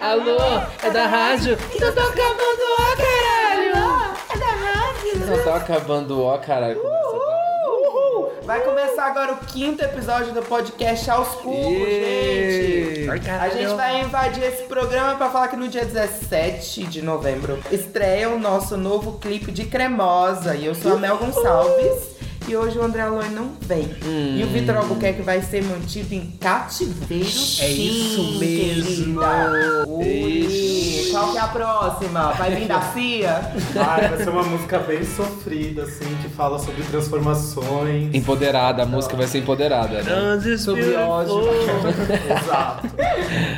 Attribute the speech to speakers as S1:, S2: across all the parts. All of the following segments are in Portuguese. S1: Alô, é da rádio. Então toca a banda, ó, caralho.
S2: É da rádio.
S3: Não tá acabando, ó, caralho. começa, vai.
S2: Uhul. Vai começar agora o quinto episódio do podcast aos cubos, gente.
S3: Yay.
S2: A gente vai invadir esse programa pra falar que no dia 17 de novembro estreia o nosso novo clipe de Cremosa. E eu sou a Mel Gonçalves. E hoje o André Aloy não vem. E o Vitor Albuquerque vai ser mantido em cativeiro.
S1: Hum. É isso
S2: sim,
S1: mesmo.
S2: querida. Ui.
S3: Ixi.
S2: Qual que é a próxima? Vai vir da CIA?
S4: Ai, vai ser uma música bem sofrida, assim, que fala sobre transformações.
S3: Empoderada, a música vai ser empoderada, né?
S1: Sobre ódio.
S4: Exato.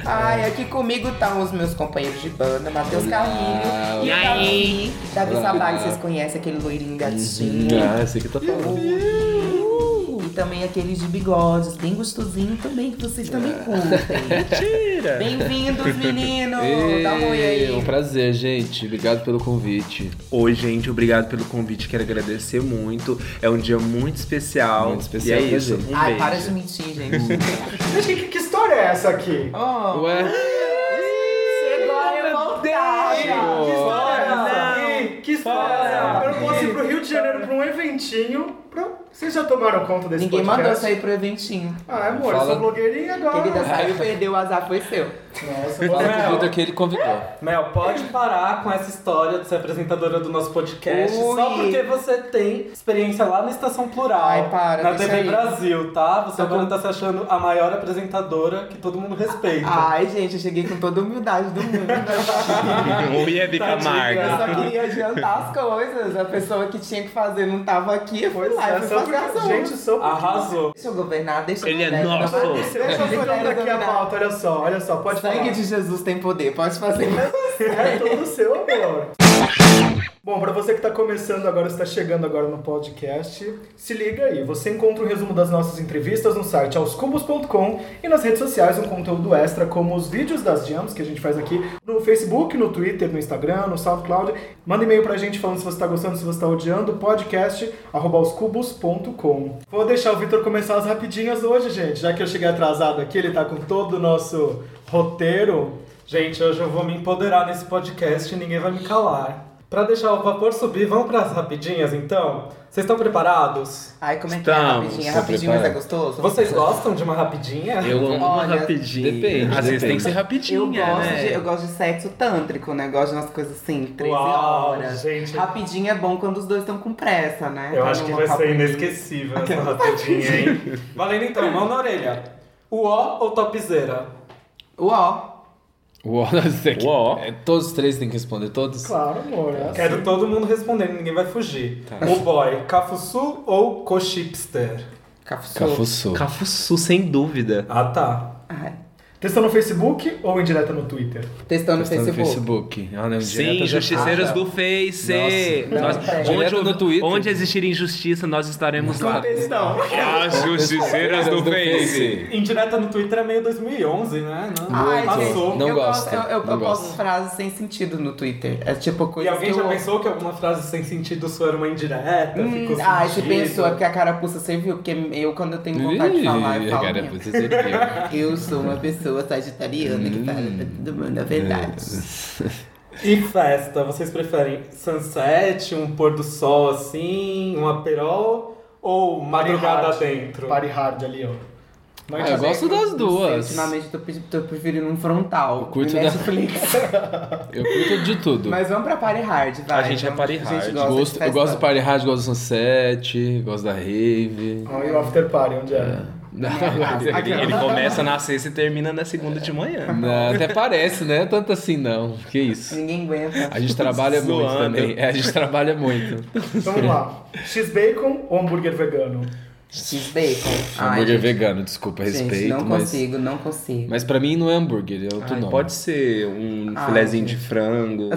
S2: Ai, aqui comigo estão os meus companheiros de banda, Matheus Carrinho.
S1: E aí?
S2: o Davi, Davi
S3: Olá.
S2: Sabag, vocês conhecem aquele loirinho gatinho.
S3: Ah, eu sei que tá falando.
S2: Uh, E também aqueles de bigodes, bem gostosinho também, que vocês também curtem.
S1: Mentira.
S2: Bem-vindos, meninos! Dá
S1: Tá
S2: um oi
S3: Ei,
S2: aí.
S3: um prazer, gente. Obrigado pelo convite.
S5: Oi, gente, obrigado pelo convite, quero agradecer muito. É um dia muito especial.
S3: Muito especial
S5: e é
S3: pra
S5: isso,
S3: gente.
S5: um
S2: Ai,
S5: beijo.
S2: para de mentir, gente.
S4: Mas que, que história é essa aqui?
S2: oh,
S3: Ué?
S2: chegou a revoltada!
S4: Que história é essa
S1: Não.
S4: aqui? Que história é essa? Eu não posso ir pro Rio de Janeiro pra um eventinho. Pra... Vocês já tomaram conta desse
S2: Ninguém
S4: podcast?
S2: mandou sair pro eventinho.
S4: Ah, amor, eu
S3: Fala.
S4: sou blogueirinha agora.
S2: Querida, né? saiu, perdeu, o azar foi seu.
S4: Nossa,
S3: Fala
S4: você-
S3: pro Vitor que ele convidou.
S6: Mel, pode parar com essa história de ser apresentadora do nosso podcast
S2: Ui.
S6: só porque você tem experiência lá na Estação Plural,
S2: Ai, para,
S6: na
S2: deixa
S6: TV
S2: aí.
S6: Brasil, tá? Você
S2: Tá
S6: agora
S2: bom.
S6: tá se achando a maior apresentadora que todo mundo respeita.
S2: Ai, gente, eu cheguei com toda a humildade do mundo.
S5: Oi, Hebe
S2: Tá
S5: Camargo.
S2: Eu só queria adiantar as coisas. A pessoa que tinha que fazer não tava aqui. Foi
S4: Pois
S2: lá,
S4: é,
S2: eu fui
S4: só
S2: fazer as
S4: porque... Gente,
S2: outras.
S4: só porque...
S6: Arrasou.
S2: Deixa eu governar, deixa eu
S5: Ele é
S2: governar,
S5: nosso.
S2: Ah, eu tava-
S5: Deixa
S4: Deixa eu
S2: governar,
S4: olhar aqui a
S2: governar.
S4: pauta, olha só, olha só,
S2: O
S4: pode
S2: sangue
S4: falar.
S2: de Jesus tem poder, pode fazer.
S4: É todo seu, amor. Bom, pra você que tá começando agora, está chegando agora no podcast, se liga aí. Você encontra o resumo das nossas entrevistas no site aoscubos.com e nas redes sociais um conteúdo extra como os vídeos das jams que a gente faz aqui no Facebook, no Twitter, no Instagram, no SoundCloud. Manda e-mail pra gente falando se você tá gostando, se você tá odiando, podcast arroba aoscubos.com. Vou deixar o Vitor começar as rapidinhas hoje, gente, já que eu cheguei atrasado aqui, ele tá com todo o nosso roteiro.
S6: Gente, hoje eu vou me empoderar nesse podcast e ninguém vai me calar. Pra deixar o vapor subir, vamos pras rapidinhas então? Vocês estão preparados?
S2: Ai, como é que é?
S5: Estamos,
S2: Rapidinho, é
S3: tá
S2: rapidinho, mas é
S3: preparado?
S2: gostoso?
S6: Vocês gostam de uma rapidinha?
S5: Eu amo uma
S2: Olha,
S5: rapidinha.
S3: depende,
S5: Às vezes
S3: depende.
S5: tem que ser rapidinha,
S2: Eu gosto,
S5: né?
S2: de, eu gosto de sexo tântrico, né? Eu gosto de umas coisas assim, 13
S6: Uau,
S2: horas.
S4: gente.
S2: Rapidinho é bom quando os dois estão com pressa, né?
S6: Eu
S2: Tá
S6: acho que
S2: num
S6: vai
S2: local
S6: ser
S2: bonito.
S6: inesquecível essa rapidinha, hein? Valendo então, mão na orelha. Uó ou topzeira?
S2: Uó.
S3: Uó, isso aqui-
S5: Uó.
S3: É, todos os três têm que responder, todos.
S4: Claro, amor. É assim.
S6: Quero todo mundo respondendo, ninguém vai fugir. O boy, Cafuçu ou Cochipster?
S2: Cafuçu.
S3: Cafuçu.
S5: Cafuçu, sem dúvida.
S6: Ah tá.
S2: Ai.
S4: Textão no Facebook ou em direta no Twitter?
S2: Testando no
S3: Postando
S2: Facebook.
S3: no Facebook. Ah, não,
S5: Sim,
S3: direta já-
S5: justiceiros
S3: Ah,
S5: do Face.
S3: Nossa.
S5: Nós-
S2: Não, pera.
S5: onde,
S3: Direto no Twitter.
S5: onde existir injustiça, nós estaremos lá.
S4: Textão.
S5: As justiceiras
S3: do Face.
S6: Indireta no Twitter é meio 2011, né? Não,
S2: Ai,
S6: passou.
S2: gente,
S3: Não
S2: Ah, eu
S3: gosto,
S2: gosto, eu, eu,
S3: não
S2: eu
S3: gosto.
S2: posto frases sem sentido no Twitter. É tipo coisa
S6: E alguém
S2: que
S6: já
S2: eu...
S6: pensou que alguma frase sem sentido sua era uma indireta?
S2: Hum,
S6: Ficou
S2: ah, se
S6: sentido?
S2: pensou, é porque a carapuça serviu, porque eu, quando eu tenho vontade de falar, um eu
S3: Ih,
S2: falo
S3: cara, é
S2: mesmo.
S3: você seria.
S2: Eu sou uma pessoa sagitariana que fala
S3: Hum.
S2: pra todo mundo a verdade.
S6: E festa, vocês preferem sunset, um pôr do sol assim, um aperol ou madrugada
S4: Party hard.
S6: dentro?
S4: Party hard ali, ó.
S3: Ah, eu gosto das
S2: Sei,
S3: duas.
S2: ultimamente eu tô, pe- tô preferindo um frontal.
S3: Eu curto
S2: no
S3: da-
S2: Netflix.
S3: Eu curto de tudo.
S2: Mas vamos pra Party Hard, vai.
S5: A gente é
S2: Vamos-
S5: party
S2: a gente
S5: hard.
S2: gosta de
S3: Gosto- eu
S2: festa.
S3: gosto do Party Hard, gosto do Sunset, gosto da Rave.
S4: Ah, e o after party, onde é?
S2: Né,
S3: Não,
S5: Ele, ele começa na sexta e termina na segunda de manhã.
S3: não, até parece, né? Tanto assim não. Que isso.
S2: Ninguém aguenta.
S3: A gente trabalha muito
S5: Zoando.
S3: também. É, a gente trabalha muito.
S4: Então, Vamos lá. X-Bacon ou hambúrguer vegano?
S2: X-Bacon.
S3: hambúrguer vegano, desculpa, respeito,
S2: Gente, não
S3: mas.
S2: consigo, não consigo.
S3: Mas pra mim não é hambúrguer, é outro
S5: Ai,
S3: nome.
S5: pode ser um
S2: Ai,
S5: filezinho
S2: gente.
S5: de frango.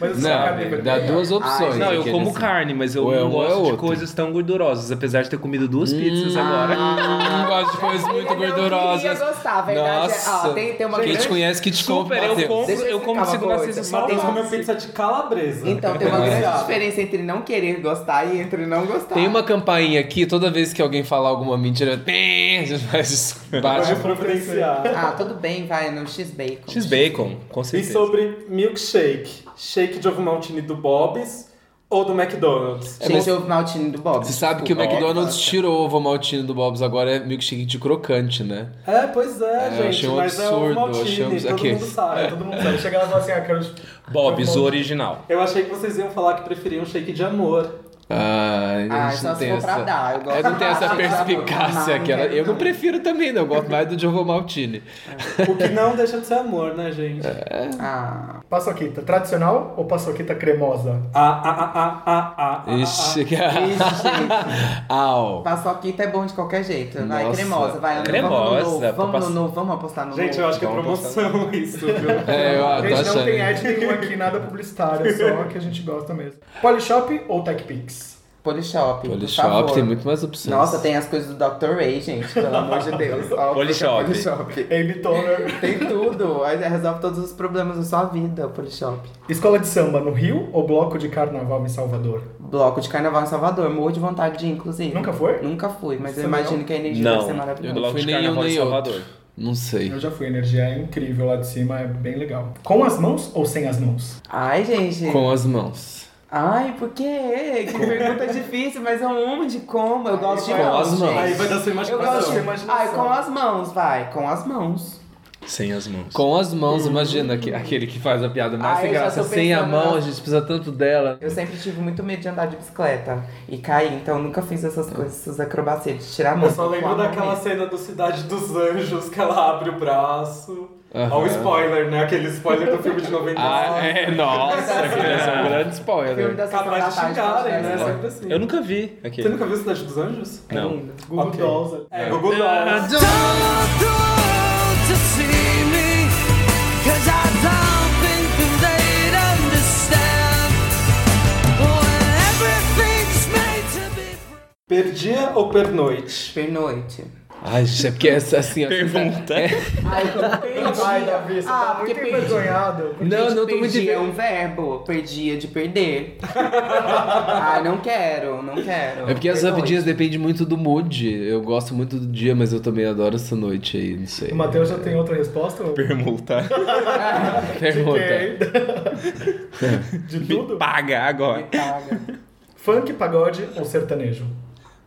S4: Mas eu sou a carne
S3: Não,
S4: vermelha.
S3: dá duas opções.
S5: Não, eu
S3: aquele
S5: como
S3: assim.
S5: carne, mas eu
S3: Ou é
S5: não
S3: um ou é
S5: gosto de
S3: outro. Hum,
S5: coisas tão gordurosas, apesar de ter comido duas pizzas agora.
S3: Não Hum, gosto de coisas muito
S2: Ele não
S3: gordurosas.
S2: queria gostar, a verdade é- ó,
S3: Nossa,
S2: tem- tem uma
S3: quem
S2: grande-
S3: te conhece que te compra,
S5: Super, eu
S3: Matheus.
S5: como,
S2: Deixa eu
S5: eu como de
S2: explicar uma
S5: segunda a
S2: coisa.
S5: sexta
S6: Só
S5: só
S2: Tem
S6: tem
S2: uma-
S6: comer pizza de calabresa.
S2: Então, tem uma grande
S6: Diferenciado.
S2: diferença entre não querer gostar e entre não gostar.
S3: Tem uma campainha aqui, toda vez que alguém falar alguma mentira, tem, você faz isso, bate.
S6: Pode providenciar.
S2: Ah, tudo bem, vai no X-Bacon.
S3: X-Bacon, com
S6: E
S3: certeza.
S6: sobre milkshake? Shake de ovo maltine do Bob's ou do McDonald's?
S2: Gente, eu ouvi Maltine do Bob.
S3: É, Você sabe que o
S2: Desculpa.
S3: McDonald's
S2: Nossa.
S3: tirou o ovo maltine do Bob's, agora é milkshake de crocante, né?
S6: É, pois é,
S3: eu
S6: gente.
S3: achei um
S6: mas é ovo
S3: absurdo,
S6: maltine,
S3: achei um-
S6: todo
S3: aqui.
S6: mundo sabe. todo
S4: Ah, Todo
S6: mundo-
S4: mundo sabe. Chega lá e fala assim, ah, quero...
S5: Bob's, o original.
S6: Eu achei que vocês iam falar que preferiam shake de amor.
S3: Ai,
S2: Ah,
S3: a gente
S2: só
S3: não
S2: se
S3: tem
S2: for pra
S3: essa.
S2: dar. Eu gosto
S3: Eu não tenho essa
S2: de-
S3: perspicácia
S2: Não,
S3: que ela.
S2: quero
S3: Eu não prefiro também, não. Eu gosto mais do de ovo maltine.
S6: O que não deixa de ser amor, né, gente?
S3: É.
S2: Ah,
S4: Paçoquita tradicional ou paçoquita cremosa?
S6: Ah, ah, ah, ah, ah, ah, ah.
S3: Ixi, que.
S2: Ixi, gente.
S3: Au.
S2: Paçoquita é bom de qualquer jeito. Vai,
S3: Nossa.
S2: cremosa, vai. Ana,
S5: Cremosa,
S2: Vamos no novo, vamos,
S5: papas-
S2: no novo, vamos apostar no
S6: Gente, eu
S2: novo.
S6: acho que é promoção isso, viu?
S3: É, eu
S4: a
S3: tô
S4: gente não
S3: achando.
S4: tem ad nenhum aqui, nada publicitário, só que a gente gosta mesmo. Polishop ou TechPix?
S2: Polishop, por
S3: Polishop
S2: favor.
S3: tem muito mais opções.
S2: Nossa, tem as coisas do Dr. Ray, gente, pelo amor de Deus. Ó,
S5: Polishop.
S2: Polishop.
S4: Amy Toner.
S2: Tem tudo, aí resolve todos os problemas da sua vida, o Polishop.
S4: Escola de samba no Rio ou bloco de carnaval em Salvador?
S2: Bloco de carnaval em Salvador, morro de vontade de ir, inclusive.
S4: Nunca foi?
S2: Nunca fui, mas eu
S4: Também
S2: imagino que a energia deve ser
S5: Não,
S2: maravilhosa.
S5: eu
S3: Eu não
S5: logo
S3: fui
S5: de
S3: nem
S5: carnaval
S3: um,
S5: em
S3: nem outro.
S5: Salvador.
S3: Não sei.
S4: Eu já fui, a energia é incrível lá de cima, é bem legal. Com as mãos ou sem as mãos?
S2: Ai, gente.
S3: Com as mãos.
S2: Ai, por quê? Que pergunta difícil, mas eu amo de como. Eu gosto de
S3: com
S2: mãos,
S3: as mãos.
S6: Aí
S2: gente.
S6: vai dar sua
S2: Eu gosto
S6: imaginação.
S2: de...
S4: imaginação.
S2: Ai, com as mãos, vai. Com as mãos.
S5: Sem as mãos.
S3: Com as mãos, imagina que, aquele que faz a piada mais
S2: Ah,
S3: sem
S2: eu já
S3: graça.
S2: tô
S3: Sem a
S2: pensando
S3: mão,
S2: na-
S3: a gente precisa tanto dela.
S2: Eu sempre tive muito medo de andar de bicicleta e cair, então eu nunca fiz essas coisas, essas acrobacias de tirar a mão.
S6: Eu só
S2: Com
S6: lembro
S2: a mão
S6: daquela
S2: mesmo.
S6: cena do Cidade dos Anjos que ela abre o braço.
S3: Aham.
S6: Ó, o spoiler, né? Aquele spoiler do filme de 90.
S3: Ah, é, nossa, que deve ser um grande
S2: Filme
S3: spoiler.
S2: da Sessão
S6: Capaz
S2: da
S6: de
S2: Tarde,
S6: xingarem,
S2: Tarde,
S6: né?
S2: Tarde.
S6: Sempre assim.
S5: Eu nunca vi aqui.
S6: Você nunca viu Cidade dos Anjos?
S2: É
S5: Não.
S2: lindo.
S4: Google
S6: Ok.
S4: Dolls.
S6: É, Google
S5: Ah,
S6: Dolls. Perdia ou pernoite?
S2: Pernoite.
S3: Ai, gente, é porque essa, assim, ó,
S5: Pergunta.
S2: Ai, eu perdi.
S4: Ai, Davi, você
S2: ah,
S4: tá
S2: porque
S4: muito
S2: perdi.
S4: envergonhado.
S3: Não, não tô muito
S2: perdi é
S3: entendendo.
S2: um verbo. Perdia de perder. Ai, não quero, não quero.
S3: É porque as
S2: Perdoe.
S3: rapidinhas dependem muito do mood. Eu gosto muito do dia, mas eu também adoro essa noite aí, não sei.
S4: O Matheus já tem outra resposta?
S5: Permuta.
S4: é?
S3: Pergunta.
S4: De tudo?
S5: Paga agora.
S2: Paga.
S4: Funk, pagode ou sertanejo?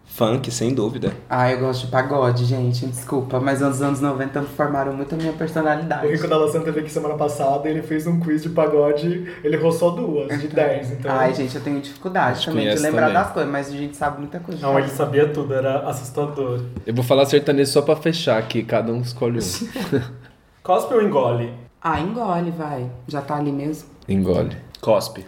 S5: Funk, sem dúvida.
S2: Ah, eu gosto de pagode, gente. Desculpa, mas os anos 90 formaram muito a minha
S4: O Rico
S2: personalidade.
S4: da Laçanta teve aqui semana passada ele fez um quiz de pagode, ele roçou duas, de 10. Então...
S2: Ai, gente, eu tenho dificuldade também de
S3: conhece
S2: lembrar
S3: também.
S2: das coisas, mas a gente sabe muita coisa.
S6: Não, ele sabia tudo, era assustador.
S3: Eu vou falar sertanejo só pra fechar aqui, cada um escolhe um.
S6: Cospe ou engole?
S2: Ah, engole, vai. Já tá ali mesmo.
S3: Engole.
S5: Cospe.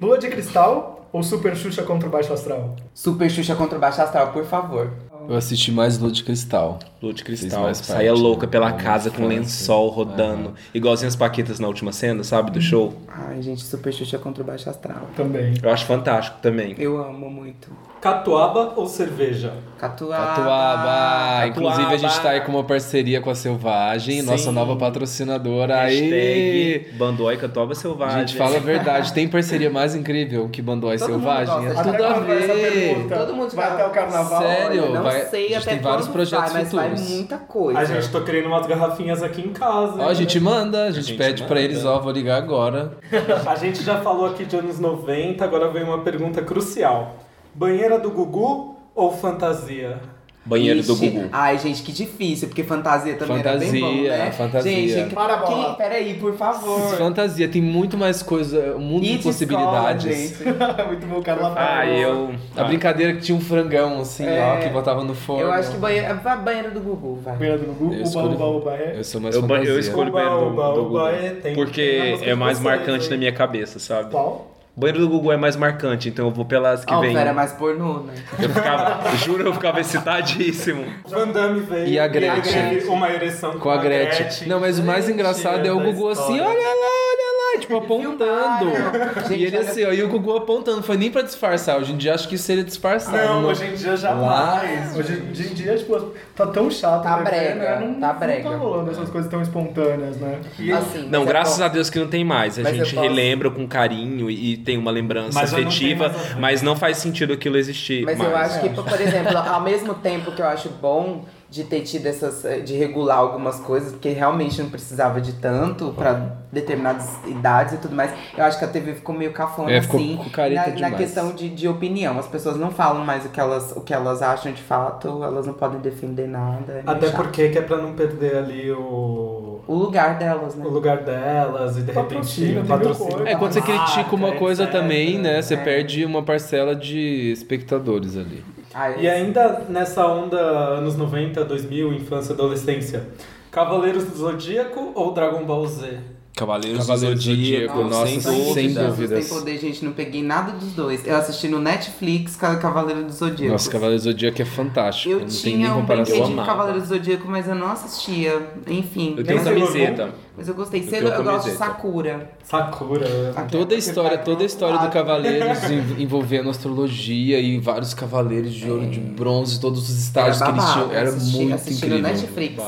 S4: Lua de cristal ou Super Xuxa contra o Baixo Astral?
S2: Super Xuxa contra o Baixo Astral, por favor.
S3: Eu assisti mais Lua de Cristal.
S5: Lua de
S3: Fiz
S5: cristal.
S3: mais
S5: Saía
S3: parte,
S5: louca
S3: né?
S5: pela
S3: Minha
S5: casa com
S3: infância.
S5: lençol rodando. Igualzinho as paquetas na última cena, sabe? Do show.
S2: Ai, gente, Super Xuxa contra o Baixo Astral.
S4: Também.
S5: Eu acho fantástico também.
S2: Eu amo muito.
S6: Catuaba ou cerveja?
S2: Catuaba.
S3: Catuaba.
S5: Catuaba.
S3: Inclusive, a gente tá aí com uma parceria com a Selvagem, nossa
S5: Sim.
S3: nova patrocinadora. Aí.
S5: Hashtag Bandói Catoba Selvagem.
S3: Gente, fala a verdade, tem parceria mais incrível que Bandói
S2: Todo mundo
S3: Selvagem? É
S2: gosta de
S3: tudo a
S4: quando essa
S3: ver.
S4: pergunta
S2: Todo mundo
S4: vai
S2: fala,
S4: até o carnaval.
S3: Sério?
S2: Olha, não
S3: vai-
S2: sei
S3: a gente
S2: até
S3: tem vários
S2: quando
S3: projetos
S2: vai, mas
S3: futuros.
S2: vai muita coisa.
S6: A
S5: tá
S6: gente, tô querendo umas garrafinhas aqui em casa.
S3: Ó, a gente manda, a gente,
S5: gente
S3: pede pra
S5: manda.
S3: eles, ó, vou ligar agora.
S6: A gente já falou aqui de anos 90, agora vem uma pergunta crucial. Banheira do Gugu ou fantasia?
S5: Banheiro do
S2: Ixi.
S5: Gugu.
S2: Ai, gente, que difícil, porque fantasia também era bem bom,
S3: Fantasia,
S2: né?
S3: fantasia.
S2: Gente,
S4: Para a
S2: quem-
S4: bola.
S2: peraí, por favor.
S3: é Fantasia, tem muito mais coisa, um mundo
S2: E
S3: de possibilidades.
S2: escola, gente.
S4: Muito bom, Carla
S5: Ah,
S4: Paz.
S5: eu.
S3: a brincadeira que tinha um frangão, assim, ó,
S2: É.
S3: que botava no forno.
S2: Eu acho que banheiro, vai, banheiro do Gugu, vai.
S4: Banheiro do Gugu,
S3: Eu
S4: uba,
S3: escolho-
S4: uba, uba, é.
S3: Eu sou mais
S5: Eu, ban-
S3: fantasia.
S5: eu escolho o
S6: Oba,
S5: banheiro do,
S6: oba,
S5: do
S6: oba,
S5: Gugu.
S6: é, tem- tem
S5: porque
S6: umas
S5: é mais
S6: coisas
S5: marcante
S6: aí.
S5: na minha cabeça, sabe?
S4: Qual?
S5: Banheiro do Gugu é mais marcante, então eu vou pelas que
S2: Ah, o
S5: vem.
S2: Fera é mais pornô, né?
S5: Eu ficava, juro, eu ficava excitadíssimo.
S6: Van Damme veio.
S3: E a Gretchen.
S6: Uma ereção com,
S3: Com a Gretchen. Não, mas o mais
S6: Gente,
S3: engraçado é o
S6: da
S3: Gugu assim,
S6: história.
S3: olha lá, olha lá, É, tipo, apontando.
S2: Filmaram.
S3: e ele
S2: Gente, olha-
S3: assim, ó, e o Gugu apontando. Foi nem pra disfarçar. Hoje em dia acho que seria disfarçado.
S6: Não,
S3: não.
S6: hoje em dia tá. jamais.
S4: Hoje em hoje em dia, tipo, tá tão chato.
S2: Tá
S4: né,
S2: brega,
S4: né? Não,
S2: tá
S4: não
S2: brega.
S4: tá rolando essas coisas tão espontâneas, né? E
S2: Assim,
S5: Não,
S2: mas é
S5: graças
S2: bom.
S5: a Deus que não tem mais. A
S2: Mas é eu
S5: gente
S2: posso-
S5: relembra com carinho e e tem uma lembrança
S6: Mas eu não tenho
S5: afetiva,
S6: mais-
S5: mas não faz sentido aquilo existir
S2: Mas
S5: mais.
S2: eu acho
S3: é.
S2: que, por exemplo, ao mesmo tempo que eu acho bom de ter tido essas. eh, de regular algumas coisas, porque realmente não precisava de tanto pra determinadas idades e tudo mais, eu acho que a TV ficou meio cafona
S3: É, ficou
S2: assim.
S3: com careta
S2: na, na
S3: demais.
S2: questão de, de opinião. As pessoas não falam mais o que elas, o que elas acham de fato, elas não podem defender nada. é meio
S6: Até
S2: chato.
S6: porque que é pra não perder ali o,
S2: O lugar delas, né?
S6: o lugar delas e de repente
S4: Patrocínio,
S6: o
S4: tem mil
S6: patrocínio.
S4: coisas.
S3: É, quando você
S6: da
S3: critica
S6: marca,
S3: uma coisa
S6: etc.
S3: também, né? Você perde uma parcela de espectadores ali.
S2: Ah, eu-
S6: E ainda nessa onda anos 90, 2000, infância, adolescência. Cavaleiros do Zodíaco ou Dragon Ball Z?
S5: Cavaleiros,
S3: Cavaleiros
S5: do
S3: do
S5: Zodíaco,
S3: Zodíaco,
S5: nossa, sem
S3: nossa,
S2: Ai,
S5: dúvida.
S3: sem
S2: Jesus,
S3: dúvidas.
S2: Sem poder, gente, não peguei nada dos dois. Eu assisti no Netflix Ca- Cavaleiro do Zodíaco.
S3: Nossa, Cavaleiro do Zodíaco é fantástico.
S2: Eu
S3: não tem nem
S2: tinha um
S3: comparação.
S2: brinquedo
S5: Eu
S2: de
S5: amava.
S2: Cavaleiro do Zodíaco, mas eu não assistia. Enfim.
S5: Eu tenho
S2: mas,
S6: um
S5: camiseta.
S2: mas eu gostei.
S5: eu
S2: Cedo, eu,
S5: tenho
S2: gosto de
S5: camiseta.
S2: Sakura.
S6: Sakura.
S3: Toda a
S2: tá
S3: história, toda a história do Cavaleiros em- envolvendo astrologia e vários cavaleiros de ouro,
S2: É.
S3: de bronze, todos os estágios Tá, que eles tinham. Era
S2: assisti,
S3: muito
S2: assisti
S3: incrível.
S2: no Netflix.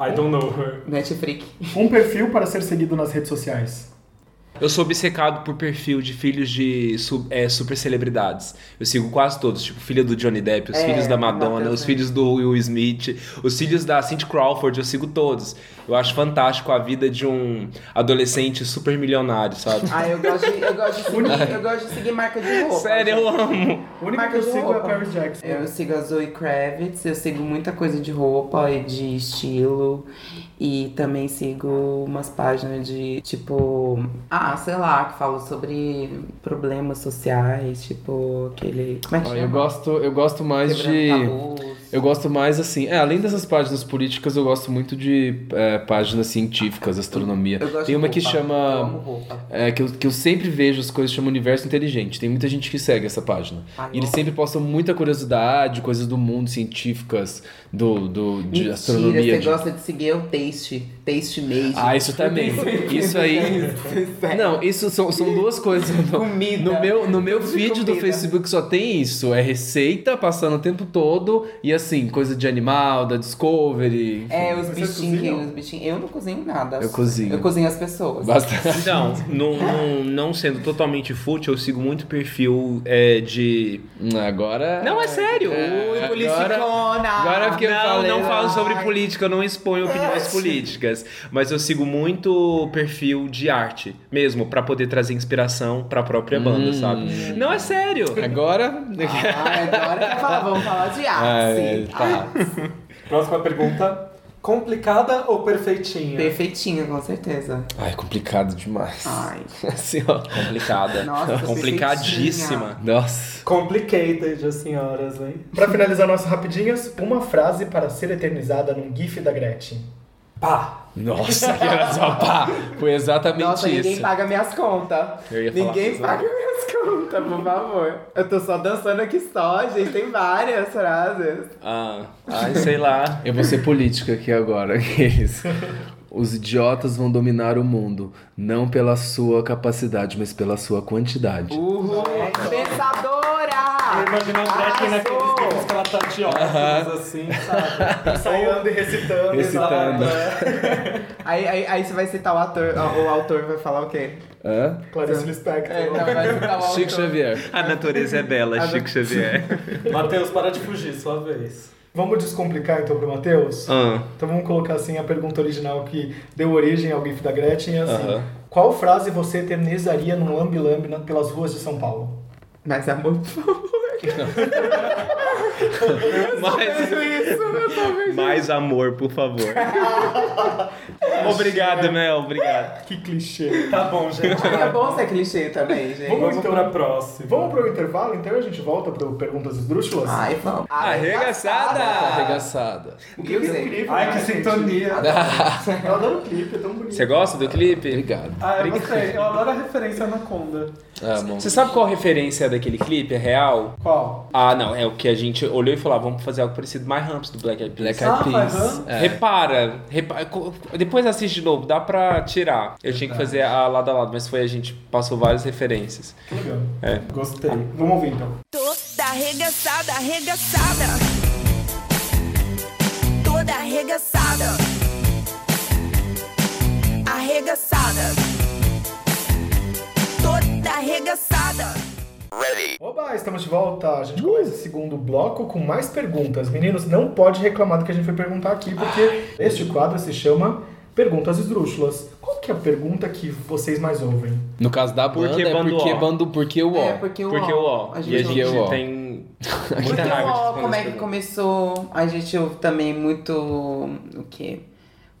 S6: I don't know her.
S2: Netflix.
S4: Um perfil para ser seguido nas redes sociais.
S5: Eu sou obcecado por perfil de filhos de su- é, super celebridades. Eu sigo quase todos, tipo, filha do Johnny Depp, os
S2: É,
S5: filhos da Madonna,
S2: Matheus,
S5: os
S2: né?
S5: filhos do Will Smith, os filhos da Cindy Crawford, eu sigo todos. Eu acho fantástico a vida de um adolescente super milionário, sabe?
S2: Ah, eu gosto de, eu gosto de seguir, eu gosto de seguir marca de roupa.
S5: Sério, eu
S3: é
S5: amo.
S4: O único
S2: Marca
S4: que eu
S2: de
S4: sigo é a
S2: roupa.
S4: Paris Jackson.
S2: Eu sigo a Zoe Kravitz, eu sigo muita coisa de roupa e de estilo. E também sigo umas páginas de, tipo... Ah, sei lá, que falam sobre problemas sociais, tipo aquele... Como é que
S3: Ah,
S2: chama?
S3: Eu gosto, eu gosto mais de.
S2: Quebrando tabus.
S3: Eu gosto mais assim. É, além dessas páginas políticas, eu gosto muito de é, páginas científicas, astronomia.
S2: Eu gosto
S3: Tem
S2: de
S3: uma que
S2: roupa. Eu amo
S3: chama.
S2: roupa.
S3: é, que, eu, que eu sempre vejo as coisas chama Universo Inteligente. Tem muita gente que segue essa página.
S2: Ah,
S3: E eles
S2: nossa.
S3: sempre postam muita curiosidade, coisas do mundo, científicas, do, do, de
S2: Mentira,
S3: astronomia.
S2: você
S3: de-
S2: gosta de seguir o Taste, Taste Made.
S3: Ah, isso também. Isso aí. Não, isso são, são duas coisas. então.
S2: Comida.
S3: No meu, no meu
S2: Tudo de
S3: vídeo do
S2: comida.
S3: Facebook só tem isso. É receita passando o tempo todo e assim, coisa de animal, da Discovery. enfim.
S2: É, os
S4: Vocês
S2: bichinhos,
S4: cozinham?
S2: os bichinhos. Eu não cozinho nada.
S3: Eu cozinho.
S2: Eu cozinho as pessoas.
S3: Bastante.
S5: Então, não, não, não sendo totalmente fútil, eu sigo muito perfil é, de.
S3: Hum, Agora.
S5: Não, é sério!
S3: É,
S5: Ui,
S3: agora-
S2: Politicona!
S3: agora eu fiquei-
S5: não,
S3: falei
S5: não
S3: lá.
S5: falo sobre política, eu não exponho opiniões políticas, mas eu sigo muito perfil de arte mesmo pra poder trazer inspiração pra própria banda, sabe? Não é sério.
S3: Agora.
S2: Ah, agora eu ia falar, vamos falar de
S3: Ah,
S2: arte.
S3: é, tá.
S6: Próxima pergunta. Complicada ou perfeitinha?
S2: Perfeitinha, com certeza.
S3: Ai, complicado demais.
S2: Ai.
S3: Assim, ó.
S5: Complicada.
S2: Nossa,
S5: Complicadíssima.
S3: Nossa.
S6: Complicated, as senhoras, hein?
S4: Pra finalizar nossas rapidinhas, uma frase para ser eternizada num GIF da Gretchen.
S6: Pá!
S3: Nossa, que era só pá. Foi exatamente
S2: Nossa, ninguém
S3: isso.
S2: paga minhas contas.
S5: Eu ia falar
S2: Ninguém
S5: isso, né?
S2: paga minhas contas, por favor. Eu tô só dançando aqui só, gente. Tem várias frases.
S5: Ah, ai, sei lá.
S3: Eu vou ser política aqui agora, aqueles. Os idiotas vão dominar o mundo, não pela sua capacidade, mas pela sua quantidade.
S2: Uhul!
S4: Ah,
S2: Pensadora!
S6: Imagina a Gretchen um naqueles vídeos que ela tá de óculos, assim, sabe?
S4: Ensaiando e recitando.
S3: Recitando.
S2: Aí, aí, aí você vai citar o ator, o o autor vai falar o quê?
S3: Hã?
S4: Clarice Lispector.
S2: É, não, vai citar o autor.
S3: Chico Xavier.
S5: A natureza é bela, Chico Xavier.
S6: é. Matheus, para de fugir, sua vez.
S4: Vamos descomplicar então pro Matheus?
S5: Ah.
S4: Então vamos colocar assim a pergunta original que deu origem ao GIF da Gretchen. é Assim,
S5: Aham.
S4: Qual frase você eternizaria num lambi-lambi na- pelas ruas de São Paulo?
S2: Mas é amor, por favor.
S5: Mais,
S2: Isso, eu tô vendo.
S5: mais amor, por favor. obrigado, Mel, obrigado.
S4: Que clichê.
S6: Tá bom, gente.
S2: É bom ser clichê também, gente.
S6: Vamos
S4: Então-
S6: pra próxima.
S4: Vamos pro intervalo então e a gente volta pro Perguntas Esdrúxulas?
S2: Ai, vamos.
S3: Ah, é
S5: Arregaçada!
S3: Arregaçada.
S2: Eu sei.
S6: Ai, que sintonia.
S4: Eu adoro o clipe, é tão bonito.
S5: Você gosta do clipe?
S3: Obrigado.
S6: Ah, eu gostei. Eu adoro a referência Anaconda.
S3: Amo.
S5: Você sabe qual a referência daquele clipe? É real?
S6: Qual?
S5: Ah, não. É o que a gente olhou e falou, ah, vamos fazer algo parecido. My Ramps do Black Eyed Peas.
S3: Black Eyed
S6: Ah,
S3: Peas.
S6: faz,
S3: É.
S5: Repara, repara, co- depois assiste de novo, dá pra tirar. Eu tinha que fazer a lado a lado, mas foi a gente passou várias referências.
S4: Que legal.
S3: É.
S4: Gostei. Vamos ouvir então.
S7: Toda arregaçada, arregaçada. Toda arregaçada. Arregaçada. Toda arregaçada.
S4: Oba, estamos de volta. A
S3: Uh!
S4: gente começa o segundo bloco com mais perguntas. Meninos, não pode reclamar do que a gente foi perguntar aqui, porque este quadro se chama Perguntas Esdrúxulas. Qual que é a pergunta que vocês mais ouvem?
S3: No caso da
S5: Por
S3: banda,
S5: que
S3: é
S5: bando
S3: porque
S5: ó?
S3: bando, porque o ó.
S2: É, porque o
S5: Porque o ó.
S2: A
S5: E a
S2: gente
S5: gente
S3: ouve o ó.
S5: tem
S2: Porque
S5: muita
S2: o
S5: raiva de
S2: ó,
S5: responder
S2: como é
S5: essa
S2: que
S5: pergunta.
S2: começou? A gente ouve também muito. O quê?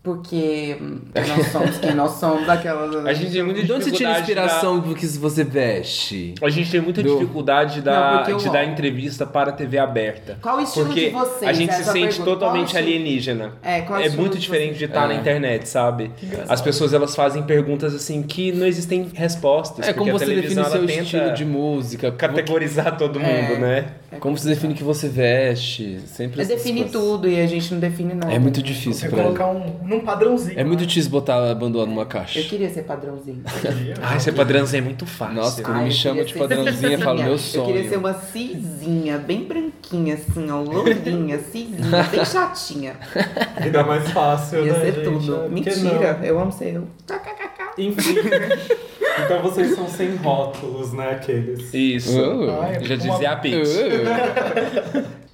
S2: Porque hum, nós somos quem nós somos, aquela.
S5: A gente tem muita
S3: De onde você tira a
S5: dificuldade da-
S3: inspiração do que você veste?
S5: A gente tem muita
S3: Do-
S5: dificuldade da,
S2: Não, porque
S5: de
S2: eu-
S5: dar entrevista para a TV aberta.
S2: Qual o estilo
S5: porque
S2: de vocês?
S5: a gente
S2: Essa
S5: se
S2: é a
S5: sente
S2: pergunta.
S5: totalmente
S2: Qual o estilo-
S5: alienígena.
S2: É, qual o
S5: É
S2: estilo
S5: muito
S2: de
S5: diferente de estar na internet, sabe? As pessoas elas fazem perguntas assim que não existem respostas.
S3: É
S5: porque
S3: como você
S5: a
S3: define
S5: televisão,
S3: o seu
S5: ela tenta
S3: estilo de música,
S5: categorizar todo mundo,
S2: É.
S5: né?
S3: como você define o que você veste, sempre
S2: É
S3: essas
S2: definir
S3: coisas.
S2: tudo e a gente não define nada.
S3: É muito
S4: Você
S3: difícil pra ele.
S4: colocar um, num padrãozinho.
S3: É muito
S4: né?
S3: difícil botar a banda numa caixa.
S2: Eu queria ser padrãozinho.
S5: Ai, ser padrãozinho é muito fácil.
S3: Nossa, quando
S2: Ai,
S3: me
S2: eu
S3: chamam
S2: queria
S3: de
S2: ser
S3: padrãozinha, eu falo,
S2: cizinha.
S3: meu
S2: Eu
S3: sonho.
S2: queria ser uma cizinha, bem branquinha, assim, ó, lourinha, cizinha, bem chatinha.
S6: Ainda mais fácil,
S2: Ia
S6: né,
S2: ser
S6: gente?
S2: tudo.
S6: Por que
S2: Mentira, eu amo ser eu.
S6: não? Enfim. então vocês são sem rótulos, né, aqueles.
S5: Isso.
S3: Uh,
S4: Ai,
S5: Já
S4: uma-
S5: dizia a Pix.
S3: uh.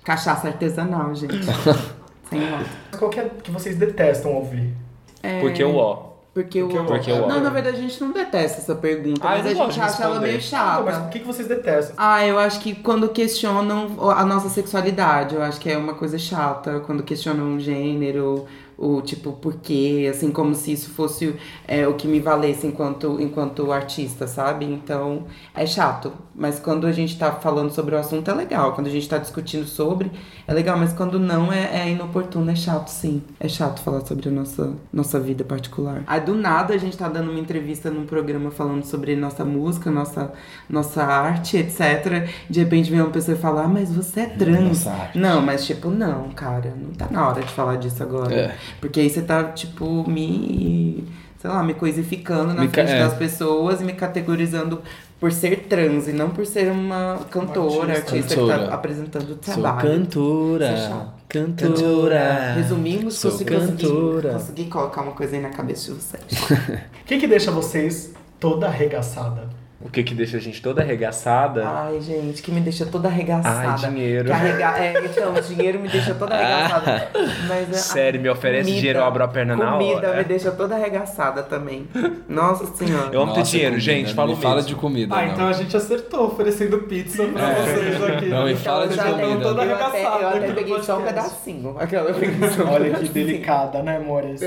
S2: Cachaça artesanal, gente. Sem nota.
S4: Qual que é que vocês detestam ouvir?
S2: É,
S5: Porque o ó.
S2: Porque o
S5: Porque o ó.
S2: Não, na verdade, a gente não detesta essa pergunta,
S5: Ah, eu
S2: mas a
S5: não gosto
S2: gente
S5: de
S2: acha ela
S5: responder.
S2: meio
S4: Ah,
S2: chata.
S4: mas o que que vocês detestam?
S2: Ah, eu acho que quando questionam a nossa sexualidade, eu acho que é uma coisa chata. Quando questionam o gênero, o tipo, por quê, assim, como se isso fosse é, o que me valesse enquanto, enquanto artista, sabe? Então, é chato. Mas quando a gente tá falando sobre o assunto, é legal. Quando a gente tá discutindo sobre, é legal. Mas quando não, é, é inoportuno, é chato, sim. É chato falar sobre a nossa, nossa vida particular. Aí, do nada, a gente tá dando uma entrevista num programa falando sobre nossa música, nossa nossa arte, etc. De repente vem uma pessoa e fala, ah, mas você é trans.
S3: Nossa arte.
S2: Não, mas tipo, não, cara, não tá na hora de falar disso agora.
S3: É.
S2: Porque aí você tá, tipo, me. Sei lá, me coisificando na
S3: Me ca-
S2: frente
S3: é.
S2: das pessoas e me categorizando por ser trans e não por ser uma cantora,
S4: Artista.
S2: artista, que
S3: Cantora.
S2: tá apresentando o
S3: Sou
S2: trabalho.
S3: cantora.
S2: Isso é chato.
S3: Cantora.
S2: Resumimos,
S3: Sou
S2: consegui,
S3: cantora.
S2: consegui colocar uma coisa aí na cabeça de vocês.
S4: O que que deixa vocês toda arregaçada?
S5: O que que deixa a gente toda arregaçada?
S2: Ai, gente, que me deixa toda
S5: é.
S2: arregaçada.
S5: Ai, dinheiro. Ah.
S2: Carregar, é, então, o dinheiro me deixa toda arregaçada. Mas, é,
S5: Sério, me oferece dinheiro, eu abro a perna na
S2: Comida
S5: hora.
S2: me deixa toda arregaçada também. Nossa senhora.
S5: Eu amo ter
S3: Nossa,
S5: dinheiro,
S3: comida.
S5: gente.
S3: Não
S5: Falo
S3: me fala
S5: mesmo.
S3: de comida,
S6: Ah,
S3: não. É.
S6: então a gente acertou oferecendo pizza pra vocês aqui.
S3: Não, e
S6: Então,
S3: fala de
S6: já estão
S3: comida.
S6: toda
S2: eu até,
S6: arregaçada
S2: eu até
S6: aqui no
S2: peguei só um
S6: podcast.
S2: pedacinho. Aquela eu peguei só um
S4: Olha que
S2: pedacinho.
S4: delicada, né, amores?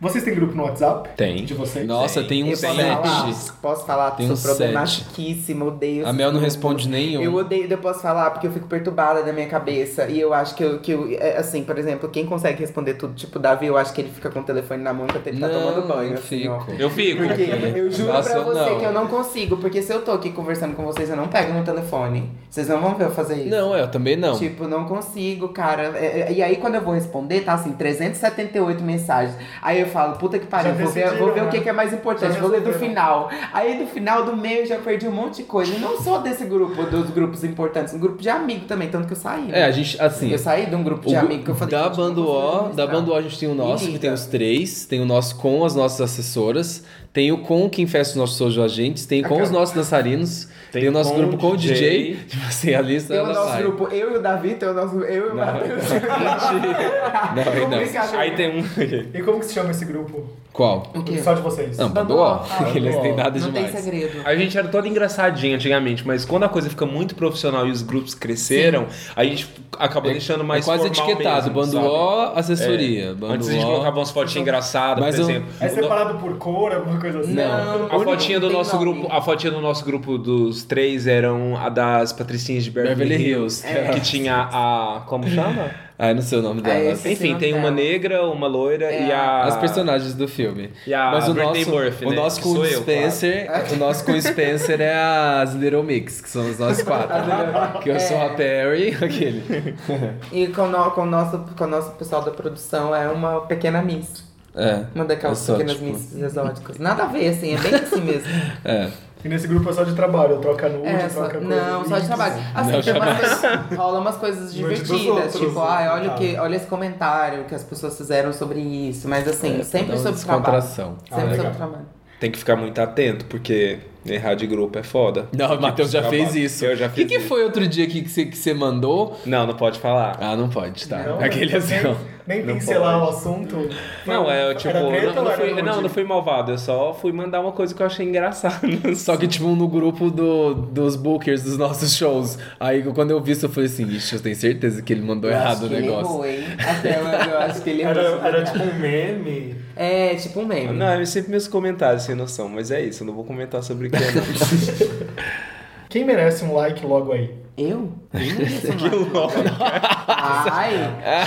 S4: Vocês têm grupo no WhatsApp?
S5: Tem.
S4: De vocês?
S3: Nossa, tem um
S2: Eu posso falar?
S3: set.
S2: Posso falar?
S3: Tem
S2: Sou
S3: um set.
S2: problematiquíssima, odeio.
S3: A Mel não
S2: esse
S3: responde nem eu.
S2: Eu odeio, eu posso falar porque eu fico perturbada na minha cabeça. E eu acho que eu, que eu é, assim, por exemplo, quem consegue responder tudo, tipo o Davi, eu acho que ele fica com o telefone na mão enquanto ele tá
S3: Não,
S2: tomando banho.
S3: eu
S2: Assim, ó.
S3: fico. né?
S5: Eu fico.
S2: Porque eu juro
S3: Nossa,
S2: pra
S3: eu
S2: você
S3: não.
S2: que eu não consigo, porque se eu tô aqui conversando com vocês, eu não pego no telefone. Vocês não vão ver eu fazer isso.
S3: Não, eu também não.
S2: Tipo, não consigo, cara. É, é, E aí, quando eu vou responder, tá assim, 378 mensagens. Aí eu falo, puta que pariu,
S4: Já
S2: vou ver,
S4: decidiram,
S2: vou ver
S4: né?
S2: o que, que é mais importante,
S4: Já né?
S2: vou ler do
S4: resolveram.
S2: final. Aí do final, do meio, eu já perdi um monte de coisa. E não só desse grupo, dos grupos importantes, um grupo de amigo também, tanto que eu saí. né?
S3: É, a gente, assim.
S2: Eu saí de um grupo
S3: O
S2: de
S3: gru-
S2: amigo que eu falei.
S3: da
S2: gente, não
S3: banda
S2: consigo
S3: O, da
S2: administrar.
S3: banda O a gente tem o nosso, que
S2: liga.
S3: tem os três, tem o nosso com as nossas assessoras, tem o com quem festa os nossos sojos agentes, tem com os nossos dançarinos, tem, o nosso grupo com o DJ, tipo assim, a lista
S2: Tem o
S3: ela
S2: nosso
S3: sai.
S2: grupo, eu e o Davi, tem o nosso. Eu e o Matheus.
S3: Não, aí não.
S2: Obrigada.
S5: Aí tem um.
S4: É, né? E como que se chama esse grupo?
S3: Qual?
S2: O quê?
S4: Só de vocês?
S3: Não,
S2: Banda
S3: banda O,
S2: O, tá,
S3: eles
S5: banda O.
S3: têm nada
S2: Não tem
S3: demais.
S2: segredo.
S5: A gente era todo engraçadinho antigamente, mas quando a coisa fica muito profissional e os grupos cresceram, a gente acabou deixando
S3: é
S5: mais
S3: quase
S5: formal
S3: etiquetado,
S5: mesmo,
S3: bando
S5: sabe?
S3: O, assessoria, bando
S5: Antes a gente
S3: O.
S5: colocava umas fotinhas engraçadas,
S3: Mas
S5: por
S3: eu-
S5: exemplo.
S4: É separado por cor, alguma coisa assim?
S3: Não.
S5: A fotinha do
S2: Tem
S5: nosso
S2: nome.
S5: grupo, a fotinha do nosso grupo dos três eram a das patricinhas de Beverly,
S3: Beverly
S5: Hills,
S3: Hills, é.
S5: que tinha a como chama?
S3: Ah, eu não sei o nome
S2: É
S3: delas.
S2: esse.
S5: Enfim,
S2: não
S5: tem uma
S2: dela.
S5: negra, uma loira
S3: É.
S5: e a
S3: As personagens do filme.
S5: E a
S3: Mas o
S5: Ah, Britney
S3: nosso,
S5: Murphy,
S3: o
S5: né?
S3: nosso
S5: Que
S3: com
S5: sou
S3: o
S5: eu,
S3: Spencer,
S2: É.
S3: o nosso com o Spencer é as Little Mix, que somos nós quatro. que eu sou
S2: É.
S3: a Perry, aquele.
S2: E com, o no- com, o nosso, com o nosso pessoal da produção é uma pequena miss.
S3: É.
S2: Uma daquelas
S3: É só,
S2: pequenas
S3: tipo-
S2: missas exóticas. Nada a ver, assim, é bem assim mesmo.
S3: É.
S4: E nesse grupo é só de trabalho, troca nude,
S2: É, só-
S4: troca coisa.
S2: não, só de trabalho. Assim,
S3: Não,
S2: tem umas coisas, rola umas coisas
S4: Nude dos
S2: divertidas,
S4: outros,
S2: tipo,
S4: né?
S2: ai, olha, o
S4: Ah.
S2: que, olha esse comentário que as pessoas fizeram sobre isso, mas assim, sempre
S3: É, Dá uma
S2: sobre trabalho.
S3: Então, descontração.
S2: Sempre
S4: legal.
S2: sobre trabalho.
S5: Tem que ficar muito atento, porque errar de grupo é foda.
S3: Não, o Matheus já
S5: Trabalho.
S3: fez isso.
S5: Eu já
S3: O que,
S5: fiz
S3: que
S5: isso.
S3: foi outro dia que você que você mandou?
S5: Não, não pode falar.
S3: Ah, não pode, tá.
S4: Não,
S3: Aquele
S4: nem-
S3: assim, ó.
S4: Nem,
S5: Não
S4: pincelar
S5: pode.
S4: o assunto. um-
S5: Não, é eu, tipo,
S4: Era treta
S5: não, não
S4: ou era
S5: fui,
S4: nude?
S5: não, não fui malvado, eu só fui mandar uma coisa que eu achei engraçada.
S3: Só que, tipo, no grupo do, dos bookers dos nossos shows. Aí, quando eu vi isso, eu falei assim, ixi, eu tenho certeza que ele mandou
S2: Eu
S3: errado
S2: acho
S3: o
S2: que ele
S3: negócio.
S2: errou, hein? Até eu, eu acho que ele errou. né?
S6: Era, era tipo um meme.
S2: É, tipo um meme.
S5: Não, é sempre meus comentários sem noção, mas é isso, eu não vou comentar sobre o que é. não.
S4: Quem merece um like logo aí?
S2: Eu? Que louco. Ai,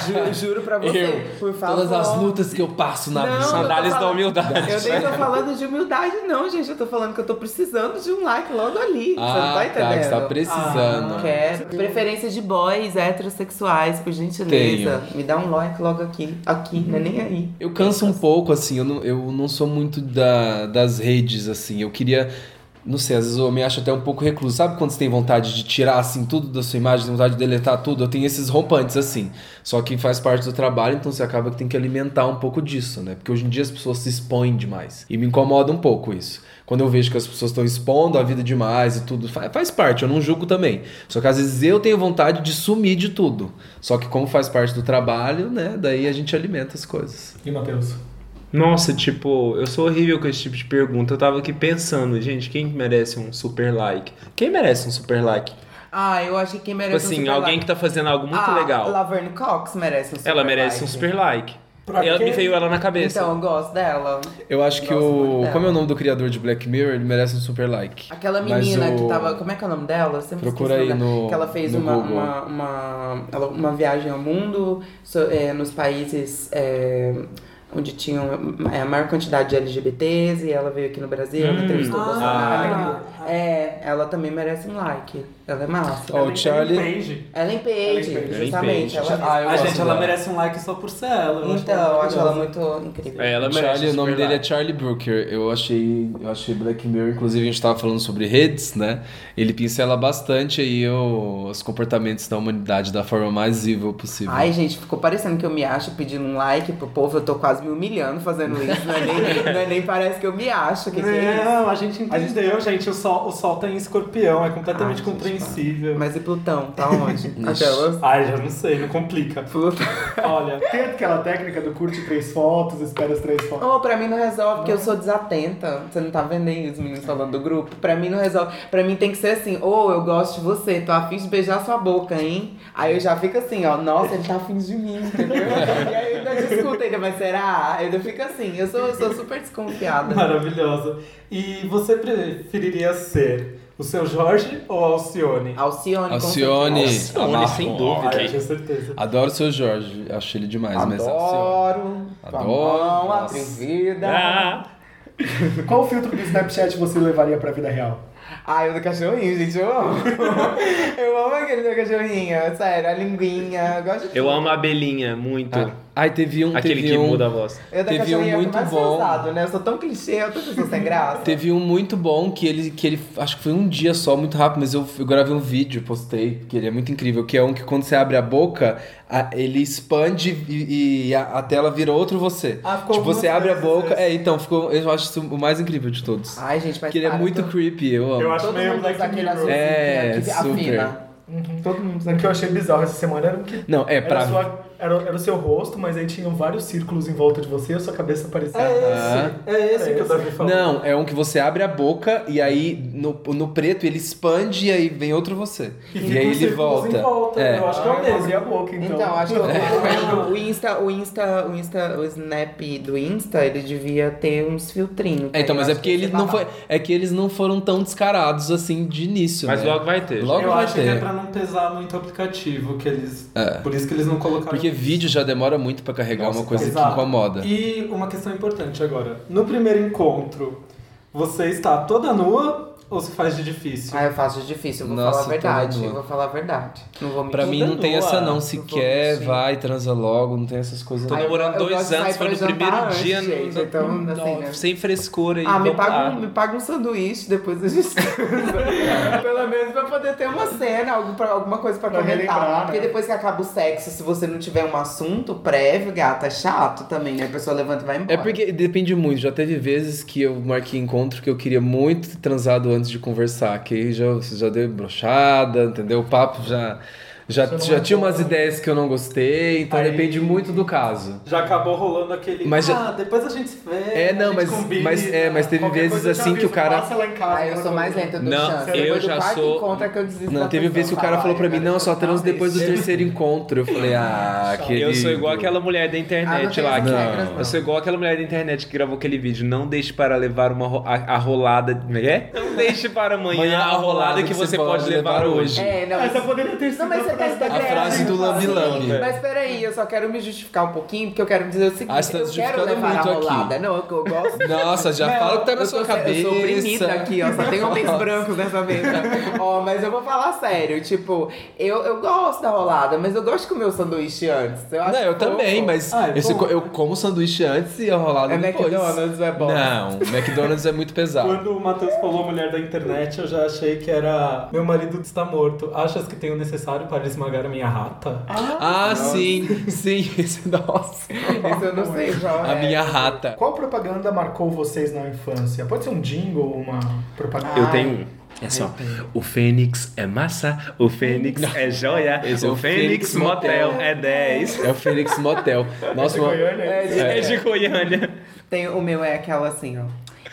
S2: ju- juro pra você.
S3: Eu,
S2: por favor.
S3: todas as lutas que eu passo na
S2: Não,
S3: vida.
S2: eu tô
S5: sandálias da
S2: falando-
S5: humildade.
S2: Eu nem tô falando de humildade, não, gente. Eu tô falando que eu tô precisando de um like logo ali. você não
S3: Ah,
S2: tá
S3: tá,
S2: entendendo?
S3: que você tá precisando.
S2: Não quero. Preferência de boys heterossexuais, por gentileza. Me dá um like logo aqui. Aqui, não é nem aí.
S3: Eu canso um pouco, assim, eu não, eu não sou muito da, das redes, assim, eu queria. Não sei, às vezes eu me acho até um pouco recluso. Sabe quando você tem vontade de tirar, assim, tudo da sua imagem, tem vontade de deletar tudo? Eu tenho esses rompantes, assim. Só que faz parte do trabalho, então você acaba que tem que alimentar um pouco disso, né? Porque hoje em dia as pessoas se expõem demais. E me incomoda um pouco isso. Quando eu vejo que as pessoas estão expondo a vida demais e tudo, fa- faz parte, eu não julgo também. Só que às vezes eu tenho vontade de sumir de tudo. Só que como faz parte do trabalho, né? Daí a gente alimenta as coisas.
S4: E Matheus?
S5: Nossa, tipo, eu sou horrível com esse tipo de pergunta. Eu tava aqui pensando, gente, quem merece um super like? Quem merece um super like?
S2: Ah, eu acho que quem
S5: Tipo
S2: merece um
S5: assim,
S2: super
S5: alguém
S2: like.
S5: que tá fazendo algo muito
S2: ah,
S5: legal.
S2: Laverne Cox merece um super
S5: Ela merece
S2: like.
S5: um super like.
S4: Pra
S5: Ela,
S4: quem?
S5: me veio ela na cabeça.
S2: Então, eu gosto dela.
S3: Eu acho que
S2: Nossa,
S3: o.
S2: muito dela.
S3: Como é o nome do criador de Black Mirror? Ele merece um super like.
S2: Aquela
S3: Mas
S2: menina
S3: o-
S2: que tava. Como é que é o nome dela? Eu sempre
S3: Procura
S2: esqueço o
S3: aí
S2: nome.
S3: no-
S2: Que ela fez
S3: no
S2: uma,
S3: Google.
S2: uma, uma, ela- uma viagem ao mundo so- é, nos países é, onde tinham é, a maior quantidade de LGBTs e ela veio aqui no Brasil,
S3: Hum.
S2: ela entrevistou o Bolsonaro. É, ela também merece um like. Ela é massa.
S3: Ó, o é Charlie.
S6: Page.
S2: Ellen Page,
S4: Ellen Page.
S2: justamente.
S5: Ellen Page.
S2: Ela, é
S3: Ah, eu
S6: a
S3: gosto
S6: gente, ela
S3: dela.
S6: merece um like só por ser ela. eu acho
S2: então, eu acho ela
S6: maravilhosa.
S2: muito incrível.
S5: É, ela
S3: O
S5: merece
S3: Charlie,
S5: um
S3: o nome
S5: super
S3: dele é
S5: like.
S3: Charlie Brooker. Eu achei, eu achei Black Mirror, inclusive a gente tava falando sobre redes, né? Ele pincela bastante aí o- os comportamentos da humanidade da forma mais evil possível.
S2: Ai, gente, ficou parecendo que eu me acho pedindo um like pro povo. Eu tô quase me humilhando fazendo isso. Não é nem, não é nem parece que eu me acho. Que que é isso?
S6: Não, a gente entendeu, gente. O sol, o sol tá em escorpião, é completamente
S2: Ai, gente,
S6: compreensível.
S2: Mas e Plutão? Tá onde? Aquelas.
S6: Ai, já não sei, não complica.
S2: Plutão.
S6: Olha,
S4: Tem aquela técnica do curte três fotos, espera as três fotos.
S2: Oh, pra mim não resolve, porque eu sou desatenta. Você não tá vendo aí os meninos falando do grupo? Pra mim não resolve. Pra mim tem que ser assim, ô, eu gosto de você, tô afim de beijar sua boca, hein? Aí eu já fico assim, ó, nossa, ele tá afim de mim, entendeu? e aí eu ainda discuto ainda, mas será? Eu ainda fico assim, eu sou, eu sou super desconfiada.
S6: maravilhosa. E você preferiria ser o seu Jorge ou a Alcione?
S3: Ah,
S2: Alcione, com
S3: Alcione.
S2: certeza.
S5: Alcione,
S3: amarra.
S5: sem
S6: Ai,
S5: dúvida.
S6: eu tinha certeza.
S3: Adoro o seu Jorge, acho ele demais, mas Alcione.
S2: Adoro. com a
S3: Adoro,
S2: mão
S3: nossa.
S2: atrevida.
S5: Ah,
S4: Qual filtro do Snapchat você levaria pra vida real?
S2: Ai, o do cachorrinho, gente, eu amo. eu amo aquele do cachorrinho, sério, a linguinha. Eu gosto de
S5: eu
S2: tudo.
S5: amo a abelhinha muito.
S3: Ai, teve um.
S5: Aquele
S3: teve
S5: que
S3: um...
S5: muda a voz.
S2: Eu da
S3: Teve
S2: cachorrinha
S3: um
S2: é o que
S3: muito
S2: mais foi
S3: bom.
S2: usado, né? Eu sou tão clichê, eu tô pessoa sem graça.
S3: Teve um muito bom que ele, que ele. Acho que foi um dia só, muito rápido, mas eu, eu gravei um vídeo, postei, que ele é muito incrível, que é um que quando você abre a boca, a- ele expande e, e a, a tela vira outro você.
S6: Ah, ficou
S3: tipo, você
S6: algumas
S3: abre a
S6: vezes
S3: boca.
S6: esse. Ah,
S3: É, então, ficou. Eu acho isso o mais incrível de todos.
S2: Ai, gente, mas
S3: que ele é
S2: para,
S3: muito
S2: todo-
S3: creepy, eu amo.
S6: então Eu acho
S2: Todo
S6: meio
S2: mundo usa
S6: Black
S2: aquele
S6: Mirror.
S2: azulzinho
S3: É,
S2: que, que
S3: super.
S2: afina. Uhum.
S4: Todo mundo. O que eu achei bizarro essa semana era que
S3: Não, é
S4: era,
S3: pra.
S4: sua- era, era o seu rosto, mas aí tinham vários círculos em volta de você e a sua cabeça aparecia.
S3: Aham.
S6: É esse, é esse que o Davi falou.
S3: Ah. Não, é um que você abre a boca e aí no, no preto ele expande e aí vem outro você.
S6: E
S3: E,
S6: fica um
S3: aí
S6: os
S3: ele
S6: círculos em
S3: volta.
S6: volta,
S3: É.
S6: eu acho que é o
S4: eu abri
S6: mesmo.
S4: a boca, então.
S2: Então, acho que o- o Insta, o Insta, o Insta, o Snap do Insta, ele devia ter uns filtrinhos. tá
S3: É, então,
S2: Eu
S3: mas é
S2: acho
S3: porque
S2: que
S3: eles
S2: ia
S3: não
S2: ser
S3: foi, é que eles não foram tão descarados assim de início,
S5: Mas
S3: né?
S5: logo vai ter.
S3: Logo
S6: Eu
S3: vai
S6: acho
S3: ter.
S6: que é pra não pesar muito o aplicativo, que eles.
S3: É.
S6: Por isso que eles não colocaram.
S3: Porque vídeo já demora muito pra carregar
S5: Nossa,
S3: uma coisa
S6: Exato.
S3: que incomoda.
S6: E uma questão importante agora. No primeiro encontro, você está toda nua ou você faz de difícil?
S2: Ah, eu faço difícil, eu vou
S3: Nossa,
S2: falar a
S3: tô
S2: verdade.
S3: nua.
S2: Eu vou falar a verdade. Não vou mentir.
S3: Pra mim não tem
S6: Continua.
S3: essa não, se
S2: Não vou
S3: quer,
S2: mentir.
S3: vai, transa logo, não tem essas coisas
S5: Tô
S3: não.
S2: Ai, Então eu-
S5: namorando
S2: eu gosto
S5: dois
S2: de
S5: anos,
S2: sair
S5: foi
S2: pra
S5: no primeiro
S2: jantar antes,
S5: dia.
S2: gente,
S5: não-
S2: então,
S5: não-
S2: assim, né?
S5: Sem frescura e tá
S2: Ah, me
S5: vamos lá.
S2: paga, um, me paga um sanduíche, depois a gente Pelo menos pra poder ter uma cena, algo pra- alguma coisa pra
S4: Pra relembrar, né?
S2: comentar. Porque depois que acaba o sexo, se você não tiver um assunto prévio, gata, é chato também, né? A pessoa levanta e vai embora.
S3: É porque depende muito. Já teve vezes que eu marquei encontro que eu queria muito ter transado antes de conversar, que aí já, já deu brochada, entendeu? O papo já. Já,
S4: Você não
S3: já
S4: é
S3: tinha
S4: bom.
S3: umas ideias que eu não gostei, então
S6: Aí-
S3: depende muito do caso.
S6: Já acabou rolando aquele.
S3: Mas já-
S6: Ah, depois a gente se vê.
S3: É, não,
S6: a gente
S3: mas-
S6: combina."
S3: mas- é, mas teve
S4: Qualquer
S3: vezes
S4: coisa eu te
S3: assim que
S4: aviso,
S3: o cara-
S4: passa lá em casa,
S2: Ah, eu sou mais lenta, eu dou
S3: Não,
S2: chance.
S3: eu
S2: Depois do
S3: já
S2: quarto
S3: sou-
S2: encontro é que eu desisto
S3: Não,
S2: da
S3: teve
S2: pessoa,
S3: vez que o cara
S2: fala,
S3: falou
S2: "Ai,
S3: pra mim,
S2: agora
S3: não,
S2: eu
S3: só
S2: vou dar
S3: transo
S2: um
S3: depois do
S2: beijo."
S3: terceiro encontro. Eu falei, ah, querido.
S5: Eu sou igual aquela mulher da internet
S2: Ah, não
S5: lá.
S2: tem
S5: que-
S2: essas regras, não.
S5: Eu sou igual aquela mulher da internet que gravou aquele vídeo. Não deixe para levar uma ro- a, a rolada. Como é que é? Não deixe para amanhã, a rolada que, você pode levar hoje.
S2: É, não,
S4: Ah, Essa
S2: mas-
S4: poderia ter sido
S2: Não, mas
S4: a
S2: você tá
S4: frase da
S3: A
S2: exagerando.
S3: frase do lambi-lambi.
S2: Sim, Mas peraí, eu só quero me justificar um pouquinho, porque eu quero dizer o seguinte,
S3: Ah, você tá
S2: eu quero
S3: justificando
S2: levar
S3: muito
S2: a
S3: aqui.
S2: rolada. Não, eu, eu gosto.
S3: Nossa, já
S2: Não,
S3: fala o que tá na
S2: eu
S3: sua
S2: tô-
S3: cabeça.
S2: Eu sou oprimida aqui, ó. Só tem homens brancos nessa mesa. ó, mas eu vou falar sério. Tipo, eu, eu gosto da rolada, mas eu gosto de comer o sanduíche antes. Eu acho
S3: Não, eu
S2: fofo.
S3: também, mas
S6: Ah, é
S3: esse
S6: bom.
S3: co- eu como sanduíche antes e a rolada
S2: É
S3: depois.
S2: McDonald's, é bom.
S3: Não, McDonald's é muito pesado.
S6: Quando o Matheus falou mulher da internet, eu já achei que era meu marido está morto. Achas que tenho necessário para esmagar a minha rata?
S3: Ah, sim, sim, esse nossa.
S2: Isso eu não sei, João.
S3: A minha rata.
S4: Qual propaganda marcou vocês na infância? Pode ser um jingle ou uma propaganda?
S5: Eu tenho um. É só. O Fênix é massa, o Fênix é joia,
S3: Esse é
S5: o
S3: o
S5: Fênix
S3: Fênix
S5: Motel
S3: Motel.
S5: é 10.
S3: É o Felix Motel. Nossa,
S4: De
S3: uma...
S4: Ah, Goiânia?
S2: É, de-
S5: É de Goiânia.
S2: Tem, o meu é aquela assim, ó.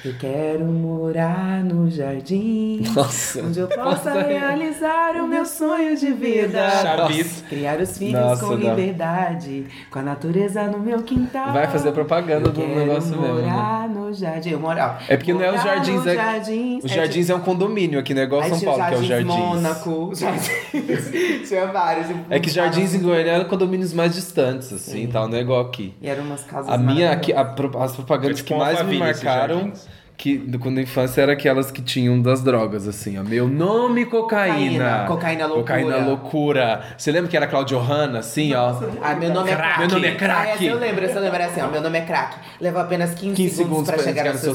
S2: Eu quero morar no jardim.
S3: Nossa.
S2: Onde eu possa realizar o meu sonho de vida.
S5: Chaves.
S2: Criar os filhos
S3: Nossa,
S2: com
S3: não.
S2: liberdade, com a natureza no meu quintal.
S3: Vai fazer propaganda do
S2: Quero
S3: negócio mesmo. né?
S2: morar no jardim. Moral.
S3: É porque não é os
S2: Morar
S3: jardins,
S2: nos
S3: é-
S2: jardins.
S3: Os
S2: É
S3: jardins é um condomínio aqui, não é igual
S2: Aí
S3: São
S2: tinha os
S3: Paulo, que é os
S2: jardins
S3: jardins.
S2: Mônaco, os jardins. tinha vários. tipo,
S3: É que jardins em
S2: cada-
S3: Goiânia eram condomínios mais distantes, assim, e tal, não é igual aqui.
S2: E eram umas casas
S3: A minha,
S2: maravilhosas.
S3: aqui, a pro- as propagandas
S5: Tipo
S3: que
S5: uma
S3: mais me
S5: família, esses
S3: marcaram
S5: jardins.
S3: que do- quando infância era aquelas que tinham das drogas, assim, ó. Meu nome, cocaína.
S2: Cocaína, cocaína loucura.
S3: Cocaína loucura. Você lembra que era Claudio Hanna, assim, ó?
S2: Ah, meu nome é
S3: Crack.
S2: crack.
S3: Meu nome é crack.
S2: Ah, essa eu lembro, essa eu lembro. É assim, ó, meu nome é crack. Leva apenas 15,
S3: 15
S2: segundos pra chegar no seu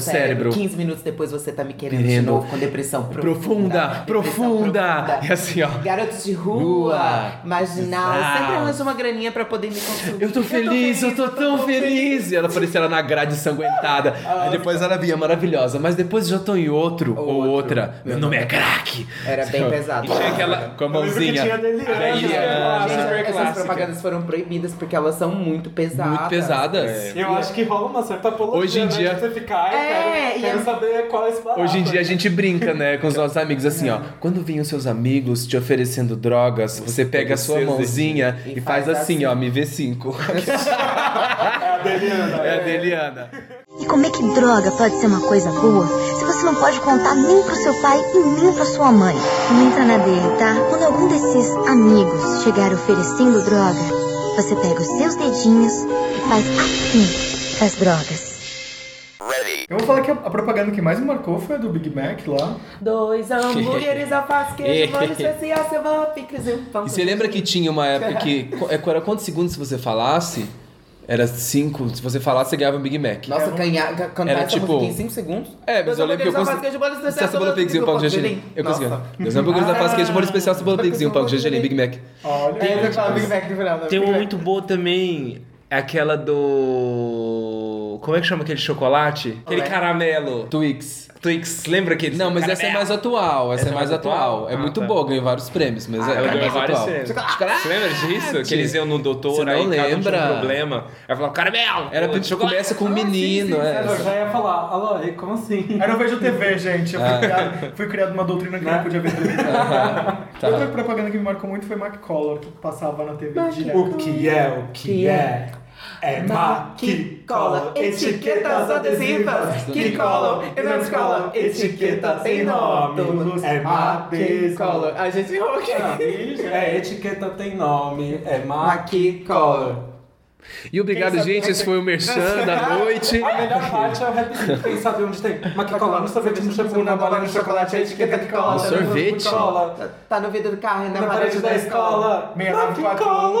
S3: cérebro.
S2: cérebro. 15 minutos depois você tá me querendo de
S3: Querendo.
S2: novo com depressão
S3: Profunda,
S2: profunda.
S3: profunda.
S2: depressão
S3: E assim, ó.
S2: Garotos de rua,
S3: Rua.
S2: marginal.
S3: Exato.
S2: Sempre arranja uma graninha pra poder me consumir.
S3: Eu tô feliz, eu tô tão feliz. E ela parecia ela na grade sanguentada. Aí depois ela via maravilhosa. Mas depois já tô em outro ou,
S2: outro.
S3: outra. Meu nome é crack.
S2: Era bem pesado.
S5: Tinha aquela.
S3: Com a
S4: lembro que
S3: mãozinha. é
S4: tinha a da Eliana,
S3: Da
S4: né?
S3: Eliana.
S2: Gente,
S5: super
S2: essas
S5: clássica.
S2: propagandas foram proibidas porque elas são muito pesadas.
S3: Muito pesadas.
S6: Eu acho que rola uma certa apologia,
S3: Hoje em
S6: né,
S3: dia-
S6: de você ficar, "Ai,
S2: É,
S6: quero,
S2: e
S6: quero
S2: eu-
S6: saber qual é esse barato.
S3: Hoje em dia a gente brinca, né, com os nossos amigos assim, ó. Quando vinham seus amigos te oferecendo drogas, você pega a sua mãozinha e faz assim, ó, me vê cinco.
S6: É a Deliana.
S3: É a Deliana.
S8: E como é que droga pode ser uma coisa boa se você não pode contar nem pro seu pai e nem pra sua mãe? Não entra na dele, tá? Quando algum desses amigos chegar oferecendo droga, você pega os seus dedinhos e faz assim pras drogas.
S4: Eu vou falar que a a propaganda que mais me marcou foi a do Big Mac lá.
S2: Dois hambúrgueres, alface, queijo, molho especial, cebola, picles e um pão.
S3: É. E você lembra que tinha uma época que qu- era quantos segundos se você falasse? Era cinco. Se você falasse, você ganhava um Big Mac.
S2: Nossa, canhar, ca- cantar
S3: Era
S2: essa
S3: tipo-
S2: música em 5 segundos?
S3: É, mas eu lembro que eu consegui. Essa cebola pix e um pau de gergelim. Eu um consegui. Meus hambúrgueres da face queijo, molho especial, cebola pix e um pau de gergelim, Big Mac.
S4: Olha,
S3: É.
S2: Tem essa fala Big Mac no final, né?
S5: Tem
S2: Big
S5: uma
S2: Mac.
S5: muito boa também. é Aquela do. Como é que chama aquele chocolate? Aquele
S2: Ué.
S5: caramelo.
S3: Twix.
S5: Twix, lembra que
S3: Não, mas essa é mais atual. Essa é mais atual. É
S5: Ah,
S3: muito
S5: tá.
S3: boa, ganhou vários prêmios, mas é
S5: Ela
S3: é
S5: ganhou
S3: mais
S5: vários
S3: atual.
S5: prêmios. Você lembra disso? Que eles iam no doutor,
S3: Você não
S5: aí cada um tinha
S3: lembra?
S5: um problema. Aí falava, caramelo!
S3: Era
S5: Ah, pô,
S3: porque
S5: chocolate."
S3: começa com um menino,
S6: Eu
S3: é.
S6: já ia falar, alô, e como assim?
S4: Eu não vejo TV, gente. Eu fui,
S5: Ah.
S4: criado, fui criado numa doutrina que
S2: Né?
S4: não podia ver TV.
S5: Tá.
S4: Outra propaganda que me marcou muito foi McCollar, que passava na TV direto.
S6: O que é, o que é? É
S2: Ma- que cola etiquetas adesivas que colam e não descolam etiquetas sem nódulos.
S6: É
S2: Ma- que
S6: maquicola.
S2: cola. A gente errou aqui.
S6: É etiqueta tem nome, é
S2: Ma-
S6: maqui
S2: que Ah, cola.
S3: E obrigado,
S4: Quem sabe
S3: gente.
S4: onde
S3: Esse foi o Merchan da noite.
S6: A melhor parte é o rapidinho. Quem sabe onde tem? Maquicola no sorvete, no shampoo, na bola, no chocolate, a etiqueta que cola.
S3: No sorvete?
S6: Cola.
S2: Tá, tá no vidro do carro,
S6: Na parede da escola.
S4: 69414499.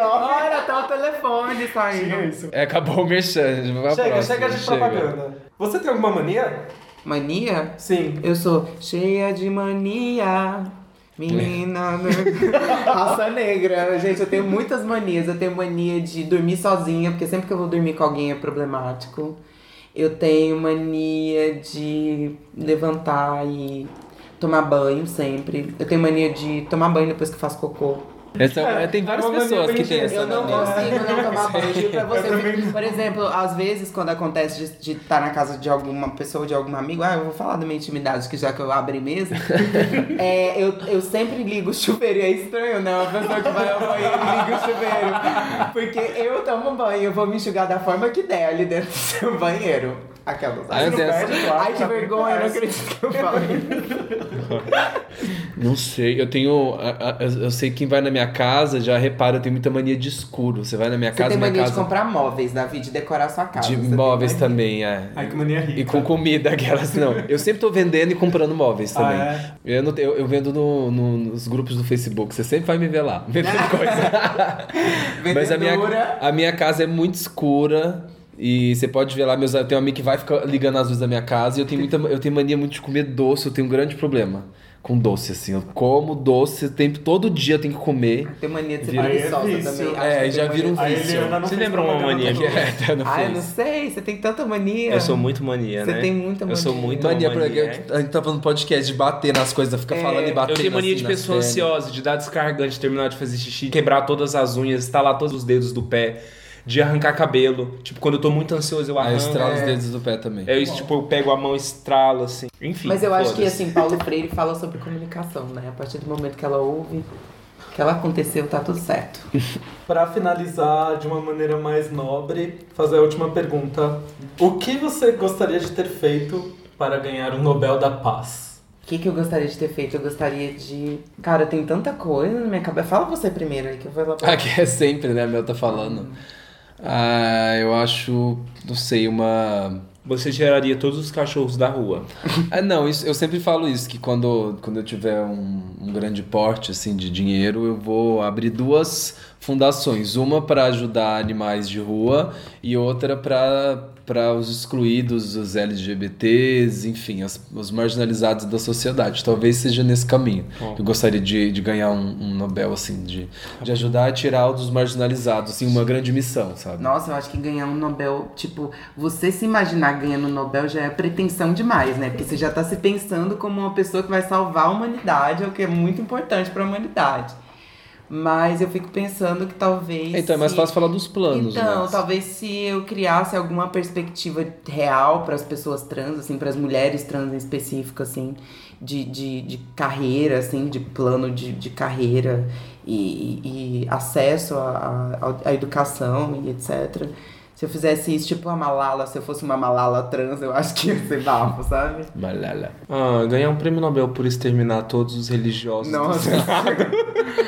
S2: Olha, tá o telefone
S4: Tinha
S2: saindo.
S4: isso.
S3: É, acabou o Merchan. Chega,
S6: Chega, chega de propaganda. Você tem alguma mania?
S2: Mania?
S6: Sim.
S2: Eu sou cheia de mania. Menina. Raça negra. Gente, eu tenho muitas manias. Eu tenho mania de dormir sozinha, porque sempre que eu vou dormir com alguém é problemático. Eu tenho mania de levantar e tomar banho sempre. Eu tenho mania de tomar banho depois que eu faço cocô.
S3: Essa, é, tem várias
S6: É uma
S3: pessoas que
S6: mania
S3: têm
S6: bem
S3: essa
S2: Eu não
S3: mania.
S2: consigo não tomar banho, juro pra você.
S4: Eu também não.
S2: Por exemplo, às vezes quando acontece de estar na casa de alguma pessoa, de algum amigo, ah, eu vou falar da minha intimidade, que já que eu abri mesmo, é, eu, eu sempre ligo o chuveiro, e é estranho, né? Uma pessoa que vai ao banheiro e liga o chuveiro. Porque eu tomo banho, eu vou me enxugar da forma que der ali dentro do seu banheiro. Aquelas.
S3: Ai,
S2: não
S3: Deus.
S2: perde, claro, Ai, que vergonha, eu não acredito que eu falei.
S3: Não sei, eu tenho. a- a- Eu eu sei que quem vai na minha casa já repara, eu tenho muita mania de escuro. Você vai na minha
S2: Você
S3: casa,
S2: tem
S3: minha
S2: mania de
S3: casa.
S2: comprar móveis, Davi, de decorar a sua casa.
S3: de
S2: Você tem
S3: móveis
S2: mania?
S3: também, é.
S6: Ai, que mania rica.
S3: E com comida, aquelas não. Eu sempre tô vendendo e comprando móveis
S6: Ah,
S3: também.
S2: é?
S3: eu, não, eu, eu vendo no- no- nos grupos do Facebook. Você sempre vai me ver lá, vendendo coisa. Mas a minha,
S2: Vendedora.
S3: a minha casa é muito escura. E você pode ver lá, meus, eu tenho um amigo que vai ficar ligando as luzes da minha casa. E eu tenho, muita, eu tenho mania muito de comer doce. Eu tenho um grande problema com doce, assim. Eu como doce o tempo, todo dia eu tenho que comer.
S2: Tem mania de ser
S3: Vira-
S2: preguiçosa
S6: Aí é vício.
S3: É,
S2: também. Acho que
S3: já
S2: tem
S3: vira um
S2: mania-
S6: A
S3: vício.
S6: Eliana não
S5: Você
S6: fez
S5: lembra uma
S6: propaganda
S5: mania
S6: do-
S5: que é?
S3: É, não
S2: Ah, eu
S3: fez.
S2: não sei, você tem tanta mania.
S5: Eu sou muito mania,
S2: Você
S5: né?
S2: tem muita
S5: Eu sou
S2: mania.
S5: muito
S3: Mania,
S5: mania.
S3: pra- a gente tá falando podcast de bater nas coisas, fica falando e batendo.
S5: É, Eu tenho mania
S3: assim
S5: de
S3: nas
S5: pessoa
S3: pernas.
S5: ansiosa, de dar descarga de terminar de fazer xixi, quebrar todas as unhas, estalar todos os dedos do pé, de arrancar cabelo. Tipo, quando eu tô muito ansioso, eu
S3: Aí Ah, eu
S5: arranco.
S3: estralo os
S5: É.
S3: dedos do pé também.
S5: É isso, tipo, eu pego a mão e estralo, assim. Enfim.
S2: Mas eu acho que,
S5: foda-se.
S2: assim, Paulo Freire fala sobre comunicação, né? A partir do momento que ela ouve, que ela aconteceu, tá tudo certo.
S6: Pra finalizar de uma maneira mais nobre, fazer a última pergunta. O que você gostaria de ter feito para ganhar o Nobel da Paz?
S2: O que, que eu gostaria de ter feito? Eu gostaria de. Cara, tem tanta coisa na minha cabeça. Fala você primeiro aí que eu vou elaborar.
S3: Ah, que é sempre, né? Meu tá falando. Ah, eu acho, não sei, uma.
S5: Você geraria todos os cachorros da rua.
S3: Ah, não, isso, eu sempre falo isso, que quando, quando eu tiver um, um grande porte assim de dinheiro, eu vou abrir duas fundações, uma para ajudar animais de rua e outra para para os excluídos, os LGBTs, enfim, as- os marginalizados da sociedade. Talvez seja nesse caminho. Eu gostaria de, de ganhar um, um Nobel, assim, de, de ajudar a tirar os marginalizados, assim, uma grande missão, sabe?
S2: Nossa, eu acho que ganhar um Nobel, tipo, você se imaginar ganhando um Nobel já é pretensão demais, né? Porque você já tá se pensando como uma pessoa que vai salvar a humanidade, o que é muito importante pra humanidade. Mas eu fico pensando que talvez.
S3: Então é mais
S2: se-
S3: fácil falar dos planos,
S2: então,
S3: né?
S2: talvez se eu criasse alguma perspectiva real para as pessoas trans, assim, para as mulheres trans em específico, assim, de, de, de carreira, assim, de plano de, de carreira e, e acesso à- à à educação e etc. Se eu fizesse isso, tipo a Malala, se eu fosse uma Malala trans, eu acho que ia ser bafo, sabe?
S3: Malala.
S5: Ah, ganhar um prêmio Nobel por exterminar todos os religiosos.
S2: Nossa.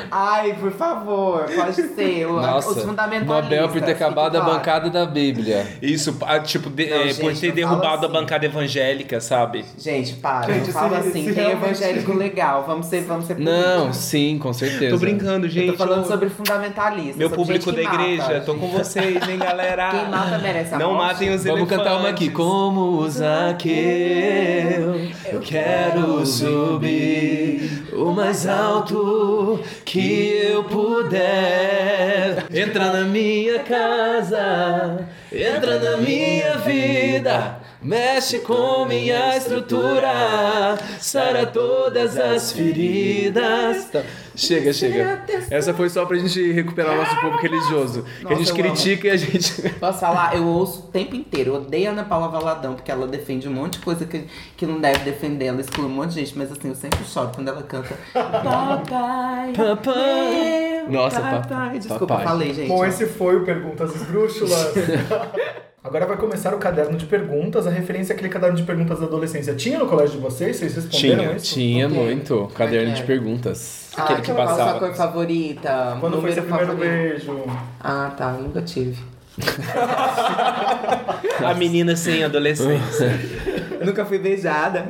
S2: Ai, por favor, pode ser. O-
S3: Nossa,
S2: os fundamentalistas.
S3: Nobel por ter
S2: fique
S3: acabado a
S2: claro.
S3: bancada da Bíblia.
S5: Isso, ah, tipo, de-
S2: Não,
S5: eh,
S2: gente,
S5: por ter
S2: não fala
S5: derrubado
S2: assim.
S5: a bancada evangélica, sabe?
S2: Gente, para,
S6: Gente,
S2: não fala
S6: se-
S2: assim,
S6: se
S2: tem
S6: realmente-
S2: evangélico legal, vamos ser, vamos ser
S3: Não,
S2: políticos.
S3: sim, com certeza.
S5: Tô brincando, gente.
S2: Eu tô falando
S5: eu-
S2: sobre fundamentalismo.
S5: Meu
S2: sobre
S5: público da
S2: gente que
S5: igreja,
S2: mata.
S5: tô com vocês, hein, galera?
S2: Quem mata merece a
S5: Não
S2: morte.
S5: matem os
S3: Vamos
S5: elefantes.
S3: cantar uma aqui. Como o Zaqueu, eu quero subir o mais alto que eu puder. Entra na minha casa, entra na minha vida. Mexe com minha estrutura, sara todas as feridas. Tá. Chega, chega. Essa foi só pra gente recuperar o nosso público religioso. que a
S2: Nossa,
S3: gente
S2: eu amo.
S3: critica e a gente.
S2: Posso falar? Eu ouço o tempo inteiro. Eu odeio a Ana Paula Valadão, porque ela defende um monte de coisa que, que não deve defender. Ela exclui um monte de gente, mas assim, eu sempre choro quando ela canta. Papai.
S3: Papai.
S2: meu
S3: Nossa,
S2: papai.
S3: papai.
S2: Desculpa,
S3: Papai.
S2: falei, gente.
S4: Bom, esse foi o Perguntas Esdrúxulas. Agora vai começar o caderno de perguntas. A referência àquele caderno de perguntas da adolescência. Tinha no colégio de vocês? Vocês responderam
S3: Tinha,
S4: isso?
S3: tinha
S2: Não tem.
S3: muito. Caderno de
S2: é?
S3: perguntas.
S2: Ah,
S3: Aquele que
S2: qual a sua
S3: passava.
S2: cor favorita?
S4: Quando foi
S2: número
S4: seu primeiro
S2: favorito?
S4: beijo?
S2: Ah, tá. eu Nunca tive.
S5: A menina sem adolescência.
S2: Eu nunca fui beijada.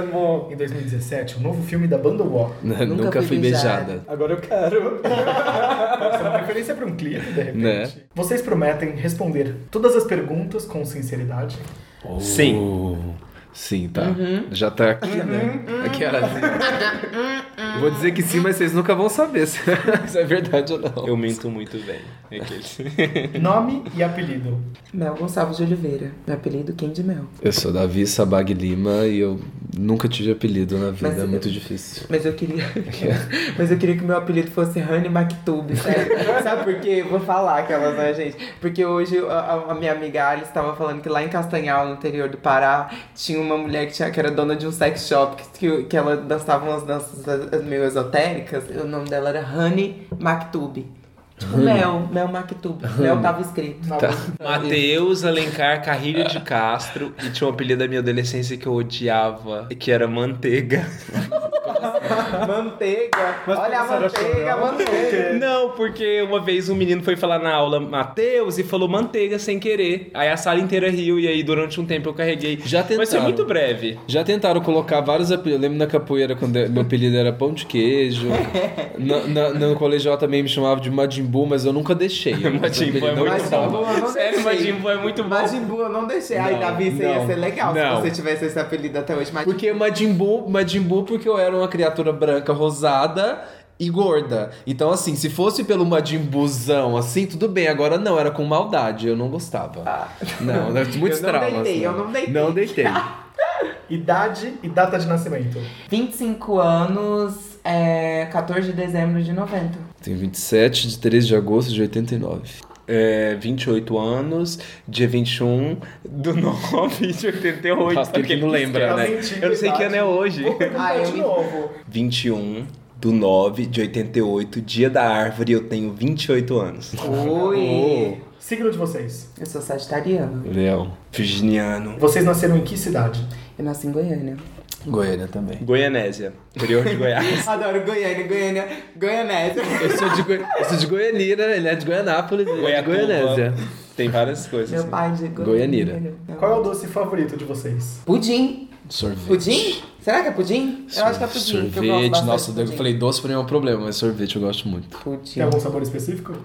S4: Amo. Em 2017, o novo filme da banda Walk.
S3: Né? Nunca,
S2: Nunca
S3: fui
S2: fui
S3: beijada.
S6: Agora eu quero.
S4: Nossa, uma referência pra um clipe, de repente.
S3: Né?
S4: Vocês prometem responder todas as perguntas com sinceridade?
S5: Sim.
S3: Oh, Sim, tá.
S2: Uhum.
S3: Já tá aqui, né? Aqui era
S2: Uhum.
S3: Vou dizer que sim, mas vocês nunca vão saber se se é verdade ou não.
S5: Eu minto muito bem. É aqueles.
S4: Nome e apelido.
S2: Mel Gonçalves de Oliveira. Meu apelido, Quem de Mel.
S3: Eu sou Davi Sabag Lima e eu nunca tive apelido na vida.
S2: Mas-
S3: é muito difícil.
S2: Mas eu queria. Mas eu queria que meu apelido fosse Honey MacTube, sério. Sabe por quê? Vou falar aquelas, né, gente? Porque hoje a- a, a minha amiga Alice estava falando que lá em Castanhal, no interior do Pará, tinha uma mulher que, tinha, que era dona de um sex shop, que- que, que ela dançava umas danças eh, meio esotéricas. e O nome dela era Honey MacTube. Tipo Mel, Mel MacTube. Mel tava escrito.
S5: Tá.
S4: Na
S5: Matheus Alencar Carrilho de Castro. E tinha um apelido da minha adolescência que eu odiava, que era manteiga.
S2: Manteiga.
S4: Mas
S2: Olha a
S4: começaram a
S2: manteiga,
S4: chorar.
S2: a manteiga.
S5: Não, porque uma vez um menino foi falar na aula Matheus e falou manteiga sem querer. Aí a sala inteira riu e aí durante um tempo eu carreguei.
S3: Já
S5: Mas foi
S3: tentaram.
S5: muito breve.
S3: Já tentaram colocar vários apelidos. Eu lembro na capoeira quando eu- meu apelido era pão de queijo. Na, na- no colegial também me chamava de Madimbu, mas eu nunca deixei.
S5: Majin Buu é
S3: Não
S5: muito
S2: Majin
S5: bom.
S2: Buu eu não
S5: Sério,
S3: assim,
S2: deixei.
S5: Majin Buu é muito bom.
S2: Majin Buu eu não deixei. Ai,
S3: Não,
S2: Davi, você
S3: não,
S2: ia ser legal
S3: não.
S2: se você tivesse esse apelido até hoje. Mas
S3: Porque Majin Buu, Majin Buu, porque eu era uma criatura branca, rosada e gorda. Então, assim, se fosse pelo Majin Buuzão, assim, tudo bem. Agora não, era com maldade, eu não gostava.
S5: Ah.
S3: Não, muitos
S2: Eu não
S3: traumas.
S2: deitei,
S3: né?
S2: eu não deitei.
S3: Não deitei.
S4: Idade e data de nascimento.
S2: 25 anos, é 14 de dezembro de 90.
S3: Tenho 27 de 3 de agosto de 89.
S5: É, 28 anos, dia 21 do 9 de 88.
S3: Nossa, ele que não
S5: Tá
S3: lembra, né?
S5: Eu não sei que ano é hoje.
S4: Vou perguntar
S2: Ah, eu
S4: de
S2: me-
S4: novo.
S5: 21 do 9 de 88, dia da árvore, eu tenho 28 anos.
S2: Oi!
S4: Signo de vocês.
S2: Eu sou sagitariana.
S3: Leão.
S5: Virginiano.
S4: Vocês nasceram em que cidade?
S2: Eu nasci em Goiânia.
S3: Goiânia também.
S5: Goianésia, interior de Goiás.
S2: Adoro Goiânia, Goiânia, Goianésia.
S3: Eu sou de, Goi... eu sou de Goianira, ele é de Goianápolis, ele é de
S5: Goiatuba.
S3: Goianésia.
S5: Tem várias coisas.
S2: Meu
S5: assim.
S2: pai é de Goiânia.
S3: Goianira.
S2: Goiânia.
S4: Qual é o doce favorito de vocês?
S2: Pudim.
S3: Sorvete.
S2: Pudim? Será que é pudim? Eu acho que é pudim. que eu gosto
S3: Sorvete,
S2: bastante
S3: nossa,
S2: de
S3: eu
S2: pudim.
S3: falei doce pra mim é um problema, mas sorvete eu gosto muito.
S2: Pudim.
S4: Tem algum sabor específico?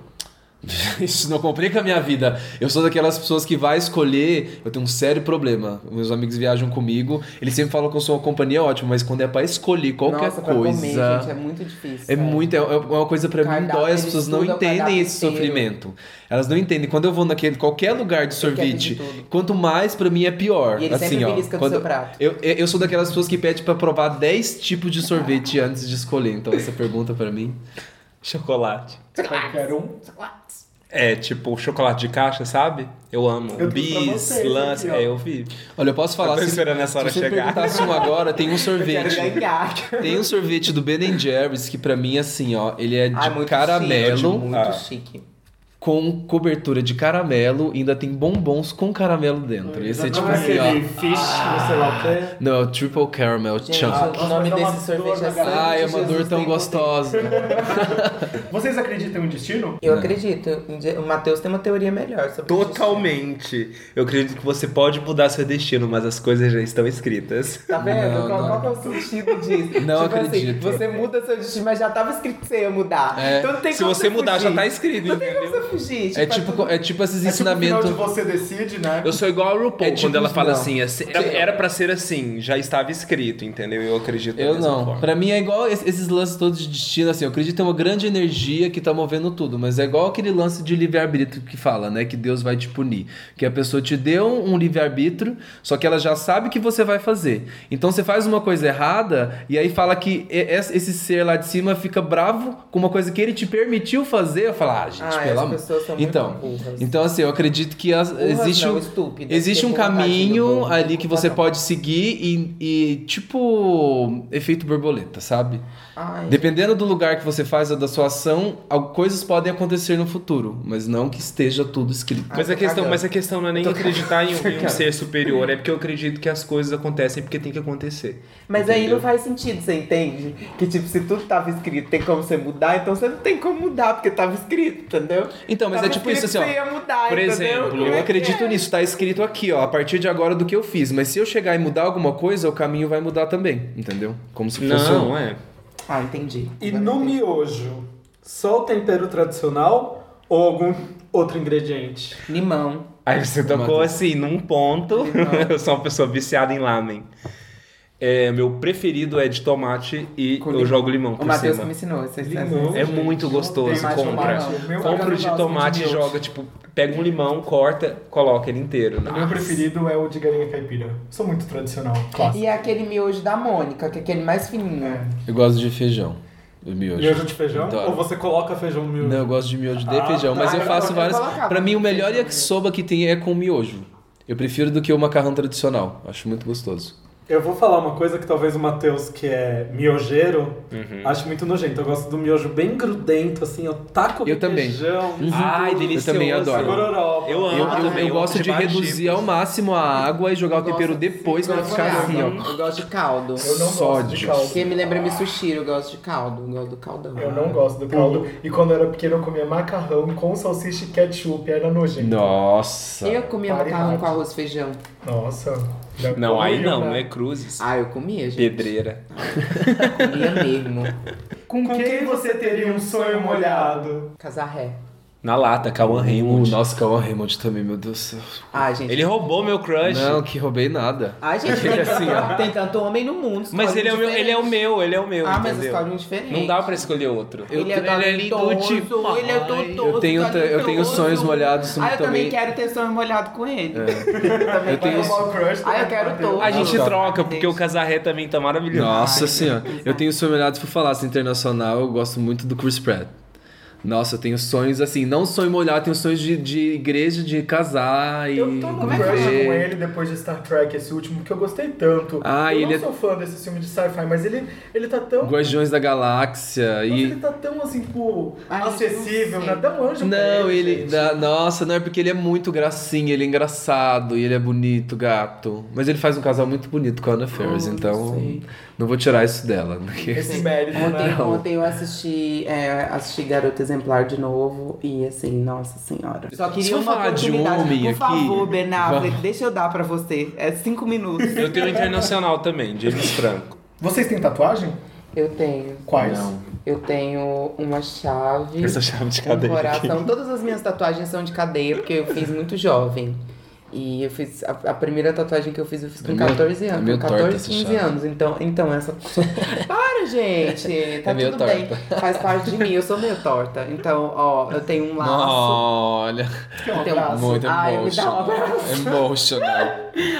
S3: Isso não complica a minha vida. Eu sou daquelas pessoas que vai escolher. Eu tenho um sério problema. Meus amigos viajam comigo, eles sempre falam que eu sou uma companhia ótima, mas quando é pra escolher qualquer
S2: nossa, pra
S3: coisa.
S2: comer, gente, é muito difícil.
S3: É
S2: sério.
S3: muito, é é uma coisa pra mim
S2: Cardápio,
S3: dói, as
S2: eles
S3: pessoas não
S2: estudam o
S3: entendem
S2: cardápio
S3: esse
S2: inteiro.
S3: sofrimento. Elas não entendem. Quando eu vou naquele qualquer lugar de
S2: Você quer pedir
S3: sorvete,
S2: tudo.
S3: quanto mais pra mim é pior.
S2: E ele
S3: assim,
S2: sempre
S3: ó.
S2: belisca do
S3: quando
S2: seu prato.
S3: Eu, eu eu sou daquelas pessoas que pede pra provar 10 tipos de sorvete antes de escolher. Então essa pergunta pra mim.
S5: Chocolate.
S4: Qualquer um.
S5: É, tipo chocolate de caixa, sabe? Eu amo.
S4: Eu trouxe pra
S5: Bis,
S4: vocês
S5: lance.
S4: aqui, ó.
S5: É, eu vi.
S3: Olha, eu posso falar
S5: tô
S3: se-
S5: esperando essa hora
S3: se você
S5: chegar.
S3: perguntasse um agora, tem um
S2: Quero
S3: sorvete.
S2: ganhar.
S3: Tem um sorvete do Ben Jerry's que pra mim assim, ó, ele é de
S2: Ai, muito
S3: caramelo.
S2: chique, muito
S5: Ah.
S2: chique.
S3: com cobertura de caramelo e ainda tem bombons com caramelo dentro. Esse é tipo
S4: Não é
S3: assim, ó.
S4: aquele fish,
S6: Ah.
S5: Ah.
S4: não sei lá o quê.
S3: Não, é o Triple Caramel
S2: Gente,
S3: Chunk.
S2: o nome
S4: Nossa, dá uma
S2: desse sorvete
S4: dor
S2: é
S4: na garganta.
S2: Santo
S3: Ai, é uma
S2: Jesus
S3: dor tão
S2: tem
S3: gostosa.
S4: Vocês acreditam em destino? É tipo
S2: poder. Eu acredito. um dia- O Matheus tem uma teoria melhor sobre
S5: Totalmente. Eu acredito que você pode mudar seu destino, mas as coisas já estão escritas.
S2: isso. Tá vendo?
S3: Não,
S2: qual,
S3: não.
S2: qual que é o sentido disso?
S3: Não
S2: Tipo assim,
S3: acredito.
S2: você muda seu destino, mas já tava escrito que você ia mudar.
S3: É,
S2: Então não tem
S5: Se
S2: como
S5: você mudar,
S2: fugir.
S5: já tá escrito,
S2: Não tem como
S5: entendeu?
S2: você fugir.
S3: É tipo, é tipo esses
S4: É tipo o final de
S3: ensinamentos.
S4: você decide, né?
S5: Eu sou igual a RuPaul
S3: É tipo
S5: quando ela
S3: isso,
S5: fala
S3: não.
S5: assim, assim, era- era pra ser assim, já estava escrito, entendeu? Eu acredito da
S3: Eu
S5: mesma
S3: não.
S5: forma.
S3: Pra mim é igual es- esses lances todos de destino, assim. Eu acredito que tem uma grande energia que tá movendo tudo, mas é igual aquele lance de livre-arbítrio que fala, né? Que Deus vai te punir. Que a pessoa te deu um livre-arbítrio, só que ela já sabe o que você vai fazer. Então você faz uma coisa errada e aí fala que e- es- esse ser lá de cima fica bravo com uma coisa que ele te permitiu fazer. Eu falo, ah, gente,
S2: Ah,
S3: pelo
S2: as
S3: amor.
S2: pessoas são
S3: Então,
S2: muito burras.
S3: Então, assim, eu acredito que as-
S2: Burras
S3: existe,
S2: não,
S3: um-
S2: estúpidas,
S3: existe um
S2: porque vontade do
S3: caminho
S2: povo,
S3: ali que você
S2: vontade.
S3: pode seguir e, e, tipo, efeito borboleta, sabe?
S2: Ai,
S3: Dependendo do lugar que você faz ou da sua ação, al- coisas podem acontecer no futuro, mas não que esteja tudo escrito.
S5: Mas a, questão, mas a questão não é nem acreditar em, um- em um ser superior, é porque eu acredito que as coisas acontecem porque tem que acontecer.
S2: Mas aí não faz sentido, você entende? Que tipo, se tudo tava escrito, tem como você mudar, então você não tem como mudar, porque tava escrito, entendeu?
S3: Então, mas
S2: Tava
S3: é tipo isso,
S2: Tá escrito
S3: assim,
S2: que Você
S3: ó.
S2: ia mudar,
S5: por
S2: entendeu?
S5: exemplo,
S2: Como é
S3: Eu
S2: que
S3: acredito
S2: é?
S3: nisso, tá escrito aqui, ó, a partir de agora do que eu fiz. Mas se eu chegar e mudar alguma coisa, o caminho vai mudar também, entendeu? Como se fosse um-
S5: é.
S2: Ah, entendi.
S6: E
S2: Agora
S6: no
S2: entendi.
S6: miojo, só o tempero tradicional ou algum outro ingrediente?
S2: Limão.
S5: Aí você tocou
S3: Matheus.
S5: assim, num ponto. eu sou uma pessoa viciada em lamen. É, meu preferido é de tomate e
S2: Com
S5: eu
S2: limão.
S5: jogo limão
S2: O
S5: por
S2: Matheus que me
S5: cima.
S2: ensinou. Vocês
S6: Limão.
S5: É muito gostoso,
S4: mais
S5: compra.
S4: tomate. Meu assim,
S5: Compra o
S4: eu
S5: de
S4: gosto de
S5: tomate e
S4: miojo.
S5: joga, tipo, pega um limão, corta, coloca ele inteiro.
S4: O
S5: Nossa.
S4: meu preferido é o de galinha caipira. Sou muito tradicional,
S2: E
S4: clássico.
S2: é aquele miojo da Mônica, que é aquele mais fininho.
S3: Eu gosto de feijão. Do miojo.
S6: Miojo de feijão?
S3: Adoro.
S6: Ou você coloca feijão no miojo?
S3: Não, eu gosto de miojo de
S6: Ah,
S3: feijão, mas
S2: tá,
S3: eu
S2: eu
S3: faço
S2: vou
S3: várias.
S2: colocar,
S3: Pra mim, o
S2: mas
S3: melhor
S2: feijão.
S3: yakisoba que tem é com miojo. Eu prefiro do que o macarrão tradicional. Acho muito gostoso.
S6: Eu vou falar uma coisa que talvez o Matheus, que é miojeiro,
S3: Uhum.
S6: ache muito nojento. Eu gosto do miojo bem grudento, assim, eu taco
S3: Eu também. Uhum.
S6: feijão,
S5: Ai,
S3: Eu
S5: delicioso.
S3: também adoro.
S6: gororoba.
S5: Eu
S3: Eu,
S5: amo
S3: eu-
S5: também.
S3: eu gosto de
S5: vários
S3: reduzir
S5: tipos.
S3: ao máximo a água e jogar o tempero depois pra
S2: gosto
S3: ficar
S2: de
S3: assim, ó.
S2: caldo. Eu gosto de caldo.
S4: Eu não gosto de
S3: Sódio.
S4: caldo.
S2: Quem me lembra me sushi, eu gosto de caldo. Eu gosto do caldão.
S4: Eu não gosto do caldo. E quando eu era pequeno, eu comia macarrão com salsicha e ketchup. Era nojento.
S3: Nossa.
S2: Eu comia
S4: Pare
S2: macarrão
S4: rápido.
S2: com arroz e feijão.
S4: Nossa.
S5: Não, aí não,
S4: né?
S5: não é cruzes.
S2: Ah, eu comia, gente.
S5: Pedreira.
S2: Comia mesmo.
S4: Com, quem você teria um sonho molhado?
S2: Casarré.
S5: Na lata, Cauan
S3: Uh,
S5: Raymond.
S3: nossa, Cauã Raymond também, meu Deus do céu.
S2: Ah, gente.
S5: Ele é roubou meu crush.
S3: Não, que roubei nada.
S2: Ai, gente,
S3: Fica
S2: tem,
S3: assim, ó.
S2: tem tanto homem no mundo.
S5: Mas
S2: escolhe
S5: ele é, o meu,
S2: diferente.
S5: ele é o meu, ele é o meu,
S2: Ah, mas
S5: entendeu?
S2: escolhe um diferente.
S5: Não dá pra escolher outro.
S2: Ele é talentoso, ele é talentoso,
S3: Eu tenho- eu tenho sonhos molhados
S2: Ah, eu também
S3: também.
S2: quero ter sonho molhado com ele.
S3: Eu tenho.
S4: Rolar o crush né?
S2: Ah, eu
S4: do-
S2: quero todo.
S5: A gente
S3: Nossa.
S5: troca, porque o casarré também tá maravilhoso.
S3: Nossa senhora. Eu tenho sonhos olhados por falar assim, internacional, eu gosto muito do Chris Pratt. Nossa, eu tenho sonhos assim, não sonho molhado, tenho sonhos de, de igreja, de casar e.
S4: Eu tô
S2: é
S4: no
S3: viver.
S4: crush com ele depois de Star Trek, esse último, que eu gostei tanto.
S3: Ah,
S4: eu
S3: ele
S4: não
S3: é-
S4: sou fã desse filme de sci-fi, mas ele, ele tá tão...
S3: Guardiões da Galáxia
S4: Nossa,
S3: e.
S4: ele tá tão, assim, pô,
S2: Ai, gente,
S4: acessível,
S2: não
S4: né?
S2: sei.
S4: Dá um anjo pra
S3: Não, ele.
S4: gente.
S3: da- nossa, não é porque ele é muito gracinha, ele é engraçado e ele é bonito, gato. Mas ele faz um casal muito bonito com a Anna
S2: Hum,
S3: Ferris, então
S2: sei.
S3: não vou tirar isso dela.
S4: Esse mérito, né?
S2: Ontem, ontem eu assisti, é, assisti Garota Exemplar de novo e assim, nossa senhora. Só queria
S3: Se for
S2: uma
S3: falar de
S2: oportunidade.
S3: homem
S2: Por
S3: aqui,
S2: favor, Ben Affleck,
S3: vamos-
S2: deixa eu dar pra você. É cinco minutos.
S5: Eu tenho internacional também, James Franco.
S4: Vocês têm tatuagem?
S2: Eu tenho.
S4: Quais?
S2: Eu tenho uma chave.
S5: Essa chave de
S2: um
S5: cadeia. aqui.
S2: coração. Todas as minhas tatuagens são de cadeia, porque eu fiz muito jovem. E eu fiz. A, a primeira tatuagem que eu fiz, eu fiz
S3: É
S2: com
S3: meio-
S2: 14
S3: é
S2: anos.
S3: meio
S2: com
S3: torta
S2: 14,
S3: essa
S2: 15
S3: chave.
S2: anos. Então, então essa. Para, gente! Tá
S3: É meio
S2: tudo bem. Faz parte de mim, eu sou meio torta. Então, ó, eu tenho um laço.
S3: Olha,
S2: eu tenho um laço.
S3: muito É
S2: Ai, me dá um abraço.
S3: emotional. Emotional.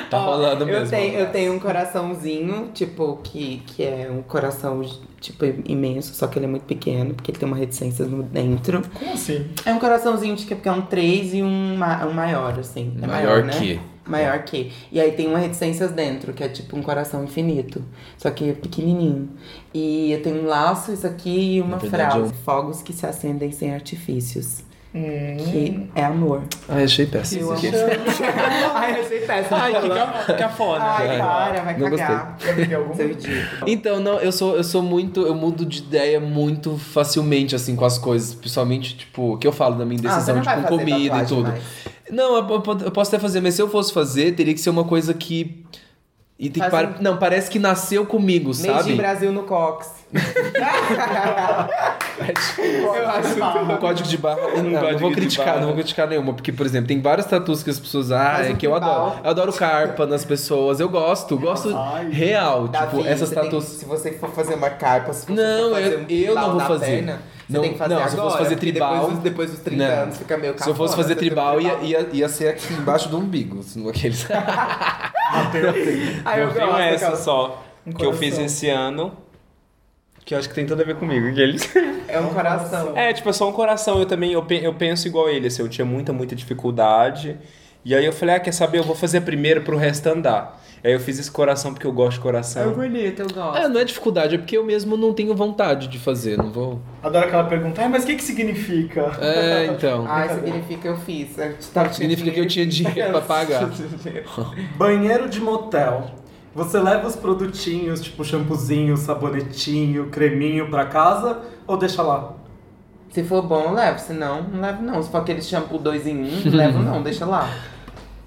S3: Tá
S2: Ó,
S3: rolando mesmo.
S2: Eu tenho, eu tenho um coraçãozinho, tipo, que, que é um coração, tipo, imenso, só que ele é muito pequeno, porque ele tem uma reticência no dentro.
S4: Como assim?
S2: É um coraçãozinho de que porque é um 3 e um, ma- um maior, assim. É
S3: Maior
S2: maior, né?
S3: que.
S2: Maior que. E aí tem uma reticências dentro, que é tipo um coração infinito. Só que é pequenininho. E eu tenho um laço, isso aqui, e uma
S3: Na verdade, é um
S2: frase.
S3: eu-
S2: Fogos que se acendem sem artifícios.
S4: Hum,
S3: Hum.
S2: Que é amor.
S3: Ai, achei péssimo isso aqui.
S2: Ai, eu sei péssimo.
S5: Ai, que ca- cafona.
S2: Ai, para, vai
S3: Não
S2: cagar. Ah,
S4: Já tem algum?
S2: Seu ridículo.
S3: Então, não, eu sou, eu sou muito, eu mudo de ideia muito facilmente, assim, com as coisas. Principalmente, tipo, o que eu falo da minha
S2: Ah, você
S3: indecisão,
S2: não
S3: tipo, com
S2: vai fazer
S3: comida e
S2: tatuagem
S3: tudo.
S2: mais.
S3: Não, eu, po- eu posso até fazer, mas se eu fosse fazer, teria que ser uma coisa que. E tem que
S2: Faz um
S3: par- Não, parece que nasceu comigo,
S2: Made in
S3: sabe? Tipo,
S2: Brasil no Cox. eu acho
S3: Um código de barra. Não, não
S5: código
S3: vou
S5: de
S3: criticar,
S5: barra.
S3: não vou criticar nenhuma. Porque, por exemplo, tem várias tatuas que as pessoas. Ah,
S2: Faz
S3: é
S2: um
S3: que eu
S2: tribal.
S3: adoro. Eu adoro carpa nas pessoas. Eu gosto, gosto real.
S2: Davi,
S3: tipo, essas
S2: você tem
S3: tatuas.
S2: que- se você for fazer uma carpa, se você
S3: Não,
S2: for fazer
S3: eu-
S2: um
S3: eu
S2: tribal
S3: não vou
S2: na
S3: fazer.
S2: Perna, você
S3: Não-
S2: tem que fazer
S3: não, se eu
S2: agora,
S3: fosse fazer
S2: porque
S3: tribal-
S2: Depois, dos- depois dos 30
S3: Não.
S2: anos fica meio
S3: Se eu fosse
S2: cafona,
S3: fazer
S2: você tem
S3: tribal, ia,
S2: tribal.
S3: ia, ia ser aqui embaixo do umbigo. Assim, aqueles...
S2: Ai, Ah, eu
S5: Eu tenho
S2: gosto,
S5: essa
S2: cara.
S5: só, que eu fiz esse ano, que eu acho que tem tudo a ver comigo. que eles-
S2: É um coração.
S5: É, tipo, é só um coração. Eu também eu, pe- eu penso igual ele, assim, eu tinha muita, muita dificuldade. E aí eu falei, ah, quer saber? Eu vou fazer primeiro pro resto andar. Aí eu fiz esse coração porque eu gosto de coração.
S2: bonito, eu gosto.
S3: Ah, não é dificuldade, é porque eu mesmo não tenho vontade de fazer, não vou.
S4: Adoro aquela pergunta, ah, mas o que que significa?
S3: É, então.
S2: Ai, significa eu fiz. Eu tava-
S3: Significa que eu tinha dinheiro pra pagar.
S6: Banheiro de motel. Você leva os produtinhos, tipo shampoozinho, sabonetinho, creminho pra casa ou deixa lá?
S2: Se for bom, eu levo. Se não, não levo não. Se for aquele shampoo dois em um, não levo não, deixa lá.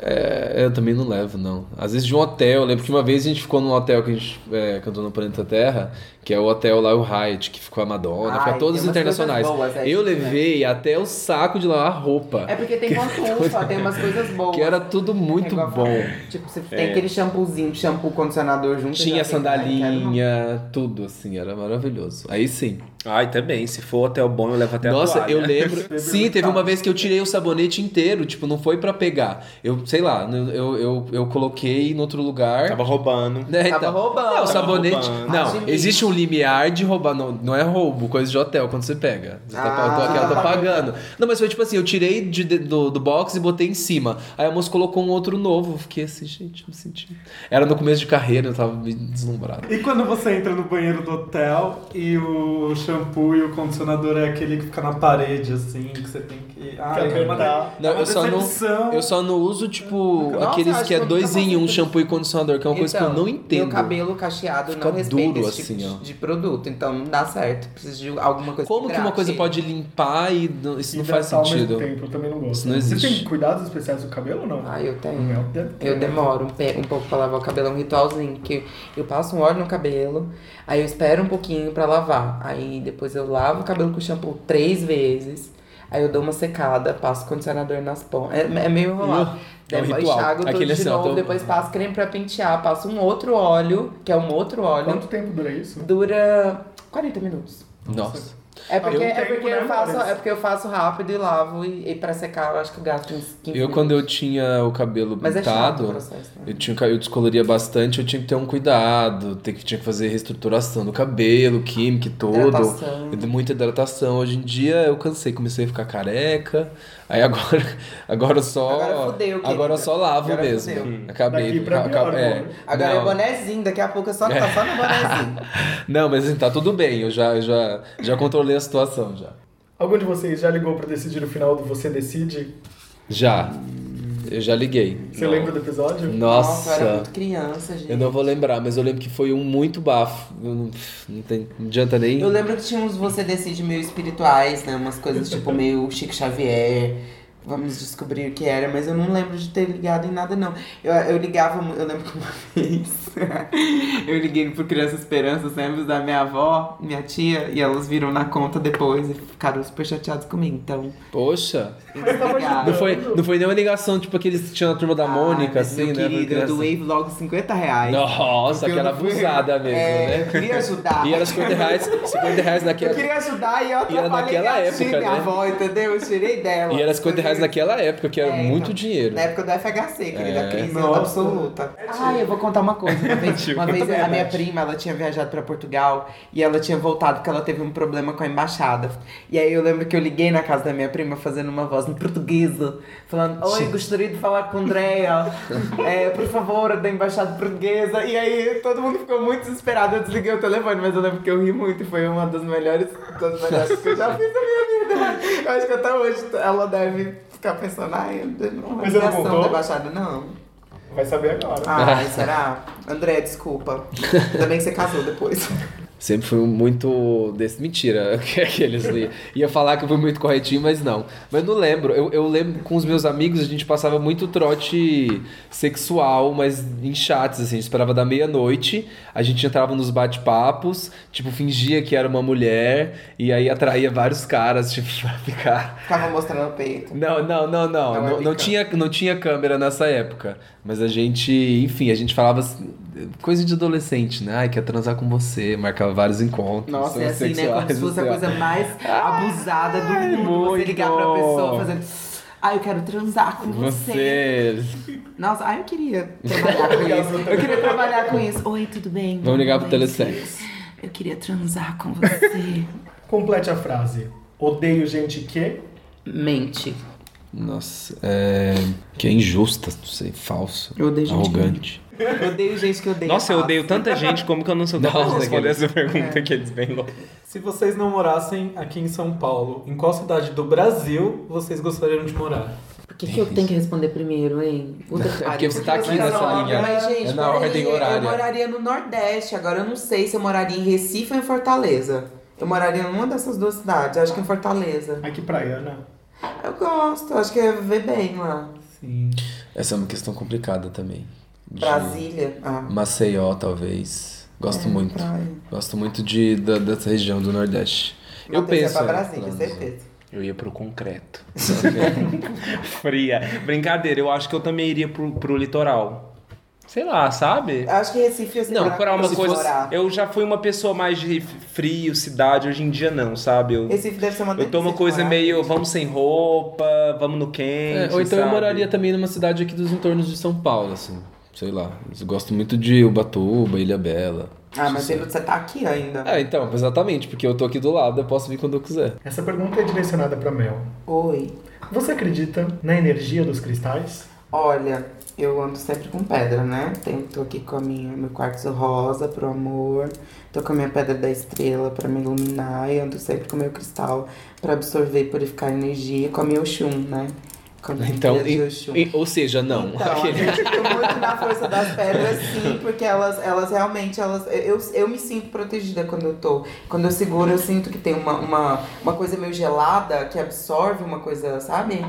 S3: É, eu também não levo, não. Às vezes de um hotel, eu lembro que uma vez a gente ficou num hotel que a gente é, cantou no Planeta Terra, que é o hotel lá, o Hyatt, que ficou a Madonna,
S2: Ai,
S3: fica todos
S2: tem
S3: os
S2: umas
S3: internacionais.
S2: coisas boas, é,
S3: eu
S2: tipo, né?
S3: levei até o saco de lavar roupa,
S2: É porque tem pantufa, tem umas coisas boas.
S3: que era tudo muito
S2: Igual-
S3: bom.
S2: Tipo, você tem aquele shampoozinho, shampoo, condicionador junto.
S3: Tinha
S2: já tem, né? Quero não.
S3: sandalinha, tudo assim, era maravilhoso. Aí sim.
S5: Ai, também. Se for hotel bom, eu levo até a
S3: Nossa,
S5: toalha.
S3: eu lembro. Sim, teve uma vez que eu tirei o sabonete inteiro, tipo, não foi pra pegar. Eu, sei lá, eu, eu, eu, eu coloquei em outro lugar.
S5: Tava roubando.
S3: Né,
S2: Tava
S3: então.
S2: roubando.
S4: Tá
S3: Não, o
S2: Tava
S3: sabonete.
S5: roubando.
S3: Não,
S2: Ah, de mim.
S3: existe um limiar de roubar. Não, não é roubo, coisa de hotel quando você pega. Você tá,
S2: Ah.
S3: aquela tá pagando. Não, mas foi tipo assim: eu tirei de- de- do, do box e botei em cima. Aí a moça colocou um outro novo. Eu Fiquei assim, gente, me senti. Era no começo de carreira, eu tava me deslumbrado.
S6: E quando você entra no banheiro do hotel e o shampoo e o condicionador é aquele que fica na parede, assim, que você tem que. Ah,
S4: Que
S6: é uma,
S4: apertar.
S6: de-
S3: Não,
S6: é uma
S3: eu só não,
S6: decepção.
S3: eu só não uso, tipo,
S2: Nossa,
S3: aqueles
S2: acho
S3: que é
S2: que eu
S3: dois
S2: nunca
S3: em um,
S2: passei por
S3: shampoo e condicionador, que é uma coisa que eu
S2: Então,
S3: não entendo.
S2: Meu cabelo cacheado
S3: Fica
S2: não respeita
S3: duro
S2: esse tipo
S3: assim, ó.
S2: de, de produto, então não dá certo. Preciso de alguma coisa
S3: Como que uma
S2: hidrate
S3: coisa pode limpar e não- isso
S4: E
S3: não faz
S4: hidratar ao mesmo
S3: sentido?
S4: tempo, eu também não gosto.
S3: Isso não
S4: Você
S3: existe.
S4: tem cuidados especiais do cabelo ou não?
S2: Ah, eu
S4: O meu
S2: tenho.
S4: deve ter.
S2: Eu demoro um, pe- um pouco pra lavar o cabelo, é um ritualzinho que eu passo um óleo no cabelo, aí eu espero um pouquinho pra lavar. Aí depois eu lavo o cabelo com shampoo três vezes, aí eu dou uma secada, passo condicionador nas pontas. É, é meio enrolado.
S3: é um
S2: Depois
S3: ritual.
S2: enxago tudo
S3: Aquele
S2: de
S3: assim, ó,
S2: novo,
S3: tô-
S2: depois passo creme pra pentear, passo um outro óleo, que é um outro óleo,
S4: Quanto tempo dura isso?
S2: dura 40 minutos.
S3: Nossa.
S2: É porque,
S4: Algum
S2: é,
S4: tempo,
S3: um,
S2: porque
S4: né,
S2: eu faço,
S4: Maris?
S2: é porque eu faço rápido e lavo e, e pra secar eu acho que eu gasto uns 15
S3: Eu, quando eu tinha o cabelo
S2: Mas é chato
S3: pintado,
S2: o processo, né?
S3: eu, tinha, o ca- eu descoloria bastante, eu tinha que ter um cuidado, ter que, tinha que fazer reestruturação do cabelo, química e tudo.
S2: Hidratação.
S3: Muita hidratação. Hoje em dia eu cansei, comecei a ficar careca. Aí agora, agora só.
S2: Agora fudeu, querida.
S3: agora eu só lavo
S2: Agora
S3: mesmo.
S5: Hum.
S2: fudeu.
S3: Acabei.
S4: Daqui pra né? pior,
S3: é.
S4: amor.
S2: Agora é
S3: não,
S2: bonezinho, daqui a pouco eu só tá só no bonezinho.
S3: não, mas assim, tá tudo bem. Eu já, eu já, já controlei a situação já.
S4: Algum de vocês já ligou pra decidir o final do Você Decide?
S3: Já. Eu já liguei.
S4: Você
S3: Não.
S4: lembra do episódio?
S3: Nossa.
S2: eu era muito criança, gente.
S3: Eu não vou lembrar, mas eu lembro que foi um muito bafo. Eu Não, não, tem, não adianta nem.
S2: Eu lembro que tinha uns você decide meio espirituais, né? Umas coisas tipo meio Chico Xavier. Vamos descobrir o que era, mas eu não lembro de ter ligado em nada, não. Eu, eu ligava, mu- eu lembro que uma vez eu liguei pro Criança Esperança, sempre da minha avó, minha tia, e elas viram na conta depois e ficaram super chateadas comigo. Então,
S3: Poxa!
S2: obrigada.
S3: Não foi, não foi nenhuma ligação, tipo aqueles que tinham a turma da Mônica,
S2: Ah, mas
S3: assim,
S2: meu
S3: né?
S2: Querido,
S3: Pra
S2: eu
S3: criança.
S2: doei logo 50 reais.
S3: Nossa,
S2: Porque eu
S3: aquela
S2: não fui-
S3: abusada mesmo,
S2: É,
S3: né?
S2: Eu queria ajudar.
S3: E era 50 reais, 50 reais
S2: Eu
S3: naquela.
S2: queria ajudar e eu
S3: E era
S2: atrapalhei
S3: naquela
S2: minha, tia,
S3: época,
S2: minha
S3: né?
S2: avó, entendeu? Eu tirei dela.
S3: E era 50 reais naquela época, que era
S2: É,
S3: muito
S2: então.
S3: dinheiro.
S2: Na época do FHC, querida,
S3: É.
S2: crise
S4: Nossa.
S2: absoluta. Ah, eu vou contar uma coisa. Uma vez, uma vez a minha prima, ela tinha viajado pra Portugal e ela tinha voltado porque ela teve um problema com a embaixada. E aí eu lembro que eu liguei na casa da minha prima fazendo uma voz em portuguesa, falando: Oi, gostaria de falar com Andréa, é, por favor, da embaixada portuguesa. E aí todo mundo ficou muito desesperado. Eu desliguei o telefone, mas eu lembro que eu ri muito e foi uma das melhores, das melhores que eu já fiz na minha vida. Eu acho que até hoje ela deve ficar pensando: Ai, eu não
S4: Mas ela
S2: ligação
S4: voltou?
S2: da embaixada, não.
S4: Vai saber agora.
S2: Ah, será? André, desculpa. Ainda bem que você casou depois.
S3: Sempre fui muito desse. Mentira, que é aqueles ali. Ia falar que eu fui muito corretinho, mas não. Mas não lembro. Eu, eu lembro com os meus amigos, a gente passava muito trote sexual, mas em chats, assim. A gente esperava da meia-noite, a gente entrava nos bate-papos, tipo, fingia que era uma mulher, e aí atraía vários caras, tipo, pra ficar.
S2: Ficava mostrando o peito.
S3: Não, não, não, não.
S2: Não,
S3: Não,
S2: é
S3: não,
S2: picante.
S3: tinha, não tinha câmera nessa época. Mas a gente, enfim, a gente falava assim, coisa de adolescente, né? Ai, quer transar com você, marcava vários encontros.
S2: Nossa, é assim, né? Como
S3: sexuais,
S2: se fosse a
S3: assim, ó.
S2: coisa mais abusada do
S3: Ai,
S2: mundo. Você
S3: muito.
S2: ligar pra pessoa fazendo. Ah, eu quero transar com você.
S3: Você.
S2: Nossa, ai, eu queria trabalhar com isso. Eu queria trabalhar com isso. Oi, tudo bem?
S3: Vamos ligar pro
S2: Tudo bem?
S3: Telesex.
S7: Eu queria transar com você.
S4: Complete a frase. Odeio gente que.
S2: Mente.
S3: Nossa, é. Que é injusta, não sei, falso.
S2: Eu odeio gente
S3: arrogante.
S2: Eu odeio gente que odeia.
S5: Nossa, eu
S2: fato.
S5: odeio tanta gente, como que eu não sou capaz de
S3: é. Nossa,
S5: responder
S3: aqueles-
S5: essa
S2: É.
S5: pergunta que é eles vêm logo?
S6: Se vocês não morassem aqui em São Paulo, em qual cidade do Brasil vocês gostariam de morar?
S1: Por que, que eu tenho que responder primeiro, hein? O
S3: É
S1: detalhe.
S3: porque você tá aqui
S2: Mas
S3: nessa
S2: não,
S3: linha.
S2: Mas, gente,
S3: é na
S2: peraí,
S3: ordem
S2: Eu
S3: horária.
S2: moraria no Nordeste, agora eu não sei se eu moraria em Recife ou em Fortaleza. Eu moraria numa dessas duas cidades, acho que em Fortaleza.
S4: Ai, que praia, Ana.
S2: Eu gosto, acho que ia viver bem lá.
S6: Sim.
S3: Essa é uma questão complicada também. De
S2: Brasília. Ah,
S3: Maceió, talvez. Gosto
S2: É,
S3: muito.
S2: praia.
S3: Gosto muito de, da, dessa região do Nordeste. eu
S2: Matheus,
S3: penso.
S2: É pra
S3: é,
S2: Brasília,
S3: planos,
S2: certeza.
S5: Eu ia pro concreto. Fria. Brincadeira, eu acho que eu também iria pro, pro litoral. Sei lá, sabe?
S2: Acho que Recife ia ser
S5: Não,
S2: pra-
S5: procurar uma
S2: se
S5: coisa. assim,
S2: morar.
S5: Eu já fui uma pessoa mais de frio, cidade, hoje em dia não, sabe? Eu,
S2: Recife deve ser uma
S5: eu tô uma
S2: delícia de
S5: coisa
S2: morar.
S5: meio vamos sem roupa, vamos no
S3: É,
S5: quente.
S3: ou então eu
S5: sabe?
S3: moraria também numa cidade aqui dos entornos de São Paulo, assim. Sei lá. Eu gosto muito de Ubatuba, Ilha Bela.
S2: Ah, mas ele- você tá aqui ainda.
S3: É, então, exatamente, porque eu tô aqui do lado, eu posso vir quando eu quiser.
S4: Essa pergunta é direcionada pra Mel.
S2: Oi.
S4: Você acredita na energia dos cristais?
S2: Olha, eu ando sempre com pedra, né? Tenho, tô aqui com a minha, meu quartzo rosa pro amor, tô com a minha pedra da estrela pra me iluminar e ando sempre com o meu cristal pra absorver e purificar energia, com a minha Oxum, né? Com a minha
S3: Então,
S2: pedra de
S3: e-
S2: Oxum.
S3: e- ou seja, não.
S2: Então,
S3: Aquele-
S2: acredito muito na força das pedras, sim, porque elas, elas realmente, elas, eu, eu me sinto protegida quando eu tô. Quando eu seguro, eu sinto que tem uma, uma, uma coisa meio gelada que absorve uma coisa, sabe?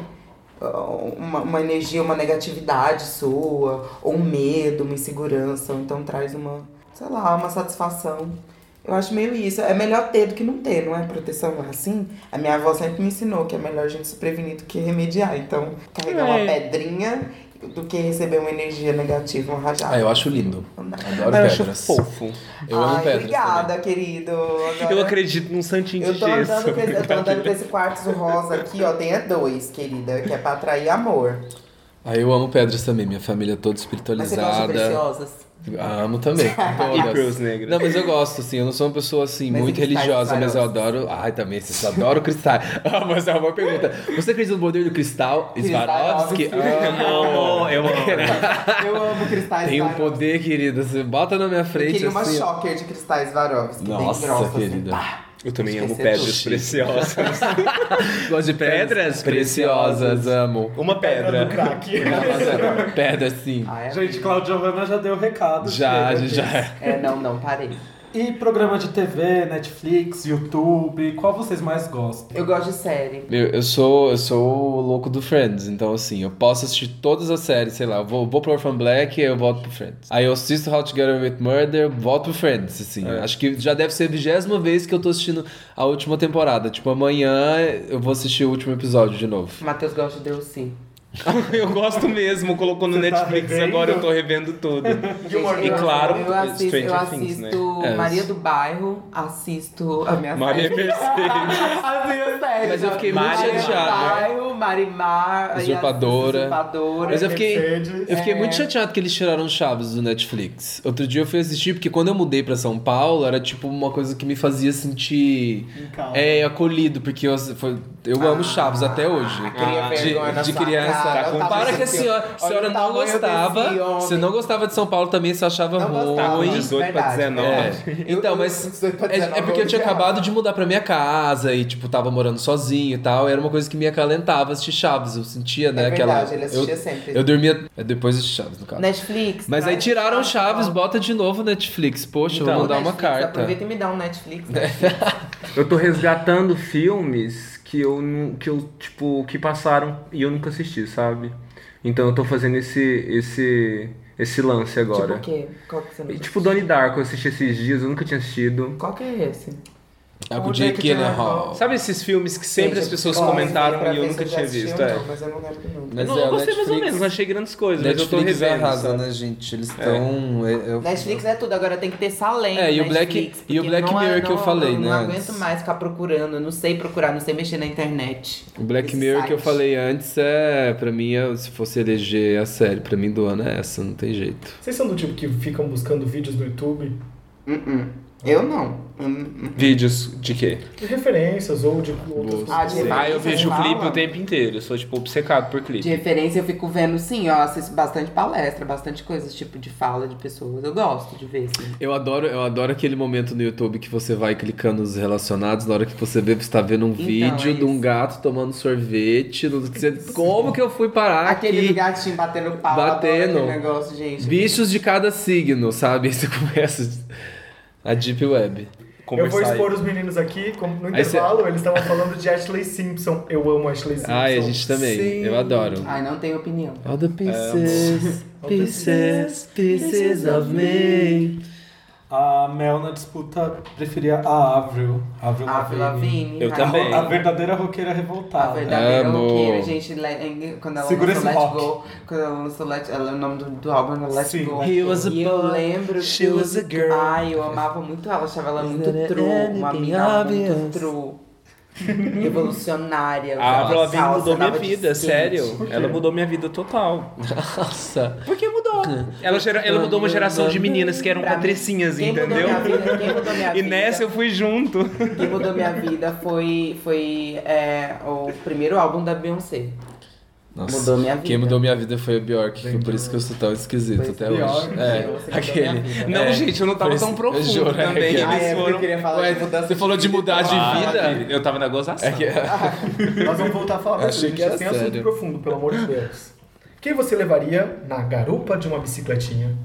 S2: Uma, uma energia, uma negatividade sua, ou um medo, uma insegurança, ou então traz uma, sei lá, uma satisfação. Eu acho meio isso. É melhor ter do que não ter, não é? Proteção assim. A minha avó sempre me ensinou que é melhor a gente se prevenir do que remediar. Então, carregar uma
S5: É.
S2: pedrinha do que receber uma energia negativa, um rajado.
S3: Ah, eu acho lindo.
S2: Ah,
S3: Adoro
S5: Eu acho
S3: pedras.
S5: fofo.
S3: Eu amo
S2: Ai,
S3: pedras.
S2: obrigada, querido. Agora-
S5: Eu acredito num santinho
S2: eu
S5: de
S2: tô,
S5: gesso.
S2: andando com esse, eu tô andando com esse quartzo rosa aqui, ó. Tenha dois, querida, que é pra atrair amor.
S3: Ah, eu amo pedras também, minha família é toda
S2: Mas você gosta de
S3: espiritualizada. Ah,
S2: preciosas?
S3: Amo também.
S5: E
S3: todas.
S5: pearls negras.
S3: Não, mas eu gosto, assim, eu não sou uma pessoa assim
S2: Mas
S3: muito
S2: e cristais
S3: religiosa, mas eu
S2: farofa?
S3: adoro. Ai, também, vocês adoram cristal. Ah, mas é uma boa pergunta. Você acredita no poder do cristal?
S2: é
S3: Swarovski?
S5: Eu amo, né? eu amo.
S2: Eu amo cristais
S3: Tem um
S2: Swarovski.
S3: poder, querida. Você bota na minha
S2: Eu
S3: frente.
S2: queria uma
S3: assim, ó.
S2: shocker de cristais Swarovski, bem grossa.
S3: Nossa,
S2: assim,
S3: querida.
S5: Eu também amo
S2: Esqueceu
S5: pedras
S2: tudo.
S5: preciosas.
S3: Gosto de pedras,
S5: Pedras
S3: preciosas, amo.
S5: Uma
S4: Pedra
S5: pedra.
S4: É do crack.
S3: Nossa, pedras, sim.
S2: Ah, é?
S6: Gente, Claudiovana já deu o recado.
S3: Já,
S6: chega
S3: já.
S6: disso.
S2: É, não, não, parei.
S6: E programa de TV, Netflix, YouTube, qual vocês mais gostam?
S2: Eu gosto de série.
S3: Meu, eu sou, eu sou o louco do Friends, então assim, eu posso assistir todas as séries, sei lá, eu vou, vou pro Orphan Black e eu volto pro Friends. Aí eu assisto How to Get Away with Murder, volto pro Friends, assim. Acho que já deve ser a vigésima vez que eu tô assistindo a última temporada. Tipo, amanhã eu vou assistir o último episódio de novo.
S2: Matheus gosta de Delcy.
S5: Eu gosto mesmo, colocou no
S4: Você tá
S5: Netflix
S4: revendo?
S5: agora, eu tô revendo tudo.
S2: Gente,
S5: E
S2: eu-
S5: claro,
S2: eu assisto, eu
S5: Stranger Things, né?
S2: assisto
S3: É.
S2: Maria do Bairro, assisto a minha
S5: Maria Mercedes.
S2: Assim, sério.
S3: Mas eu fiquei muito
S2: Maria
S3: chateada.
S2: do Bairro, Marimar, aí
S3: Usurpadora.
S2: assisto Usurpadora.
S3: Mas eu fiquei,
S4: Mercedes.
S3: eu fiquei muito chateado que eles tiraram Chaves do Netflix. Outro dia eu fui assistir, porque quando eu mudei pra São Paulo, era tipo uma coisa que me fazia sentir
S4: Em casa.
S3: é, acolhido, porque eu, foi- eu amo Chaves até hoje.
S2: cria Ah. vergonha na
S3: de, de
S2: sua
S3: criança.
S2: cara, eu tava
S3: Para que a
S2: assim,
S3: senhora,
S2: olha
S3: a senhora
S2: o
S3: não
S2: tamanho desse
S3: gostava.
S2: homem.
S3: Você não gostava de São Paulo também, você achava
S2: Não
S3: ruim.
S2: gostava.
S5: Tá de
S2: Isso,
S5: 18 pra
S2: verdade.
S5: 19.
S3: É. Então,
S2: Eu-
S3: mas
S2: eu- eu- eu- eu-
S3: é, é porque eu tinha acabado de mudar pra minha casa e, tipo, tava morando sozinho e tal. E era uma coisa que me acalentava assistir Chaves. Eu sentia, né?
S2: É verdade,
S3: aquela.
S2: ele assistia
S3: eu,
S2: sempre.
S3: Eu dormia. É depois de Chaves, no caso.
S2: Netflix.
S3: Mas aí
S2: traz-
S3: tiraram
S2: traz-
S3: Chaves, bota de novo Netflix. Poxa, eu
S5: Então,
S3: vou mandar uma
S2: Netflix,
S3: carta.
S2: Aproveita e me dá um Netflix.
S5: Eu tô resgatando filmes que eu, nu- que eu, tipo, que passaram e eu nunca assisti, sabe? Então eu tô fazendo esse, esse, esse lance
S2: Tipo
S5: agora.
S2: o quê? Qual que você não
S5: E, tipo, Donnie Darko, eu assisti esses dias, eu nunca tinha assistido.
S2: Qual que é esse?
S3: É com
S2: O
S3: Jake
S2: Jake
S3: Gyllenhaal.
S2: é
S5: Sabe esses filmes que sempre
S2: Gente,
S5: as pessoas
S2: eu-
S5: comentaram
S2: pra
S5: e eu
S2: ver se
S5: nunca
S2: então. já
S5: tinha
S2: assisti
S5: visto?
S2: ou
S5: é.
S2: não, Mas eu não lembro nunca.
S3: Mas
S5: não,
S3: é,
S5: eu
S3: o
S5: gostei mais ou
S3: Netflix-
S5: menos, não achei grandes coisas, mas eu tô
S3: Netflix
S5: revendo.
S3: arrasa,
S5: sabe?
S3: né, gente? Eles estão. é- eu-
S2: Netflix é tudo, agora tem que ter salém.
S3: É, e
S2: no
S3: o Black-
S2: Netflix,
S3: e o
S2: porque
S3: Black
S2: não é-
S3: Mirror que eu
S2: não-
S3: falei, né,
S2: Não
S3: antes.
S2: aguento mais ficar procurando, não sei procurar, não sei mexer na internet.
S3: O Black
S2: Esse
S3: Mirror que eu
S2: site.
S3: falei antes é, pra mim, é- se fosse eleger a série pra mim do ano é essa, não tem jeito.
S4: Vocês são do tipo que ficam buscando vídeos no YouTube?
S2: Uh-uh. Eu não. Uh-uh.
S5: Vídeos de quê?
S4: De referências ou de outras
S2: Ah, de
S4: coisas.
S5: Ah, eu
S2: você
S5: vejo o
S2: fala?
S5: clipe o tempo inteiro. Eu sou, tipo, obcecado por
S2: De
S5: clipe.
S2: referência, eu fico vendo, sim, ó, assisto bastante palestra, bastante coisas, tipo, de fala de pessoas. Eu gosto de ver, assim.
S3: Eu adoro, eu adoro aquele momento no YouTube que você vai clicando nos relacionados, na hora que você vê, você tá vendo um
S2: Então,
S3: vídeo
S2: é
S3: de um
S2: isso.
S3: gato tomando sorvete. não sei- Como que eu fui parar
S2: Aquele do
S3: aqui?
S2: gatinho batendo pau.
S3: Batendo.
S2: Aquele negócio, gente.
S3: Bichos de cada signo, sabe? Aí Você começa a Deep Web.
S4: Eu vou
S5: Conversar.
S4: expor os meninos aqui, como no
S3: Aí cê-
S4: intervalo eles estavam falando de Ashley Simpson. Eu amo Ashley Simpson.
S3: Ai, a gente tá- também. Eu adoro.
S2: Ai, não tenho opinião.
S3: All the pieces, pieces, pieces of me.
S6: A Mel na disputa preferia a Avril. Avril Lavigne.
S2: Avril Lavigne.
S5: Eu
S2: Ai,
S5: também.
S6: A verdadeira roqueira
S2: A
S6: revoltada.
S2: verdadeira
S3: Amo.
S2: louqueira, gente, le- em- quando ela
S6: Segura
S2: lançou
S6: esse
S2: Let
S6: rock.
S2: Go, quando ela lançou Let, ela, o nome do, do álbum era Let
S6: Sim.
S2: Go.
S3: He was a
S2: e eu
S3: boy,
S2: lembro
S3: she
S2: que
S3: was a girl.
S2: Ai, eu amava muito ela, achava ela muito
S3: there
S2: true, uma
S3: anything
S2: amiga
S3: obvious?
S2: muito true.
S5: A
S2: Revolucionária. usava
S5: Avril
S2: calça,
S5: Ah, mudou minha
S2: andava de
S5: vida,
S2: skate.
S5: sério. Ela mudou minha vida total.
S3: Nossa.
S5: Porque mudou. Ela, gera- ela mudou uma geração de meninas que eram
S2: Pra mim,
S5: patricinhas,
S2: Quem
S5: entendeu?
S2: mudou minha vida? Quem mudou minha
S5: E
S2: vida?
S5: nessa eu fui junto.
S2: Quem mudou minha vida foi, foi é, o primeiro álbum da Beyoncé.
S3: Nossa.
S2: Mudou minha vida.
S3: Quem mudou minha vida foi a Bjork, que por isso que eu sou tão esquisito até hoje.
S2: Beyoncé
S3: É,
S2: mudou minha vida.
S3: aquele.
S5: Não,
S3: é,
S5: gente, eu não tava
S3: foi-
S5: tão profundo
S3: eu juro, é
S5: também.
S3: que-
S5: Eles
S2: Ah, é, porque eu
S5: foram...
S2: queria falar
S3: Ué,
S2: de mudança
S3: você falou de mudar de
S5: Ah,
S3: vida?
S5: Eu tava na gozação.
S3: É que-
S4: Nós vamos voltar a falar
S3: Eu
S4: mais
S3: achei
S4: sobre
S3: que era
S4: isso, sem é um assunto
S3: sério.
S4: profundo, pelo amor de Deus. Quem você levaria na garupa de uma bicicletinha?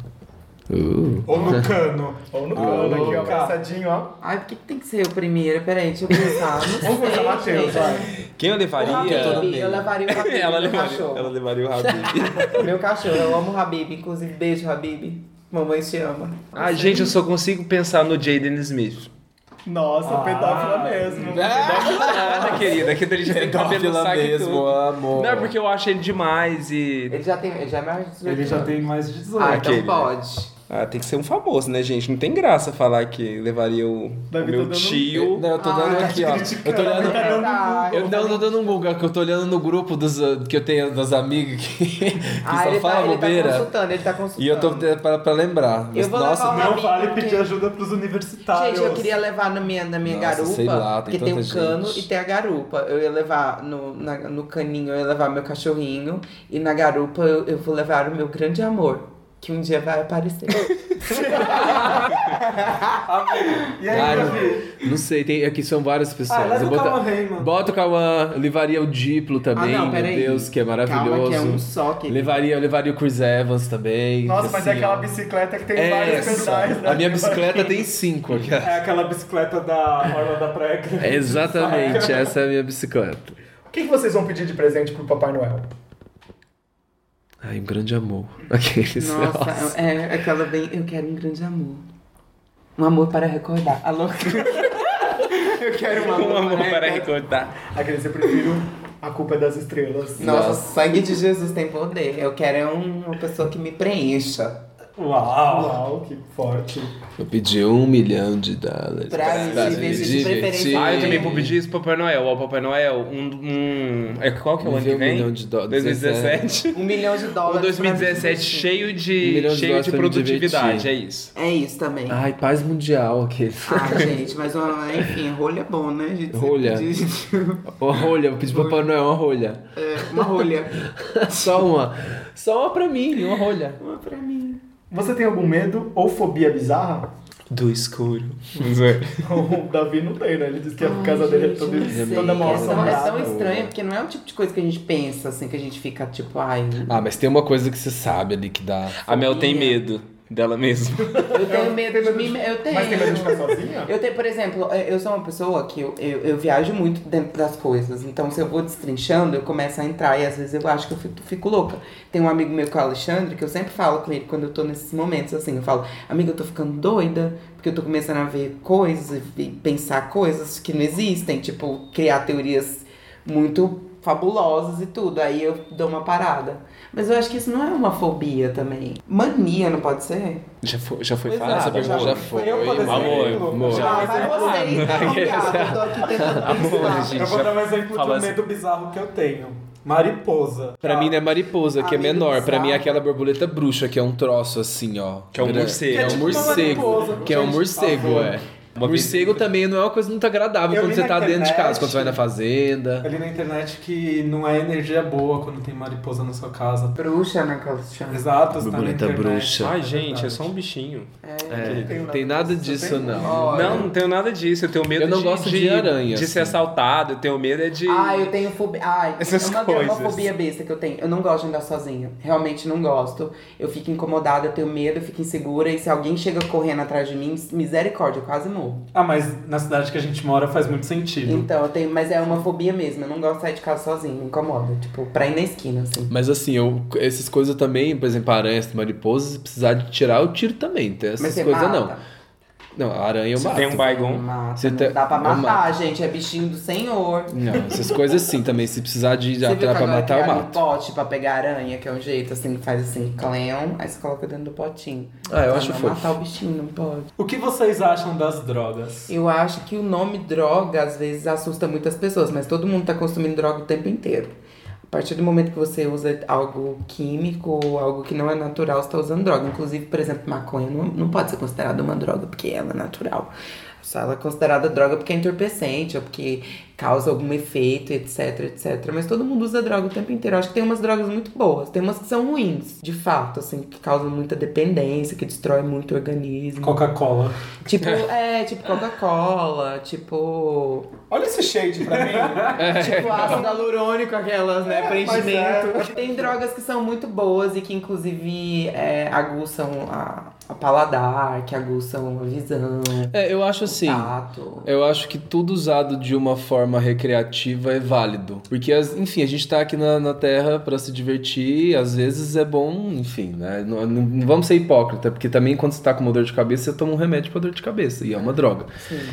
S3: Uh.
S6: Ou no cano.
S4: Ou no
S3: Ah,
S4: cano aqui, ó,
S6: louca.
S4: abraçadinho, ó.
S2: Ai, por que, que tem que ser o primeiro? Peraí, deixa eu pensar. Não
S4: Vamos
S2: sei,
S4: começar, Matheus,
S2: gente.
S4: vai.
S5: Quem eu
S2: O Habib,
S5: levaria?
S2: eu levaria o Habib,
S5: Ela
S2: meu
S5: levaria,
S2: cachorro.
S5: ela levaria o Rabi.
S2: Meu cachorro, eu amo o Habib. Inclusive, beijo, Habib. Mamãe te ama.
S5: ah, gente, eu só consigo pensar no Jaden Smith.
S4: Nossa,
S3: Ah.
S4: pedófila mesmo.
S5: É. Nada, querida. Aquele ele já tem cabelo
S3: Pedófila
S5: saco e
S3: mesmo,
S5: tudo.
S3: amor.
S5: Não, é porque eu acho ele demais e...
S2: Ele já tem. Ele já é mais de 18
S6: Ele já
S2: anos.
S6: tem mais de 18.
S2: Ah,
S5: Aquele,
S2: então
S5: né?
S2: pode.
S5: Ah, tem que ser um famoso, né, gente? Não tem graça falar que levaria o, o
S4: Davi tá
S5: meu
S4: dando-
S5: tio.
S3: um Não, eu tô dando
S5: tá
S3: aqui, ó. Eu tô olhando.
S2: Ah,
S3: Eu não, não tô dando um Google, é que eu tô olhando no grupo dos, ah, que eu tenho das amigas que, que
S2: ah,
S3: só
S2: ele, tá,
S3: fala
S2: ele tá
S3: bobeira.
S2: consultando, ele tá consultando.
S3: e eu tô te- pra, pra lembrar. Mas,
S2: Eu vou
S3: nossa,
S2: levar
S6: Não
S2: Habib,
S6: vale
S2: porque-
S6: pedir ajuda pros universitários.
S2: Gente, eu queria levar na minha, na minha
S3: Nossa,
S2: garupa,
S3: sei lá, tem
S2: porque tem
S3: tanta
S2: um cano
S3: gente.
S2: e tem a garupa. Eu ia levar no, na- no caninho, eu ia levar meu cachorrinho, e na garupa eu, eu vou levar o meu grande amor, que um dia vai aparecer.
S6: Ah, E aí,
S3: Ai,
S6: Davi?
S3: não sei, tem, aqui são várias pessoas.
S6: Ah, leva
S3: Eu
S6: o
S3: bota-
S6: Cauã Raymond.
S3: Bota o Cauã, eu levaria o Diplo também, meu Deus, que é maravilhoso.
S2: Ah, Calma, que é um só que
S3: levaria, eu levaria o Chris Evans também.
S4: Nossa,
S3: que
S4: mas é
S3: assim,
S4: aquela
S3: ó.
S4: bicicleta que tem
S3: É
S4: vários
S3: essa.
S4: pedais, né?
S3: A minha bicicleta tem cinco. aqui.
S6: É aquela bicicleta da Orla da Praia Grande.
S3: É Exatamente, essa é a minha bicicleta.
S4: O que que vocês vão pedir de presente pro Papai Noel?
S3: Ai, um grande amor. Aqueles.
S2: Nossa, é, é aquela bem. Eu quero um grande amor. Um amor para recordar. Alô? eu quero um amor,
S5: Um amor para
S2: recordar.
S5: recordar.
S4: Aqueles eu prefiro A Culpa é das Estrelas.
S2: Nossa, sangue de Jesus tem poder. Eu quero é um- uma pessoa que me preencha.
S6: Uau!
S4: Uau, que forte.
S3: Eu pedi um milhão de dólares.
S2: Pra me divertir, de preferência.
S5: Ah, eu também vou pedir isso pro Papai Noel. Ó, Papai Noel, um... um... É, qual que é o ano que
S3: Viver um
S5: vem?
S3: milhão de dólares.
S5: 2017.
S2: Um milhão de
S5: O
S2: dólares. pra me
S5: 2017
S2: divertir.
S5: cheio
S3: Um
S5: de,
S3: milhão de
S5: cheio
S3: dólares
S5: de
S3: pra me
S5: produtividade,
S3: divertir.
S5: é isso.
S2: É isso também. Ah,
S3: Ai, paz mundial aqui.
S2: gente, mas ó, enfim, rolha é bom, né, gente? Você
S3: Rolha.
S2: pedir-
S3: Uma rolha, eu pedi pro Papai Noel uma rolha.
S2: É, uma rolha.
S3: Só uma. Só uma pra mim, uma rolha.
S2: Uma pra mim.
S4: Você tem algum medo ou fobia bizarra?
S5: Do escuro.
S4: O Davi não tem, né? Ele disse que a casa
S2: Ai,
S4: dele é
S2: gente,
S4: toda,
S2: não sei.
S4: toda
S2: é,
S4: mal
S2: tão, é tão
S4: assombrada.
S2: estranho, porque não é o tipo de coisa que a gente pensa, assim, que a gente fica tipo, ai.
S3: Ah, mas tem uma coisa que você sabe ali que dá.
S5: A Mel tem
S2: Fobia.
S5: medo dela mesma.
S2: Eu tenho medo de mim. Eu tenho.
S4: Mas tem medo de ficar sozinha?
S2: Eu tenho, por exemplo, eh, eu sou uma pessoa que eu, eu, eu viajo muito dentro das coisas. Então, se eu vou destrinchando, eu começo a entrar e às vezes eu acho que eu fico, fico louca. Tem um amigo meu que é o Alexandre, que eu sempre falo com ele quando eu tô nesses momentos assim. Eu falo, amiga, eu tô ficando doida, porque eu tô começando a ver coisas e pensar coisas que não existem, tipo, criar teorias muito fabulosas e tudo. Aí eu dou uma parada. Mas eu acho que isso não é uma fobia também. Mania, não pode ser?
S3: Já foi, já foi
S2: Pois é,
S3: falada essa
S2: já
S3: pergunta?
S2: foi.
S3: Já foi.
S6: Eu, por
S5: Amor,
S6: exemplo,
S3: amor.
S2: Ah,
S6: já-
S2: vai você então, viado. Eu tô aqui tentando
S5: Amor,
S2: pensar.
S5: gente.
S6: Eu vou
S5: já
S6: dar um exemplo de
S5: fala
S6: um
S5: assim.
S6: medo bizarro que eu tenho. Mariposa.
S3: Pra mim não é mariposa, que é menor. Pra mim é aquela borboleta bruxa, que é um troço assim, ó.
S5: Que é um
S3: Gra-
S5: morcego.
S3: Que é um
S5: Que é
S6: tipo uma
S3: morcego.
S6: mariposa.
S3: Que é um
S6: Gente,
S3: morcego,
S6: por favor.
S3: é. Morcego também não é uma coisa muito agradável
S4: Eu
S3: quando
S4: vi
S3: você
S4: na
S3: tá dentro de casa,
S4: internet.
S3: quando você vai na fazenda.
S6: Tá. Ali na internet que não é energia boa quando tem mariposa na sua casa.
S2: Bruxa, né, que elas chamam.
S6: Exato, você tá na
S3: Borboleta
S6: internet. um
S3: bruxa.
S5: Ai, gente, é só um bichinho.
S3: É, não tem nada disso, não.
S2: Olha.
S5: Não, não tenho nada disso. Eu tenho medo
S3: Eu não
S5: de,
S3: gosto de aranha,
S5: De ser
S3: assim.
S5: assaltado, eu tenho medo é de.
S2: Ah, eu tenho fobia. Ai,
S5: Essas
S2: é uma,
S5: coisas.
S2: uma fobia besta que eu tenho. Eu não gosto de andar sozinha. Realmente não gosto. Eu fico incomodada, eu tenho medo, eu fico insegura. E se alguém chega correndo atrás de mim, misericórdia, eu quase morro.
S6: Ah, mas na cidade que a gente mora faz muito sentido.
S2: Então, eu tenho. Mas é uma fobia mesmo. Eu não gosto de sair de casa sozinha, me incomoda. Tipo, pra ir na esquina, assim.
S3: Mas assim, eu, essas coisas também, por exemplo, aranhas, mariposas, se precisar de tirar, eu tiro também. Tem
S2: Mas
S3: essas
S2: você
S3: coisas
S2: mata?
S3: não. Não, aranha eu
S5: Você
S3: mato.
S5: tem um baigon.
S2: Mata,
S3: Você
S2: não
S3: tem-
S2: dá pra
S3: eu
S2: matar,
S3: mato.
S2: gente. É bichinho do senhor.
S3: Não, essas coisas sim também. Se precisar de
S2: Você viu
S3: atirar
S2: que
S3: pra
S2: agora
S3: matar, eu
S2: criaram
S3: mato.
S2: um pote pra pegar aranha, que é um jeito assim, que faz assim, cleão, aí você coloca dentro do potinho.
S3: Ah, eu
S2: Pra
S3: acho
S2: não
S3: fofo.
S2: matar o bichinho, não pode.
S6: O que vocês acham das drogas?
S2: Eu acho que o nome droga às vezes assusta muitas pessoas, mas todo mundo tá consumindo droga o tempo inteiro. A partir do momento que você usa algo químico ou algo que não é natural, você tá usando droga. Inclusive, por exemplo, maconha não, não pode ser considerada uma droga porque ela é natural. Só ela é considerada droga porque é entorpecente ou porque causa algum efeito, etc, etc. Mas todo mundo usa droga o tempo inteiro. Eu acho que tem umas drogas muito boas, tem umas que são ruins, de fato, assim, que causam muita dependência, que destrói muito o organismo.
S6: Coca-Cola.
S2: Tipo, é, tipo Coca-Cola, tipo.
S4: Olha esse shade pra mim.
S3: É.
S2: Tipo ácido alurônico, aquelas, né?
S4: pois
S2: Preenchimento. Tem drogas que são muito boas e que, inclusive, é, aguçam a, a paladar, que aguçam a visão,
S3: É, eu acho
S2: o
S3: assim.
S2: tato.
S3: Eu acho que tudo usado de uma forma recreativa é válido. Porque, as- enfim, a gente tá aqui na, na Terra pra se divertir, às vezes é bom, enfim, né? Não, não- não vamos ser hipócrita, porque também quando você tá com uma dor de cabeça, você toma um remédio pra dor de cabeça, e é uma droga.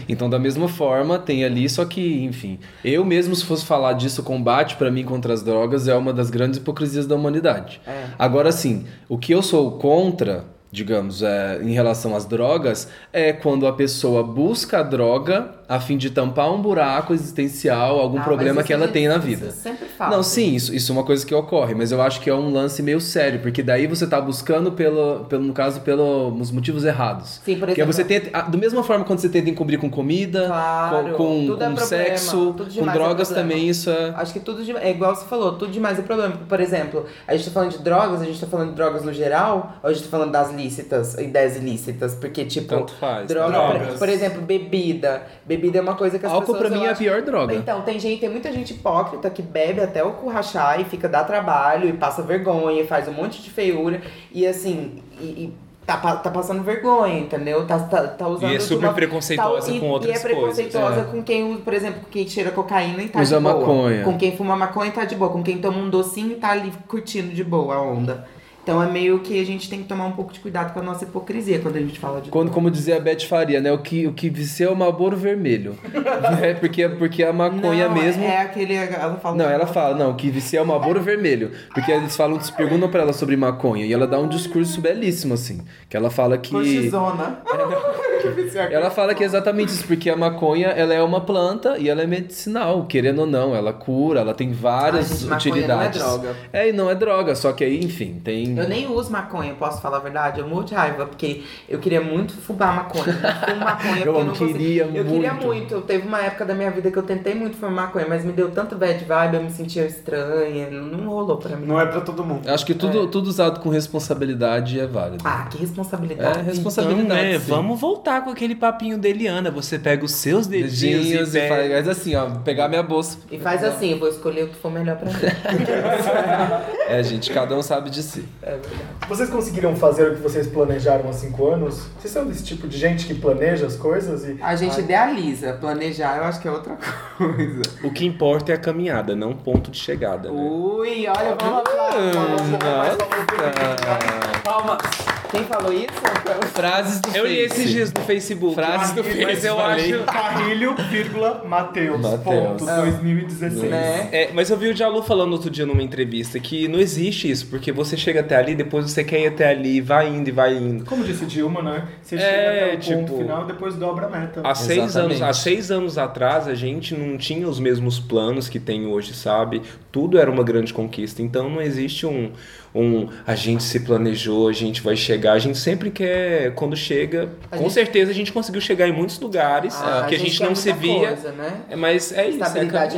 S3: Então, da mesma forma, tem ali, só que, enfim, eu mesmo, se fosse falar disso, o combate pra mim contra as drogas é uma das grandes hipocrisias da humanidade.
S2: É.
S3: Agora, sim, o que eu sou contra, digamos, é, em relação às drogas, é quando a pessoa busca a droga a fim de tampar um buraco existencial, algum
S2: Ah,
S3: problema
S2: mas
S3: que ela
S2: isso
S3: tem na
S2: isso
S3: vida.
S2: Sempre fala.
S3: Não, sim, isso, isso é uma coisa que ocorre, mas eu acho que é um lance meio sério, porque daí você tá buscando, pelo, pelo, no caso, pelos motivos errados.
S2: Sim, por
S3: Porque
S2: exemplo.
S3: você tenta, ah, do mesma forma quando você tenta encobrir com comida,
S2: Claro,
S3: com, com-
S2: tudo é
S3: com
S2: problema,
S3: sexo,
S2: tudo
S3: com
S2: demais é
S3: drogas
S2: problema.
S3: também, isso é.
S2: Acho que tudo de, é igual você falou, tudo demais é problema. Por exemplo, a gente tá falando de drogas, a gente tá falando de drogas no geral, ou a gente tá falando das lícitas e das ilícitas? Porque, tipo,
S5: Tanto faz.
S2: droga,
S6: Drogas.
S2: por, por exemplo, bebida. Bebida é uma coisa que as
S3: Álcool
S2: pessoas.
S3: pra mim
S2: eu
S3: é a
S2: acho-
S3: pior droga.
S2: Então, tem gente, tem muita gente hipócrita que bebe até o currachá e fica, dá trabalho, e passa vergonha, e faz um monte de feiura, e assim, e. e Tá, pa- tá passando vergonha, entendeu? Tá, tá, tá usando.
S5: E é
S2: de
S5: super preconceituosa
S2: e-
S5: com outras né?
S2: E é preconceituosa
S3: coisas,
S2: com quem, usa, por exemplo, com quem cheira cocaína e tá
S3: Usa
S2: de boa.
S3: maconha.
S2: Com quem fuma maconha e tá de boa. Com quem toma um docinho e tá ali curtindo de boa a onda. Então é meio que a gente tem que tomar um pouco de cuidado com a nossa hipocrisia quando a gente fala de
S3: Quando, como dizia a Beth Faria, né? O que, o que vicia é o Marlboro vermelho. é porque, porque a maconha
S2: não,
S3: mesmo.
S2: É aquele. Ela fala.
S3: Não, ela fala, não, o que vicia é o Marlboro vermelho. Porque eles falam, perguntam pra ela sobre maconha. E ela dá um discurso belíssimo, assim. Que ela fala que.
S2: Cortisona.
S3: Ela fala que é exatamente isso, porque a maconha ela é uma planta e ela é medicinal, querendo ou não, ela cura, ela tem várias
S2: Ai, gente, maconha
S3: utilidades.
S2: não é droga.
S3: É, e não é droga, só que aí, enfim, tem.
S2: Eu nem uso maconha, posso falar a verdade? Eu morro de raiva, porque eu queria muito fumar maconha. Não fumo maconha porque
S3: Eu
S2: eu não consigo.
S3: queria
S2: Eu queria
S3: muito.
S2: muito. Teve uma época da minha vida que eu tentei muito fumar maconha, mas me deu tanto bad vibe, eu me sentia estranha. Não, não rolou pra mim.
S6: Não é pra todo mundo.
S3: Acho que
S2: É.
S3: tudo, tudo usado com responsabilidade é válido.
S2: Ah, que
S3: é
S2: responsabilidade.
S3: responsabilidade.
S5: né,
S3: sim.
S5: vamos voltar com aquele papinho dele, Ana. Você pega os seus dedinhos,
S3: Dedinhos
S5: e,
S3: e
S5: pega...
S3: faz mas assim, ó, pegar minha bolsa.
S2: E faz assim, eu vou escolher o que for melhor pra mim.
S3: É, gente, cada um sabe de si.
S4: Vocês conseguiriam fazer o que vocês planejaram há cinco anos? Vocês são desse tipo de gente que planeja as coisas e.
S2: A gente idealiza. Planejar eu acho que é outra coisa.
S5: O que importa é a caminhada, não o ponto de chegada. né?
S3: Ah.
S2: Ui, olha, vamos lá.
S3: Nossa.
S6: Palmas.
S2: Quem falou isso? Ah,
S3: Frases do
S5: Eu li
S3: Face.
S5: esses dias no Facebook.
S3: Frases do
S4: Carrilho,
S3: Face,
S5: Mas eu
S3: falei.
S5: acho.
S4: Carrilho, vírgula, Mateus,
S3: Mateus.
S4: ponto,
S3: Ah.
S4: 2016.
S2: Né?
S5: É, mas eu vi o Jalu falando outro dia numa entrevista que não existe isso, porque você chega até ali, depois você quer ir até ali, vai indo e vai indo.
S4: Como disse Dilma, né? Você
S5: É,
S4: chega até o ponto
S5: tipo-
S4: final e depois dobra a meta.
S5: Há seis,
S3: Exatamente.
S5: anos, há seis anos atrás, a gente não tinha os mesmos planos que tem hoje, sabe? Tudo era uma grande conquista. Então não existe um, um a gente se planejou, a gente vai chegar. A gente sempre quer, quando chega,
S2: A
S5: com
S2: gente-
S5: certeza a gente conseguiu chegar em muitos lugares
S3: É,
S2: Ah,
S5: que a gente,
S2: quer
S5: não
S2: muita
S5: se via.
S2: Coisa, né?
S5: É, Mas é isso, é
S2: Estabilidade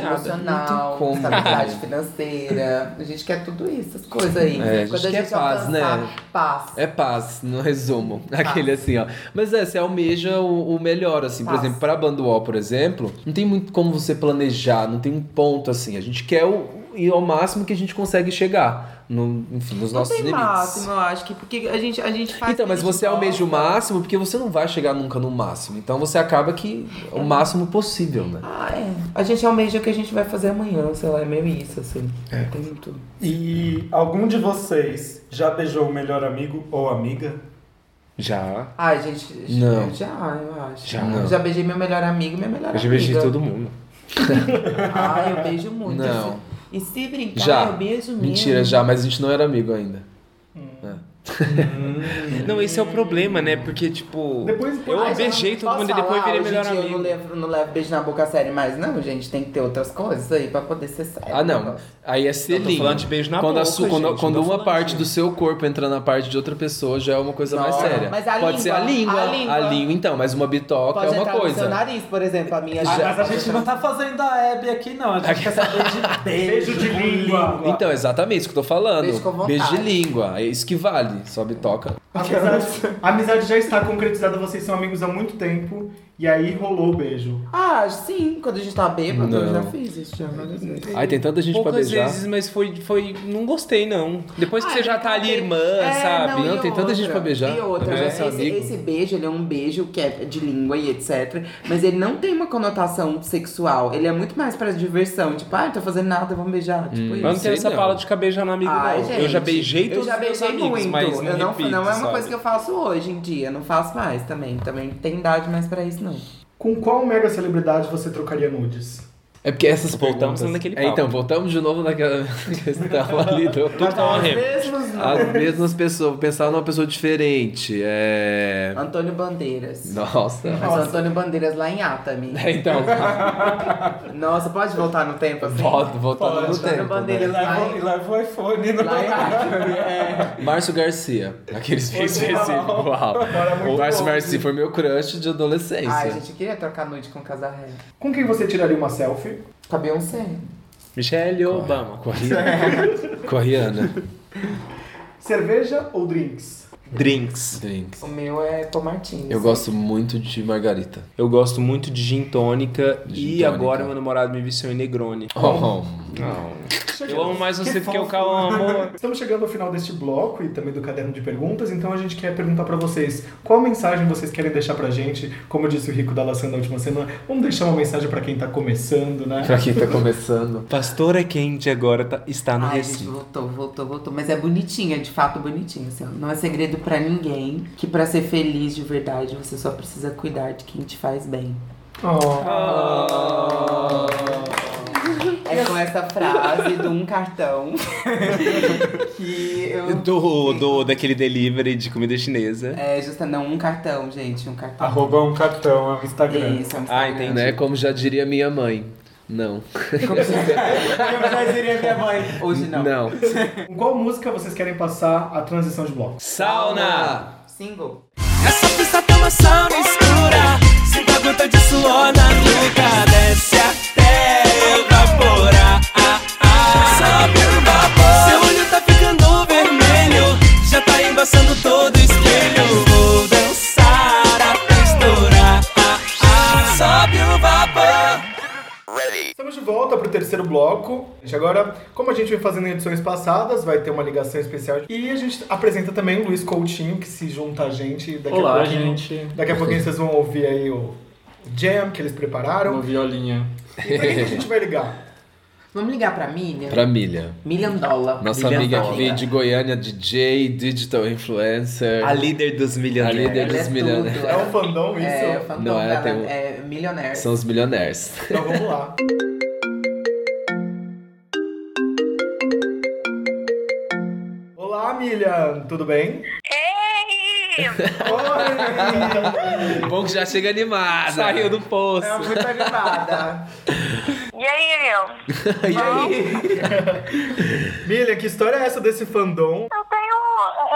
S5: caminhada.
S3: Não
S2: emocional,
S3: tem como.
S2: estabilidade financeira. A gente quer tudo isso, essas coisas aí.
S3: É, a gente
S2: Quando a
S3: quer
S2: gente
S3: paz,
S2: alcançar,
S3: né?
S2: Paz.
S3: É paz, no resumo. Aquele assim, ó. Mas é, você almeja o, o melhor, assim. Por
S2: Paz.
S3: exemplo, pra Banduol, por exemplo, não tem muito como você planejar, não tem um ponto assim. A gente quer o, ir ao máximo que a gente consegue chegar. No, enfim, nos
S2: Não
S3: nossos
S2: tem
S3: limites.
S2: máximo, eu acho que porque a gente a gente faz.
S3: Então,
S2: o que
S3: mas
S2: a gente
S3: você almeja o
S2: gosta.
S3: máximo porque você não vai chegar nunca no máximo. Então você acaba que o máximo possível, né?
S2: Ah, é. A gente almeja o que a gente vai fazer amanhã, sei lá, é meio isso assim. É. Tem tudo.
S6: E algum de vocês já beijou o melhor amigo ou amiga?
S5: Já.
S2: Ai, gente,
S3: Não.
S2: já, eu acho.
S5: Já.
S2: Eu já beijei meu melhor amigo, minha melhor
S5: Eu já
S2: amiga.
S5: beijei todo mundo.
S2: Ai, eu beijo muito.
S3: Não.
S2: E se brincar,
S3: Já.
S2: eu beijo mesmo.
S3: Mentira, já, mas a gente não era amigo ainda.
S5: Não, esse é o problema, né? Porque, tipo.
S4: Depois-
S5: eu
S2: Ai,
S5: beijei
S2: gente,
S5: todo mundo e
S2: posso
S5: depois
S2: falar?
S5: virei
S2: Hoje em
S5: melhor
S2: dia Eu não
S5: amigo.
S2: levo, não levo beijo na boca a sério mais, não, gente. Tem que ter outras coisas aí pra poder ser sério. né?
S3: Ah, não. Aí é
S5: Eu tô
S3: selinho.
S5: falando de beijo na
S3: quando a
S5: boca.
S3: su- quando,
S5: gente,
S3: quando
S5: não tô
S3: uma
S5: falando
S3: parte
S5: de-
S3: do seu corpo entra na parte de outra pessoa, já é uma coisa mais
S2: Não,
S3: séria.
S2: mas a
S3: Pode
S2: língua,
S3: ser a língua,
S2: a língua.
S3: então, mas uma bitoca
S2: Pode
S3: é uma
S2: entrar no seu
S3: coisa.
S2: nariz, por exemplo, a minha
S6: Ah, mas a gente não tá fazendo a Hebe aqui, não. A gente quer saber de beijo.
S4: Beijo de língua.
S3: Então, exatamente isso que eu tô falando.
S2: Beijo com vontade.
S3: de língua. É isso que vale. Só bitoca.
S4: Amizade, a amizade já está concretizada, vocês são amigos há muito tempo, e aí rolou o beijo.
S2: Ah, sim, quando a gente tá bêbado, eu
S3: Não.
S2: já fiz isso já assim. várias vezes.
S3: Ai, tem tanta gente pra
S5: Poucas
S3: beijar.
S5: vezes, mas foi, foi. Não gostei, não. Depois que
S2: Ah,
S5: você já
S2: eu
S5: tá ali,
S2: também.
S5: irmã,
S2: É,
S5: sabe?
S2: e
S3: Não, tem tanta
S2: outra,
S3: gente pra beijar, né?
S2: E outra, é,
S3: pra beijar
S2: esse,
S3: seu amigo.
S2: esse beijo, ele é um beijo que é de língua e etc. Mas ele não tem uma conotação sexual. Ele é muito mais pra diversão. Tipo, ah, não tô fazendo nada, vamos beijar.
S3: Hum.
S2: Tipo
S5: Eu
S2: isso.
S5: não tenho essa
S3: não.
S5: bala de ficar beijando amigo,
S2: Ai,
S5: não.
S2: gente,
S5: eu já beijei todos
S2: eu já
S5: os meus
S2: beijei
S5: amigos,
S2: muito.
S5: mas não,
S2: eu não,
S5: repito,
S2: não é uma
S5: sabe?
S2: coisa que eu faço hoje em dia. Não faço mais também. Também não tem idade mais pra isso, não.
S4: Com qual mega celebridade você trocaria nudes?
S3: É porque essas
S5: Voltamos
S3: perguntas...
S5: naquele
S3: É,
S5: papo.
S3: então, voltamos de novo naquela questão ali do...
S5: Tudo tá uma rema.
S2: Mesmos
S3: As mesmas pessoas, pensar numa pessoa diferente. É.
S2: Antônio Bandeiras.
S3: Nossa.
S2: Mas o Antônio Bandeiras lá em Atami.
S3: É, então,
S2: Nossa, pode voltar no tempo assim?
S3: volta, voltando no
S2: Pode, Antônio
S3: tempo. né?
S2: Bandeiras lá
S6: E
S2: em-
S6: leva o iPhone no
S2: lá em né? É. Atami.
S3: Márcio Garcia, aqueles bem específicos. Uau. O Márcio Garcia foi meu crush de adolescência.
S2: Ai, gente, eu queria trocar nude com Casarré.
S4: Com quem você tiraria uma selfie?
S2: Com a Beyoncé.
S5: Michelle Obama.
S3: Com a Rihanna. Ah, Com a Rihanna.
S4: Cerveja ou drinks?
S5: Drinks.
S3: Drinks.
S2: O meu é com Martins.
S3: Eu gosto muito de margarita.
S5: Eu gosto muito de gin tônica
S3: Gin
S5: e
S3: tônica.
S5: agora meu namorado me viciou em Negroni.
S3: Oh,
S5: Eu amo mais você do que o Cal amor.
S4: Estamos chegando ao final deste bloco e também do caderno de perguntas, então a gente quer perguntar pra vocês qual mensagem vocês querem deixar pra gente. Como disse o Rico da Laçã na última semana, vamos deixar uma mensagem pra quem tá começando, né?
S3: pra quem tá começando.
S5: Pastora Candy agora tá- está no
S2: Ai, gente,
S5: Recife.
S2: voltou, voltou, voltou. Mas é bonitinha, de fato bonitinha. Assim, ó. não é segredo pra ninguém que pra ser feliz de verdade você só precisa cuidar de quem te faz bem. É com essa frase de um cartão que eu.
S5: Do, do, daquele delivery de comida chinesa.
S2: É, justa, não, um cartão, gente, um cartão.
S6: Arroba um cartão, é o Instagram.
S2: Isso, é um
S5: Ah,
S2: Instagram.
S5: entendi.
S3: Né? Como já diria minha mãe. Não.
S6: Eu já diria minha mãe.
S2: Hoje não.
S3: Não.
S4: Com qual música vocês querem passar a transição de bloco?
S5: Sauna!
S2: Single.
S9: Essa pista tem uma sauna escura Sinta a gota de suor na nuca Desce até evaporar Sobe o vapor Seu olho tá ficando vermelho Já tá embaçando todo o espelho Vou dançar ah, até estourar Sobe o vapor
S4: Estamos de volta pro terceiro bloco. Gente, Agora, como a gente vem fazendo em edições passadas, vai ter uma ligação especial. E a gente apresenta também o Luiz Coutinho, que se junta a gente. Daqui a
S6: Olá,
S4: pouquinho-
S6: gente.
S4: Daqui a pouquinho vocês vão ouvir aí o jam que eles prepararam.
S6: No Violinha.
S4: E pra quem que a gente vai ligar?
S2: Vamos ligar pra Miriam?
S3: Pra Milha.
S2: Million Dollar.
S3: Nossa
S2: Million
S3: amiga que
S2: Dollar.
S3: veio de Goiânia, DJ, digital influencer.
S5: A líder dos milionários.
S3: A líder
S2: Ela é
S3: dos milionários.
S2: tudo,
S4: É
S2: ela-
S4: um fandom isso?
S2: É, o fandom
S3: né? Não, ela
S2: dela
S3: tem um-
S2: é milionária.
S3: São os milionários.
S4: Então vamos lá. Olá, Miriam, tudo bem? Oi!
S3: Bom que já chega animada. Saiu do poço.
S2: Ela é muito animada.
S9: E aí, eu?
S3: E aí?
S4: Miriam, que história é essa desse fandom?
S9: Eu tenho.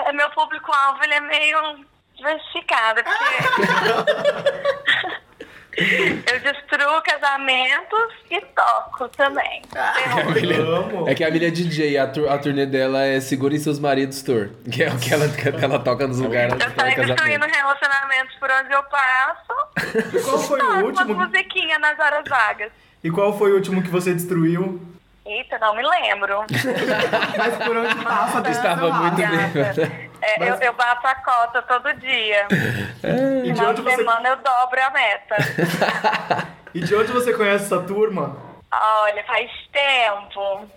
S9: é, Meu público-alvo ele é meio diversificado, porque. eu destruo casamentos e toco também.
S4: Ah. Amo!
S3: É que a Milha é DJ, a, tur- a turnê dela é Segurem Seus Maridos Tour. Que é o que ela, que ela toca
S9: É
S3: nos lugares.
S9: Eu saio destruindo relacionamentos por onde eu passo.
S4: E qual foi
S9: Toco
S4: o
S9: umas
S4: último?
S9: musiquinhas nas horas vagas.
S4: E qual foi o último que você destruiu?
S9: Eita, não me lembro.
S2: Mas por onde passa, Deus
S3: Estava
S2: não
S3: muito
S2: larga.
S9: Gata. É, eu, eu bato a cota todo dia.
S4: E de
S9: Final
S4: onde
S9: de
S4: você,
S9: semana eu dobro a meta.
S4: e de onde você conhece essa turma?
S9: Olha, faz tempo.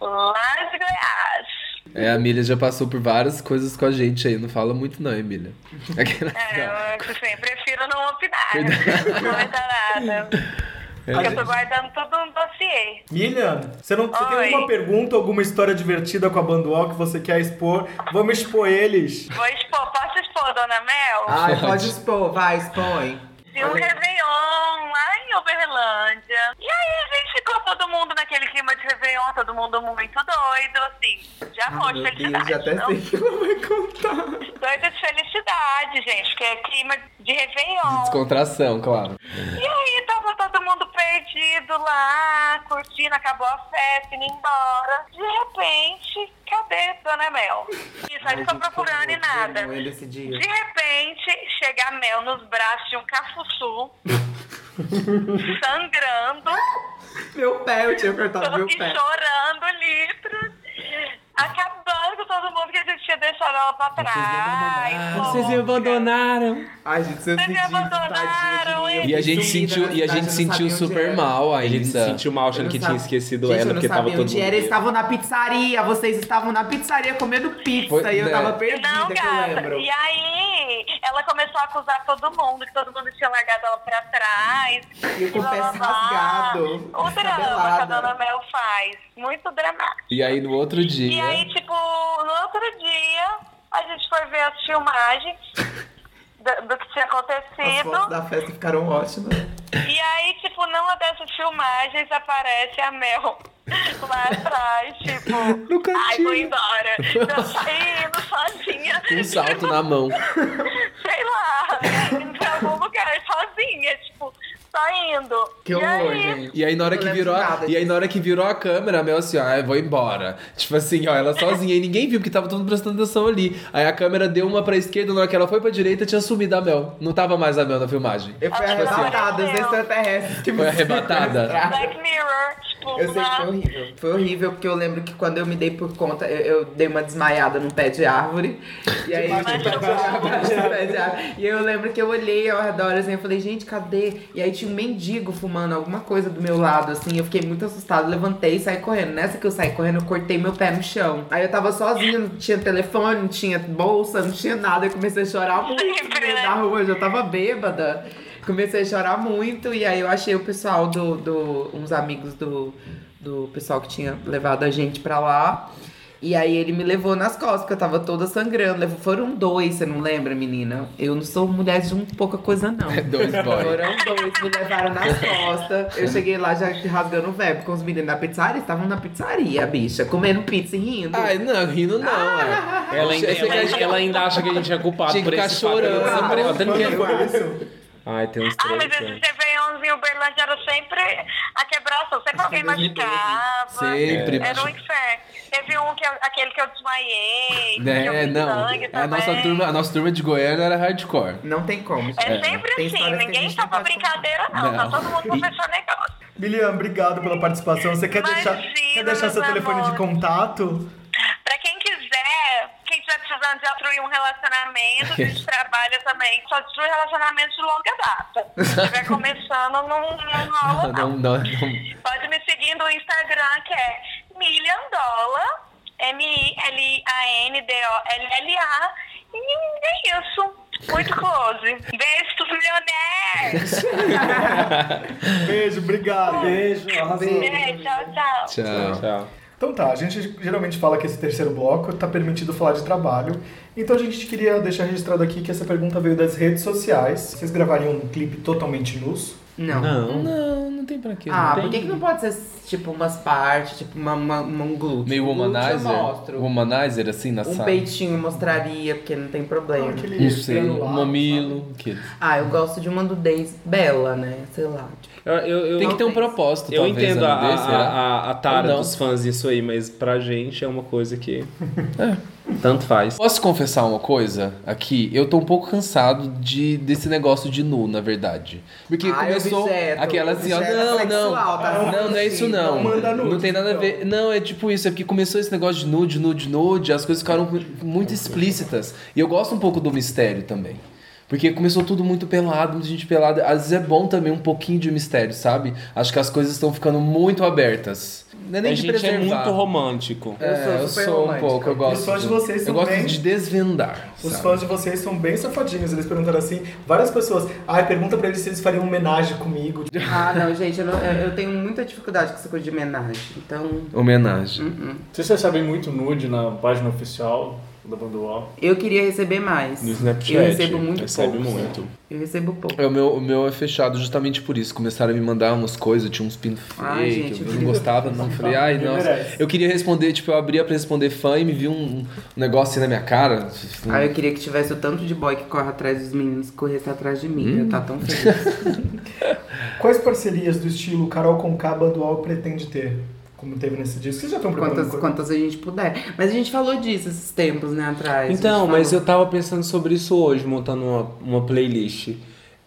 S9: Lá de Goiás.
S3: É, a Milha já passou por várias coisas com a gente aí. Não fala muito não, hein, Milha? Aquela-
S9: É, eu assim, prefiro não opinar, não comentar nada.
S2: É.
S9: Porque eu tô guardando tudo um dossiê.
S4: Miriam, você não você tem
S9: Oi.
S4: alguma pergunta, alguma história divertida com a Bandual que você quer expor? Vamos expor eles.
S9: Vou expor, posso expor, Dona Mel?
S2: Ai, pode expor, vai, expõe.
S9: De um Réveillon lá em Uberlândia. E aí a gente ficou todo mundo naquele clima de Réveillon, todo mundo muito doido, assim. Já foi
S2: Meu Deus,
S9: felicidade.
S2: já até
S9: não?
S2: sei o que ela vai contar.
S9: Doido de felicidade, gente, que é clima de Réveillon.
S3: Descontração, claro.
S9: E aí tava todo mundo perdido lá, curtindo, acabou a festa, indo embora. De repente, cadê Dona Mel? Isso, aí ficou procurando e nada.
S2: Vergonha desse dia.
S9: De repente, chega a Mel nos braços de um cafuçu, sangrando,
S2: Meu pé, eu tinha apertado
S9: todo
S2: Tá meu
S9: e
S2: pé.
S9: chorando litros, acabando com todo mundo que a gente tinha deixado ela pra trás. Vocês me
S5: abandonaram.
S2: Ai, gente, vocês
S9: Vocês me
S2: pediram,
S9: abandonaram,
S2: tadinha de mim.
S3: E a
S9: Eu
S3: gente
S2: Sumida
S3: sentiu,
S2: na
S3: e a
S2: cidade,
S3: gente
S2: eu não
S3: sentiu
S2: sabia onde
S3: super
S2: era.
S3: mal ainda.
S1: Ele se sentiu mal
S2: Eu
S1: achando
S2: não
S1: que tinha
S2: sabia-
S1: esquecido
S2: Gente,
S1: ela,
S2: eu não
S1: porque tava
S2: sabia
S1: todo
S2: onde
S1: mundo.
S2: era, eles estavam na pizzaria, vocês estavam na pizzaria comendo pizza
S3: Foi-
S2: e eu
S3: né?
S2: tava perdida,
S9: Não,
S2: que eu
S9: gata.
S2: lembro.
S9: E aí, ela começou a acusar todo mundo, que todo mundo tinha largado ela pra trás.
S2: E eu com o pé
S9: blá, blá, blá.
S2: rasgado,
S9: O drama que a
S2: descabelada.
S9: Dona Mel faz. Muito dramático.
S3: E é? aí no outro dia.
S9: E aí, tipo, no outro dia, a gente foi ver as filmagens do, do que tinha
S2: As fotos
S9: acontecido.
S2: da festa ficaram ótimas.
S9: E aí, tipo, numa dessas filmagens aparece a Mel. Lá atrás, tipo, ai, vou
S3: um
S9: embora. Tô saindo sozinha.
S3: com um salto na mão.
S9: sei lá, indo pra algum lugar sozinha, tipo, saindo.
S2: Que
S9: e
S2: horror,
S9: aí,
S2: gente.
S3: E aí na hora
S2: Não
S3: que
S2: lembro
S3: virou,
S2: de
S3: a-
S2: nada
S3: e aí na hora que virou a câmera, a Mel assim, ó, ah, eu vou embora. Tipo assim, ó, ela sozinha e ninguém viu porque tava todo mundo prestando atenção ali. Aí a câmera deu uma pra esquerda, na hora que ela foi pra direita, tinha sumido a Mel. Não tava mais a Mel na filmagem.
S2: Eu fui
S9: Ah, tipo assim,
S2: arrebatada, os
S9: meu.
S2: extraterrestres que me
S3: Foi arrebatada.
S9: Black Mirror,
S2: Eu
S9: tipo,
S2: sei que foi
S9: lá.
S2: horrível. Foi horrível porque eu lembro que quando eu me dei por conta, eu, eu dei uma desmaiada num pé de árvore. E aí, tipo,
S9: Debaixo do pé de
S2: Debaixo do pé de árvore. E eu lembro que eu olhei ao redor assim, eu falei, gente, cadê? E aí tinha um mendigo fumando alguma coisa do meu lado, assim. Eu fiquei muito assustada, levantei e saí correndo. Nessa que eu saí correndo, eu cortei meu pé no chão. Aí eu tava sozinha, não tinha telefone, não tinha bolsa, não tinha nada. Eu comecei a chorar muito no
S9: Sempre,
S2: meio
S9: né?
S2: da rua, Ah, eu já tava bêbada. Comecei a chorar muito e aí eu achei o pessoal do. do uns amigos do, do pessoal que tinha levado a gente pra lá. E aí ele me levou nas costas, porque eu tava toda sangrando. Levou- Foram dois, você não lembra, menina? Eu não sou mulher de um pouca coisa, não.
S3: Dois boys.
S2: Foram dois, me levaram nas costas. Eu cheguei lá já rasgando o verbo com os meninos na pizzaria. Estavam na pizzaria, bicha, comendo pizza e rindo.
S3: Ai, não, rindo não, é.
S5: Ela ainda,
S3: Você
S5: ela,
S3: acha que-
S5: ela ainda acha que a gente é culpado
S3: Tinha que
S5: por
S3: ficar
S5: esse papel.
S3: chorando.
S5: Essa mulher, ela tá
S4: Quando
S5: ninguém-
S4: foi isso?
S1: Ai, tem uns
S9: Ah, mas
S1: três.
S9: esses
S1: né?
S2: é.
S9: Réveillons em Uberlândia era sempre a quebração, sempre alguém machucava.
S3: Sempre.
S9: Era um inferno. Teve um que eu- aquele que eu desmaiei. que eu
S3: É,
S9: vi
S3: não.
S9: sangue
S3: A nossa
S9: também.
S3: turma, a nossa turma de Goiânia era hardcore.
S2: Não tem como.
S9: É sempre
S2: Tem histórias
S9: assim,
S2: que a
S9: ninguém
S2: gente não
S9: tá pra
S2: pode contar.
S9: brincadeira, não. Tá todo mundo professor negócio.
S4: Miriam, obrigado pela participação. Você quer deixar,
S9: Imagina,
S4: quer deixar seu
S9: meu
S4: telefone de
S9: amor.
S4: contato?
S9: Pra quem quiser, quem estiver precisando tentando destruir um relacionamento, a gente trabalha também, só destrui relacionamento de longa data. Se estiver começando, não, não rola não.
S3: Não, não, não.
S9: Pode me seguir no Instagram, que é Miliandola, M-I-L-A-N-D-O-L-L-A. E é isso. Muito close. Beijo pros milionários.
S4: Beijo, obrigado.
S6: Beijo, arrasou.
S9: Beijo, tchau, tchau.
S3: Tchau.
S5: Tchau.
S4: Então tá, a gente geralmente fala que esse terceiro bloco tá permitido falar de trabalho. Então a gente queria deixar registrado aqui que essa pergunta veio das redes sociais. Vocês gravariam um clipe totalmente nus?
S2: Não.
S10: Não.
S3: Não, não tem pra quê.
S2: Ah,
S3: não
S2: por que,
S3: tem.
S2: que não pode ser tipo umas partes, tipo uma, uma, uma- um glúteo?
S3: Meio
S2: Glúteo
S3: womanizer?
S2: Eu mostro.
S3: Womanizer, assim, na
S2: Um
S3: sala.
S2: peitinho eu mostraria, porque não tem problema.
S4: Aquele
S3: Não sei,
S4: pelo
S3: um
S4: lado,
S3: mamilo. Aqueles.
S2: Ah, eu gosto de uma nudez bela, né? Sei lá. Tipo,
S5: Eu, eu, eu,
S3: Tem que ter um
S2: tem.
S3: propósito,
S5: eu
S3: talvez,
S5: entendo
S3: né,
S5: a,
S3: não desse, será?
S5: a, a, a tara
S3: Ou não.
S5: dos fãs disso aí, mas pra gente é uma coisa que.
S3: É.
S5: Tanto faz.
S3: Posso confessar uma coisa aqui? Eu tô um pouco cansado de, desse negócio de nu, na verdade. Porque
S2: Ah,
S3: começou
S2: objeto,
S3: aquela assim, ó,
S2: objeto
S3: não, não.
S2: sexual, tá?
S3: Não, não é isso não.
S4: Não manda nude,
S3: Não tem nada a
S2: então.
S3: ver. Não, é tipo isso, é porque começou esse negócio de nude, nude, nude, as coisas ficaram muito explícitas. E eu gosto um pouco do mistério também. Porque começou tudo muito pelado, muita gente pelada. Às vezes é bom também um pouquinho de mistério, sabe? Acho que as coisas estão ficando muito abertas. Não é nem
S5: a
S3: de
S5: gente é
S3: preservar.
S5: muito romântico.
S3: É, eu sou,
S2: super
S3: um
S2: romântica.
S3: pouco, eu gosto.
S4: Os fãs de vocês
S3: Eu
S4: são
S3: gosto
S4: bem-
S3: de desvendar.
S4: Os
S3: sabe?
S4: fãs de vocês são bem safadinhos, eles perguntaram assim, várias pessoas, ai, pergunta pra eles se eles fariam homenagem comigo.
S2: Ah, não, gente, eu, não- eu- eu tenho muita dificuldade com essa coisa de homenagem. Então,
S3: Homenagem.
S11: Vocês recebem muito nude na página oficial da Bandual?
S2: eu queria receber mais.
S5: No Snapchat.
S2: eu recebo muito
S5: Recebe
S2: pouco.
S5: É muito.
S2: Eu recebo pouco.
S3: É, O meu, o meu é fechado justamente por isso. Começaram a me mandar umas coisas, tinha uns pin fake,
S2: Ai, gente,
S3: eu
S2: eu
S3: não
S2: queria-
S3: gostava, não. Falei, ai,
S4: Ninguém
S3: nossa.
S4: merece.
S3: Eu queria responder, tipo, eu abria pra responder fã e me vi um, um negócio assim na minha cara. assim,
S2: Ah, eu queria que tivesse o tanto de boy que corre atrás dos meninos que corresse atrás de mim.
S3: Hum.
S2: Eu tá tão feliz.
S4: Quais parcerias do estilo Carol Conká Bandual pretende ter? Como teve nesse disco? Vocês já estão preparando?
S2: quantas, quantas a gente puder. Mas a gente falou disso esses tempos, né, atrás.
S5: Então, mas eu tava pensando sobre isso hoje, montando uma, uma playlist.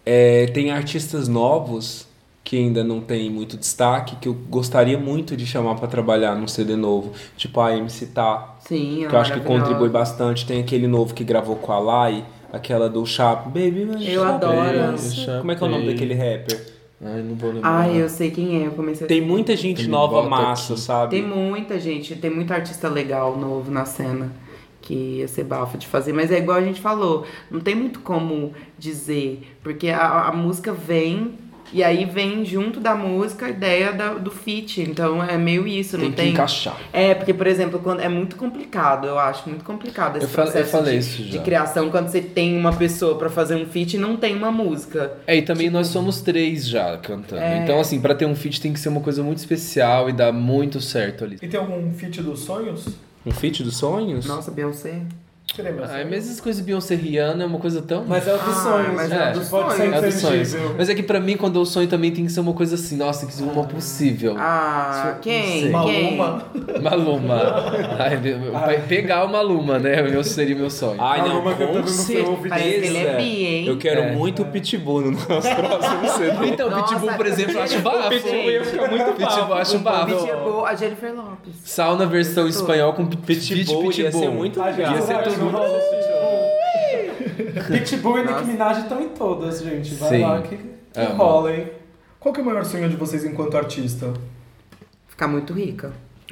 S5: É, tem artistas novos que ainda não tem muito destaque, que eu gostaria muito de chamar pra trabalhar num CD novo. Tipo a MC Tá,
S2: Sim, é
S5: que eu acho que
S2: maravilhosa.
S5: contribui bastante. Tem aquele novo que gravou com a Lai, aquela do Chap. Baby, mas
S2: Eu
S5: Chap-
S2: adoro.
S3: Chap-
S5: Como é que é o nome daquele rapper?
S3: Ai, não vou lembrar.
S2: Ai, eu sei quem é. Eu comecei a
S5: Tem muita gente
S3: Ele
S5: nova
S3: bota
S5: massa, sabe?
S2: Tem muita gente, tem muito artista legal novo na cena que ia ser bafo de fazer, mas é igual a gente falou, não tem muito como dizer, porque a, a música vem e aí vem junto da música a ideia da- do feat, então é meio isso,
S3: Tem
S2: não
S3: que
S2: tem.
S3: encaixar.
S2: É, porque, por exemplo, quando é muito complicado, eu acho muito complicado esse
S3: Eu fal- eu
S2: processo
S3: falei
S2: de,
S3: isso já.
S2: de criação quando você tem uma pessoa pra fazer um feat e não tem uma música.
S3: É, e também nós somos três já cantando. Então, assim, pra ter um feat tem que ser uma coisa muito especial e dar muito certo ali.
S4: E tem algum feat dos sonhos?
S5: Um feat dos sonhos?
S2: Nossa, Beyoncé.
S4: Seria meu
S3: Ai,
S4: sonho.
S3: Ah, mas essas coisas Beyoncé e Rihanna é uma coisa tão.
S6: Mas é o
S2: Ah,
S6: dos sonhos,
S2: mas
S3: é
S6: né?
S3: o dos
S6: Pode ser
S3: É dos
S6: intangível.
S3: sonhos. Mas é que pra mim, quando eu sonho, também tem que ser uma coisa assim, nossa, que uma possível.
S2: Ah, quem? Quem?
S4: Maluma.
S3: Maluma. Ai, meu- meu pai- pegar o Maluma, né? O meu seria meu sonho.
S5: Ai, não,
S6: Alguma
S5: com
S6: cantando no seu ouvido.
S5: certeza.
S2: Parece que ele é bi, hein?
S5: Eu quero
S3: É.
S5: muito o Pitbull no nosso próximo CD.
S3: Então, o
S2: Nossa.
S3: Pitbull, por exemplo, eu acho bafo.
S2: Pitbull ia
S3: ficar muito bafo. Pitbull eu acho
S2: Beat é
S3: bafo.
S2: boa, a Jennifer Lopes.
S3: Sauna versão espanhol com
S5: Pitbull, ia ser muito
S3: Ah,
S6: Ai,
S5: legal.
S6: gente,
S3: ser
S6: vai,
S3: tudo.
S6: não rola Pitbull. Pitbull e Nicki
S2: Nossa.
S6: Minaj estão em todas, gente. Vai
S3: Sim.
S6: lá que, que
S3: Amo.
S6: rola, hein?
S4: Qual que é o maior sonho de vocês enquanto artista?
S2: Ficar muito rica.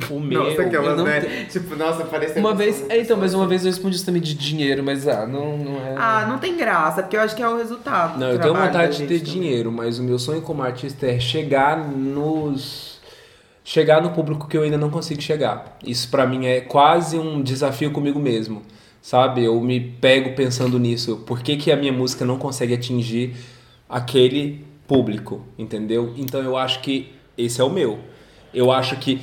S5: O meu.
S3: eu não
S2: Tipo, nossa, pareceu.
S3: Uma vez, é, então, mas uma vez eu respondi isso também de dinheiro, mas ah, não, não é.
S2: Ah, não tem graça, porque eu acho que é o resultado. do
S5: Não, eu tenho
S2: trabalho
S5: vontade
S2: da
S5: de ter
S2: gente também.
S5: dinheiro, mas o meu sonho como artista é chegar nos. Chegar no público que eu ainda não consigo chegar. Isso pra mim é quase um desafio comigo mesmo. Sabe? Eu me pego pensando nisso. Por que, que a minha música não consegue atingir aquele público? Entendeu? Então eu acho que esse é o meu. Eu acho que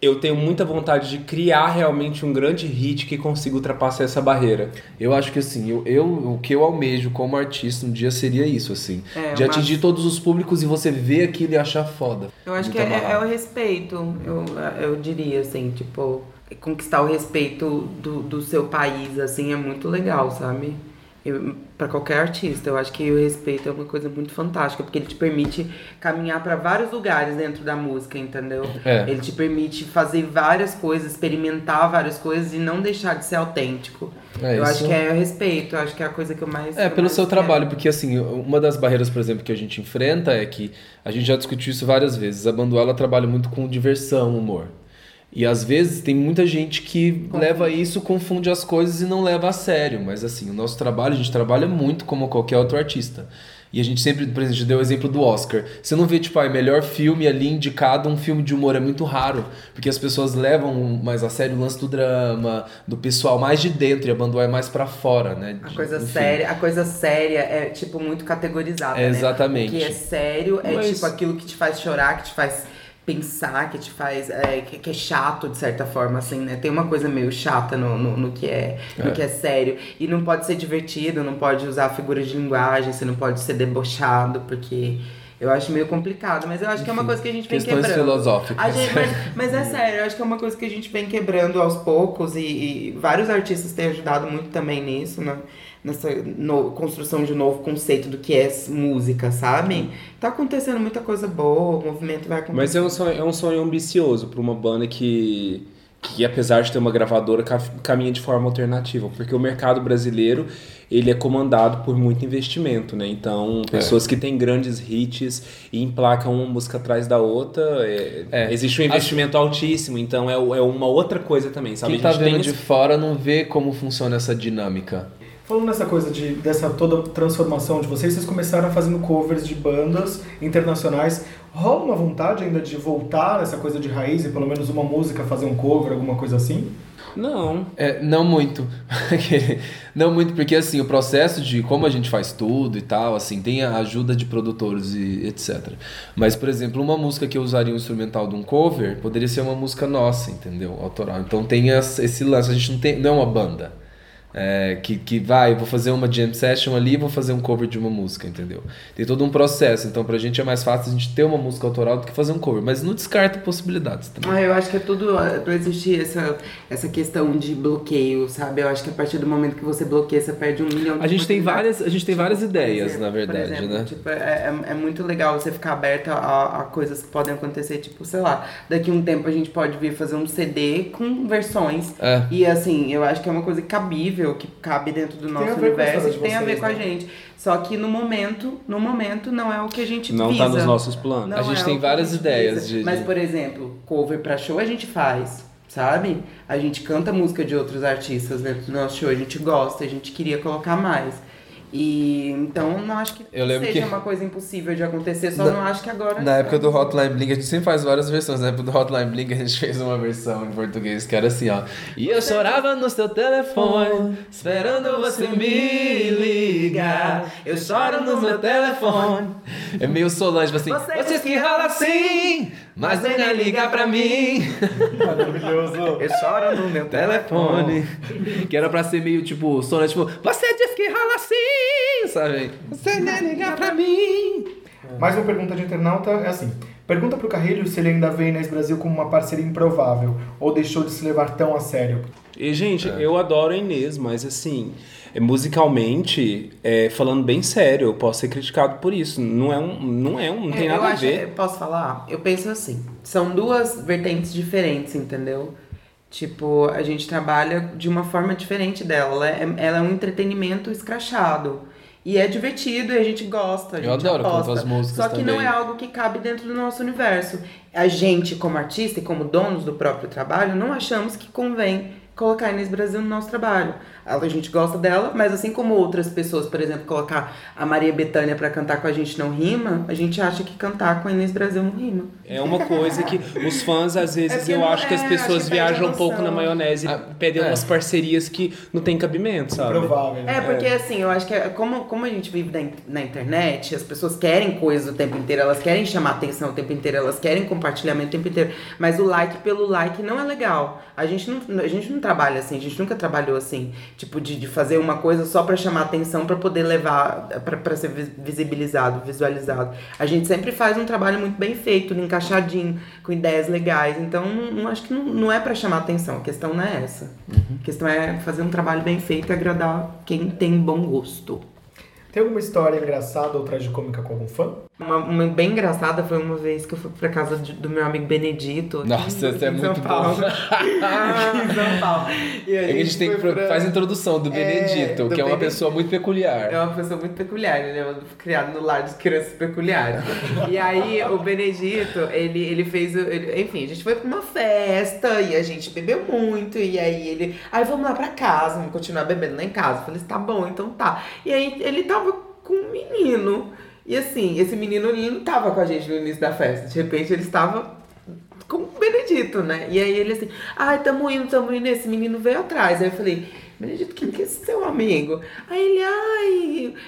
S5: eu tenho muita vontade de criar realmente um grande hit que consiga ultrapassar essa barreira.
S3: Eu acho que assim, eu, eu- o que eu almejo como artista um dia seria isso, assim.
S2: É,
S3: de
S2: uma-
S3: atingir todos os públicos e você ver aquilo e achar foda.
S2: Eu acho
S3: Muito
S2: que é, é-
S3: amarrado.
S2: é o respeito, eu, eu diria, assim, tipo, conquistar o respeito do, do seu país, assim, é muito legal, sabe? Eu, pra- Pra qualquer artista, eu acho que o respeito é uma coisa muito fantástica, porque ele te permite caminhar pra vários lugares dentro da música, entendeu?
S3: É.
S2: Ele te permite fazer várias coisas, experimentar várias coisas e não deixar de ser autêntico.
S3: É,
S2: eu
S3: isso-
S2: acho que é o respeito, eu acho que é a coisa que eu mais.
S3: É,
S2: que eu
S3: pelo
S2: mais
S3: seu
S2: quero.
S3: trabalho, porque assim, uma das barreiras, por exemplo, que a gente enfrenta é que a gente já discutiu isso várias vezes. A Banduela trabalha muito com diversão, humor. E às vezes tem muita gente que leva isso, confunde as coisas e não leva a sério. Mas assim, o nosso trabalho, a gente trabalha muito como qualquer outro artista. E a gente sempre, por exemplo, a gente deu o exemplo do Oscar. Você não vê, tipo, ah, melhor filme ali indicado, um filme de humor é muito raro. Porque as pessoas levam mais a sério o lance do drama, do pessoal mais de dentro, e a Banduela é mais pra fora, né?
S2: A coisa
S3: Enfim.
S2: séria, a coisa séria é tipo muito categorizada,
S3: É,
S2: né?
S3: exatamente.
S2: O que é sério é
S3: Mas-
S2: tipo aquilo que te faz chorar, que te faz pensar, que te faz é, que, que é chato de certa forma, assim, né? Tem uma coisa meio chata no, no, no que é, no
S3: É.
S2: que é sério e não pode ser divertido, não pode usar figuras de linguagem, você não pode ser debochado porque eu acho meio complicado, mas eu acho que é uma coisa que a gente vem
S3: Questões
S2: quebrando.
S3: filosóficas.
S2: A gente- mas, mas é sério, eu acho que é uma coisa que a gente vem quebrando aos poucos e, e vários artistas têm ajudado muito também nisso, né? Nessa no- construção de um novo conceito do que é s- música, sabe? Tá acontecendo muita coisa boa, o movimento vai acontecer.
S1: Mas é um sonho, é um sonho ambicioso pra uma banda que, que apesar de ter uma gravadora, ca- caminha de forma alternativa. Porque o mercado brasileiro, ele é comandado por muito investimento, né? Então,
S3: É.
S1: pessoas que têm grandes hits e emplacam uma música atrás da outra, é-
S3: É.
S1: existe um investimento altíssimo. Então, é, o- é uma outra coisa também, sabe?
S3: Quem tá vendo
S1: esse-
S3: de fora não vê como funciona essa dinâmica.
S4: Falando nessa coisa de, dessa toda transformação de vocês, vocês começaram fazendo covers de bandas internacionais. Rola uma vontade ainda de voltar nessa coisa de raiz e pelo menos uma música fazer um cover, alguma coisa assim?
S1: Não.
S3: É, não muito. não muito, porque assim, o processo de como a gente faz tudo e tal, assim, tem a ajuda de produtores e etc. Mas, por exemplo, uma música que eu usaria um instrumental de um cover poderia ser uma música nossa, entendeu? Autoral. Então tem as- esse lance, a gente não tem. Não é uma banda. é, que, que vai, eu vou fazer uma jam session ali, vou fazer um cover de uma música, entendeu? Tem todo um processo, então pra gente é mais fácil a gente ter uma música autoral do que fazer um cover, mas não descarta possibilidades também.
S2: Ah, eu acho que é tudo ah, pra existir essa, essa questão de bloqueio, sabe? Eu acho que a partir do momento que você bloqueia, você perde um milhão de
S3: A gente tem
S2: oportunidades.
S3: várias, a gente tem várias ideias,
S2: exemplo,
S3: na
S2: Tipo, por
S3: verdade,
S2: exemplo,
S3: né?
S2: Tipo, é, é- é muito legal você ficar aberta a, a coisas que podem acontecer, tipo, sei lá, daqui a um tempo a gente pode vir fazer um CD com versões.
S3: É.
S2: E assim, eu acho que é uma coisa cabível, que cabe dentro do
S4: a
S2: nosso
S4: ver com a
S2: universo
S4: história
S2: e
S4: de
S2: que tem a ver
S4: vocês,
S2: com a
S4: né?
S2: gente. Só que no momento, no momento, não é o que a gente
S1: Não
S2: visa.
S1: tá nos nossos planos.
S2: Não
S3: A gente
S2: é
S3: tem
S2: o que
S3: várias
S2: a gente
S3: ideias
S2: precisa.
S3: de-
S2: Mas,
S3: de-
S2: por exemplo, cover pra show a gente faz, sabe? A gente canta música de outros artistas dentro do nosso show, a gente gosta, a gente queria colocar mais. E então não acho que
S3: Eu lembro
S2: seja
S3: que-
S2: uma coisa impossível de acontecer, só
S3: Na-
S2: não acho que agora. é.
S3: Na época do Hotline Bling, a gente sempre faz várias versões. Na época do Hotline Bling, a gente fez uma versão em português que era assim, ó. E eu chorava no seu telefone, esperando você me ligar. Eu choro no meu telefone. É meio solange, tipo assim,
S2: Você-
S3: vocês que rolam assim, mas nem liga pra mim.
S4: Maravilhoso!
S2: Eu choro no meu
S3: Telefone. Que era pra ser meio tipo solange, tipo, você diz que rola assim, sabe? Você nem liga pra mim.
S4: Mais uma pergunta de internauta é assim. Pergunta pro Carrilho se ele ainda vê a Inês Brasil como uma parceria improvável ou deixou de se levar tão a sério.
S1: E, gente,
S3: É.
S1: eu adoro a Inês, mas assim, é, musicalmente, é, falando bem sério, eu posso ser criticado por isso. Não é um. Não, é um, não tem
S2: Eu
S1: nada a
S2: acho-
S1: ver.
S2: eu Posso falar? Eu penso assim. São duas vertentes diferentes, entendeu? Tipo, a gente trabalha de uma forma diferente dela. Ela é, ela é um entretenimento escrachado. E é divertido e a gente gosta. A
S3: Eu
S2: gente
S3: adoro cantar
S2: aposta.
S3: as músicas
S2: Só que não
S3: também.
S2: é algo que cabe dentro do nosso universo. A gente, como artista e como donos do próprio trabalho, não achamos que convém colocar a Inês Brasil no nosso trabalho. A gente gosta dela, mas assim como outras pessoas, por exemplo, colocar a Maria Bethânia pra cantar com a gente não rima, a gente acha que cantar com a Inês Brasil não rima.
S1: É uma coisa que os fãs, às
S2: É
S1: vezes,
S2: porque
S1: eu
S2: não-
S1: acho que as
S2: é,
S1: pessoas
S2: acho que perde a
S1: viajam um pouco
S2: noção.
S1: na maionese e
S3: Ah,
S1: pedem
S3: é.
S1: umas parcerias que não tem cabimento,
S4: Ah,
S1: sabe?
S4: Improvável.
S2: É, porque assim, eu acho que é- como, como a gente vive na, in- na internet, as pessoas querem coisas o tempo inteiro, elas querem chamar atenção o tempo inteiro, elas querem compartilhamento o tempo inteiro. Mas o like pelo like não é legal. A gente não, a gente não trabalha assim, a gente nunca trabalhou assim, tipo, de, de fazer uma coisa só pra chamar atenção, pra poder levar, pra, pra ser vis- visibilizado, visualizado. A gente sempre faz um trabalho muito bem feito, encaixadinho, com ideias legais. Então, não, não- acho que não, não é pra chamar atenção, a questão
S3: Uhum.
S2: não é essa. A questão é fazer um trabalho bem feito e agradar quem tem bom gosto.
S4: Tem alguma história engraçada ou tragicômica com algum fã?
S2: Uma, uma bem engraçada foi uma vez que eu fui pra casa de- do meu amigo Benedito. aqui
S3: Nossa,
S2: em-
S3: essa é
S2: em
S3: muito
S2: São
S3: boa.
S2: Paulo. Aqui em São Paulo. E
S3: É que a gente tem que
S2: foi
S3: pro-
S2: pra-
S3: faz a introdução do
S2: É,
S3: Benedito,
S2: do
S3: que é uma
S2: Benedito.
S3: pessoa muito peculiar.
S2: É uma pessoa muito peculiar, ele é criado no lar de crianças peculiares. e aí, o Benedito, ele, ele fez. o- ele- enfim, a gente foi pra uma festa e a gente bebeu muito. E aí ele. Aí vamos lá pra casa, vamos continuar bebendo lá em casa. Eu falei, tá bom, então tá. E aí ele tava com um menino. E assim, esse menino ele não tava com a gente no início da festa. De repente ele estava com o Benedito, né? E aí ele assim, ai, tamo indo, tamo indo, esse menino veio atrás. Aí eu falei, Benedito, quem que é esse seu amigo? Aí ele,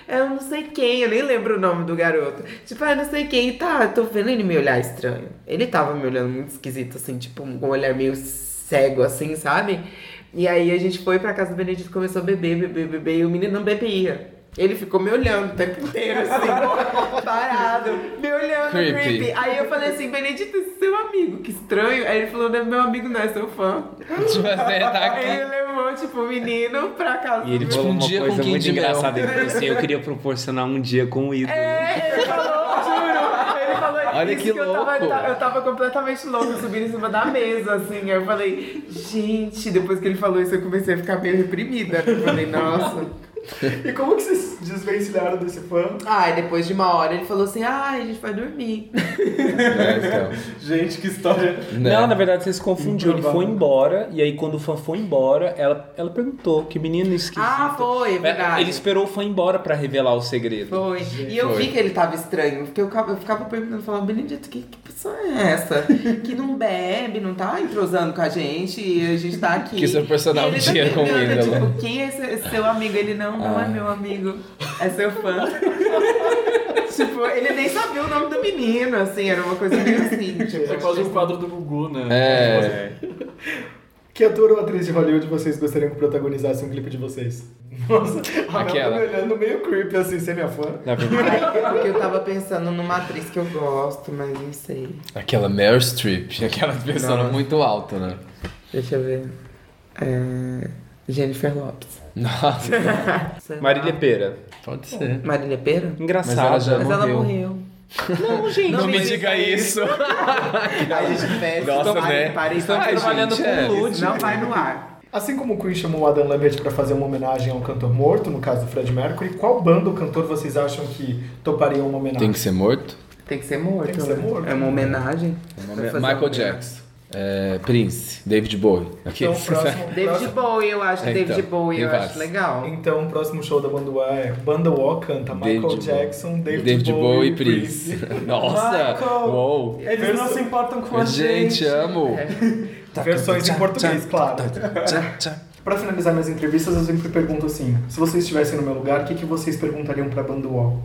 S2: ai, eu não sei quem, eu nem lembro o nome do garoto. Tipo, ai, não sei quem, tá, eu tô vendo ele me olhar estranho. Ele tava me olhando muito esquisito, assim, tipo, um olhar meio cego, assim, sabe? E aí a gente foi pra casa do Benedito, começou a beber, beber, beber, e o menino não bebia. Ele ficou me olhando o tempo inteiro, assim, parado, me olhando,
S3: Creepy.
S2: creepy. Aí eu falei assim, Benedito, esse é seu amigo, que estranho. Aí ele falou, não é meu amigo, não, é seu fã.
S3: Tipo, você tá
S2: Aí ele
S3: aqui.
S2: levou, tipo, o menino pra casa.
S5: E ele
S2: do-
S3: Tipo,
S5: falou
S3: um
S5: uma
S3: dia com
S5: coisa
S3: quem
S5: muito
S3: de mel.
S5: engraçada. Ele falou assim, eu queria proporcionar um dia com o ídolo.
S2: É, ele falou, juro. Ele falou
S3: Olha
S2: isso
S3: que
S2: eu tava,
S3: louco.
S2: ta- eu tava completamente louco subindo em cima da mesa, assim. Aí eu falei, gente, depois que ele falou isso, eu comecei a ficar meio reprimida. Eu falei, nossa.
S4: E como que vocês se desvencilharam desse fã?
S2: Ai, Ah, depois de uma hora ele falou assim, ai, a gente vai dormir.
S3: É, então.
S4: Gente, que história.
S3: Né?
S5: Não, na verdade você se confundiu. Ele
S4: Improvável.
S5: foi embora, e aí quando o fã foi embora, ela, ela perguntou que menino esquisito.
S2: Ah, foi, é verdade.
S5: Ele esperou o fã ir embora pra revelar o segredo.
S2: Foi. E eu vi que ele tava estranho, porque eu ficava, eu ficava perguntando, falando, Benedito, que, que pessoa é essa? Que não bebe, não tá entrosando com a gente, e a gente tá aqui.
S3: Que seu personal
S2: E ele
S3: tinha
S2: tá perguntando,
S3: com o ídolo.
S2: Tipo, quem é esse, esse seu amigo? Ele, não, não é
S3: Ah.
S2: meu amigo, é seu fã. tipo, ele nem sabia o nome do menino, assim, era uma coisa meio assim,
S12: É
S2: tipo...
S12: quase um quadro do Gugu, né?
S3: É.
S4: Que ator ou atriz de Hollywood vocês gostariam que protagonizasse um clipe de vocês? Nossa, a Mel tá
S3: Aquela.
S4: me olhando meio creepy assim, você é minha fã?
S5: Na verdade.
S2: Ai, Porque eu tava pensando numa atriz que eu gosto, mas não sei.
S3: Aquela Meryl Streep, aquela persona
S2: Não.
S3: muito alta, né?
S2: Deixa eu ver. É, Jennifer Lopes.
S3: Nossa,
S2: Sei lá.
S5: Marília Pera.
S3: pode ser.
S2: Marília Pera?
S3: Mas ela
S5: Engraçada.
S3: já
S2: É. Mas ela morreu. Não, gente.
S3: Não me diga isso.
S2: A gente fecha.
S3: Nossa,
S2: Então,
S3: né?
S2: Parem,
S3: Estamos
S2: parem,
S3: trabalhando
S2: gente,
S3: com
S2: é.
S3: nude.
S2: Isso Não vai no ar.
S4: Assim como o Queen chamou o Adam Lambert pra fazer uma homenagem ao cantor morto, no caso do Fred Mercury, qual banda ou cantor vocês acham que toparia uma homenagem?
S3: Tem que ser morto?
S2: Tem que ser morto.
S4: Tem que ser
S2: né?
S4: morto.
S2: É uma homenagem. Vai fazer
S3: Michael
S2: uma
S3: Jackson, é, Prince, David Bowie.
S4: Então,
S3: Aqueles.
S4: o próximo,
S2: David
S4: próximo,
S2: Bowie, eu acho.
S3: É, então,
S2: David Bowie,
S3: tem
S2: eu
S3: vários.
S2: acho legal.
S4: então, o próximo show da banda UA é Banda UA canta
S3: David
S4: Michael
S3: Bowie.
S4: Jackson, David,
S3: David Bowie e
S4: e
S3: Prince. Nossa!
S6: Michael!
S3: Uou!
S6: Eles não se importam com a gente.
S3: Gente, amo!
S4: Versões em português, claro.
S3: Tchá, tchá.
S4: Pra finalizar minhas entrevistas, eu sempre pergunto assim: se vocês estivessem no meu lugar, o que, que vocês perguntariam pra banda UOL?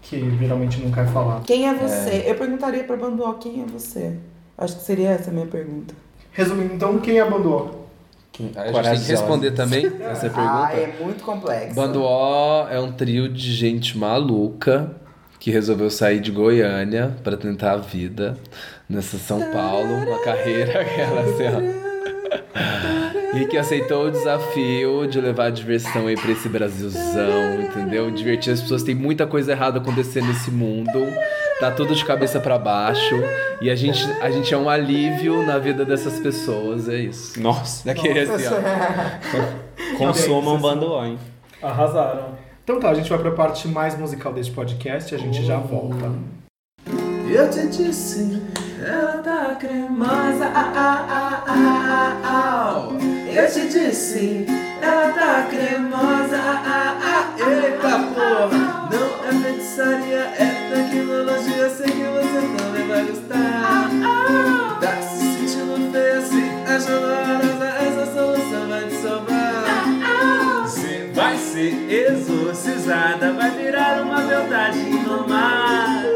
S4: Que geralmente nunca é falado.
S2: Quem é você? Eu perguntaria pra Banduol quem é você. Acho que seria essa a minha pergunta.
S4: Resumindo, então, quem é a banda UOL?
S3: A gente tem que responder também essa
S2: Ah,
S3: pergunta.
S2: é muito complexo.
S3: Banduó é um trio de gente maluca que resolveu sair de Goiânia pra tentar a vida nessa São Paulo, uma carreira aquela assim, ó. E que aceitou o desafio de levar a diversão aí pra esse Brasilzão, entendeu? Divertir as pessoas. Tem muita coisa errada acontecendo nesse mundo. Tá tudo de cabeça pra baixo. E a gente, a gente é um alívio na vida dessas pessoas, é isso.
S5: Nossa,
S3: Daquele assim, ó. um
S5: consumam bandoó, hein?
S6: Arrasaram.
S4: Então tá, a gente vai pra parte mais musical deste podcast e a gente já volta.
S13: Eu te disse, ela tá cremosa, ah, ah, ah, ah, ah, au. Eu te disse, ela tá cremosa, ah, ah, ah, eita porra. Não é feitiçaria, é tecnologia, eu sei que você também vai gostar. Tá se sentindo feia, se achando horrorosa, ah, essa solução vai te salvar. Você vai ser exorcizada, vai virar uma verdade indomada.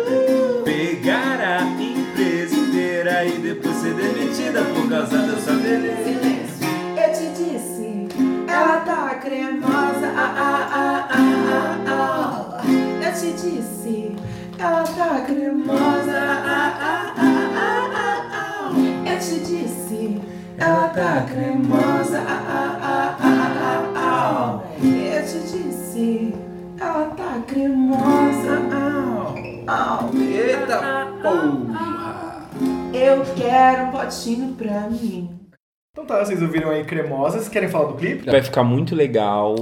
S13: Pegará a
S2: É.
S13: empresa inteira e depois ser demitida por causa da sua beleza.
S7: Eu te disse, ela tá cremosa, ah, ah, ah, ah, ah, ah. Eu te disse, ela tá cremosa, ah, ah, ah, ah, ah, ah. Eu te disse, ela tá cremosa, ah, ah, ah, ah, ah, ah. Eu te disse, ela Ela tá cremosa. ah, Au, au.
S2: Eita
S7: Eu quero um potinho pra mim.
S4: Então tá, vocês ouviram aí Cremosas, querem falar do clipe?
S5: Vai ficar muito legal.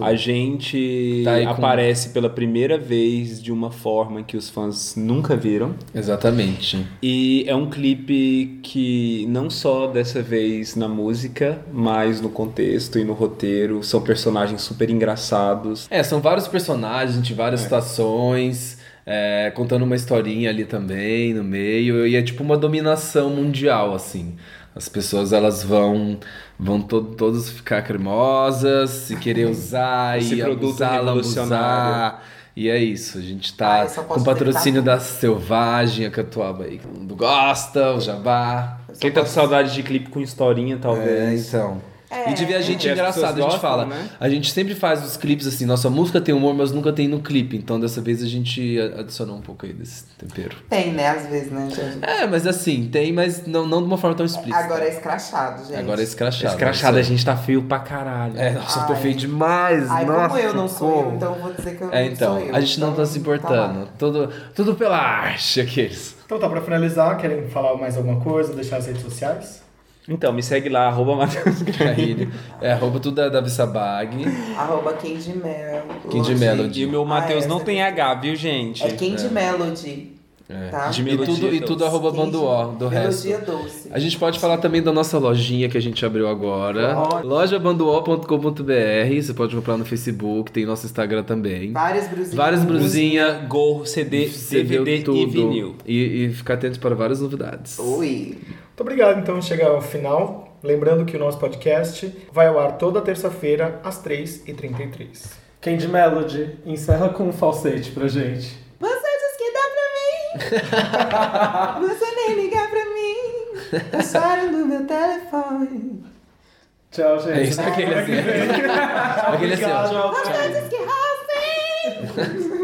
S5: A gente
S3: Tá aí com-
S5: aparece pela primeira vez de uma forma que os fãs nunca viram.
S3: Exatamente.
S5: E é um clipe que não só dessa vez na música, mas no contexto e no roteiro, são personagens super engraçados.
S3: É, são vários personagens de
S5: É.
S3: várias situações, é, contando uma historinha ali também no meio, e é tipo uma dominação mundial, assim. As pessoas elas vão vão to todas ficar cremosas, se querer usar
S5: Esse
S3: e
S5: produto
S3: abusar,
S5: revolucionário.
S3: lambuzar. E é isso, a gente tá
S2: Ah, eu só posso
S3: com patrocínio da Selvagem, a Catuaba aí, que todo mundo gosta, o Jabá.
S5: Quem tá com saudade de clipe com historinha,
S3: É,
S5: talvez.
S3: então. E de ver a gente
S5: E
S3: é
S5: as pessoas
S3: engraçado, a gente
S5: gostam,
S3: fala.
S5: né?
S3: A gente sempre faz os clipes assim, nossa música tem humor, mas nunca tem no clipe. Então dessa vez a gente a- adicionou um pouco aí desse tempero.
S2: Tem, né? Às vezes, né, gente?
S3: É, mas assim, tem, mas não, não de uma forma tão explícita.
S2: Agora é escrachado, gente.
S3: Agora é escrachado.
S5: Escrachado, a
S3: isso
S5: gente tá feio pra caralho.
S3: aí. É, nossa, eu tô
S2: Ai.
S3: feio demais.
S2: Ai,
S3: nossa,
S2: como eu não sou eu,
S3: como.
S2: então eu vou dizer que eu
S3: É,
S2: não
S3: então,
S2: sou eu.
S3: a gente não tá se
S2: lá.
S3: importando. Tudo, tudo pela arte, aqueles.
S4: Então tá, pra finalizar, querem falar mais alguma coisa, deixar as redes sociais?
S5: Então, me segue lá, arroba Matheus
S3: Carrilho. É, arroba tudo da, da Vissabag.
S2: Arroba Candy Mel.
S3: Candy Melody.
S5: E o meu
S2: Ah,
S5: Matheus
S2: é,
S5: não
S2: você
S5: tem H, viu, gente?
S2: É Candy Melody,
S3: É.
S2: tá?
S5: De
S3: E tudo, e tudo é arroba
S2: Candy-
S3: banduó, do resto.
S2: Melodia doce.
S3: A gente pode falar também da nossa lojinha que a gente abriu agora. Lojabanduol.com.br. Você pode comprar no Facebook, tem nosso Instagram também.
S2: Várias brusinhas.
S3: Várias brusinhas,
S5: Cozinha, Gol, CD, DVD e vinil.
S3: E, e ficar atento para várias novidades.
S2: Ui.
S4: Muito obrigado, então, chega ao final. Lembrando que o nosso podcast vai ao ar toda terça-feira, às 3h33.
S6: Candy Melody, encerra com um falsete pra gente.
S7: Você diz que dá pra mim. Você nem liga pra mim. Passaram do meu telefone.
S6: Tchau, gente.
S5: É
S3: É isso, aquele assim. aquele assim, ó.
S6: Tchau.
S7: Você diz que rastem.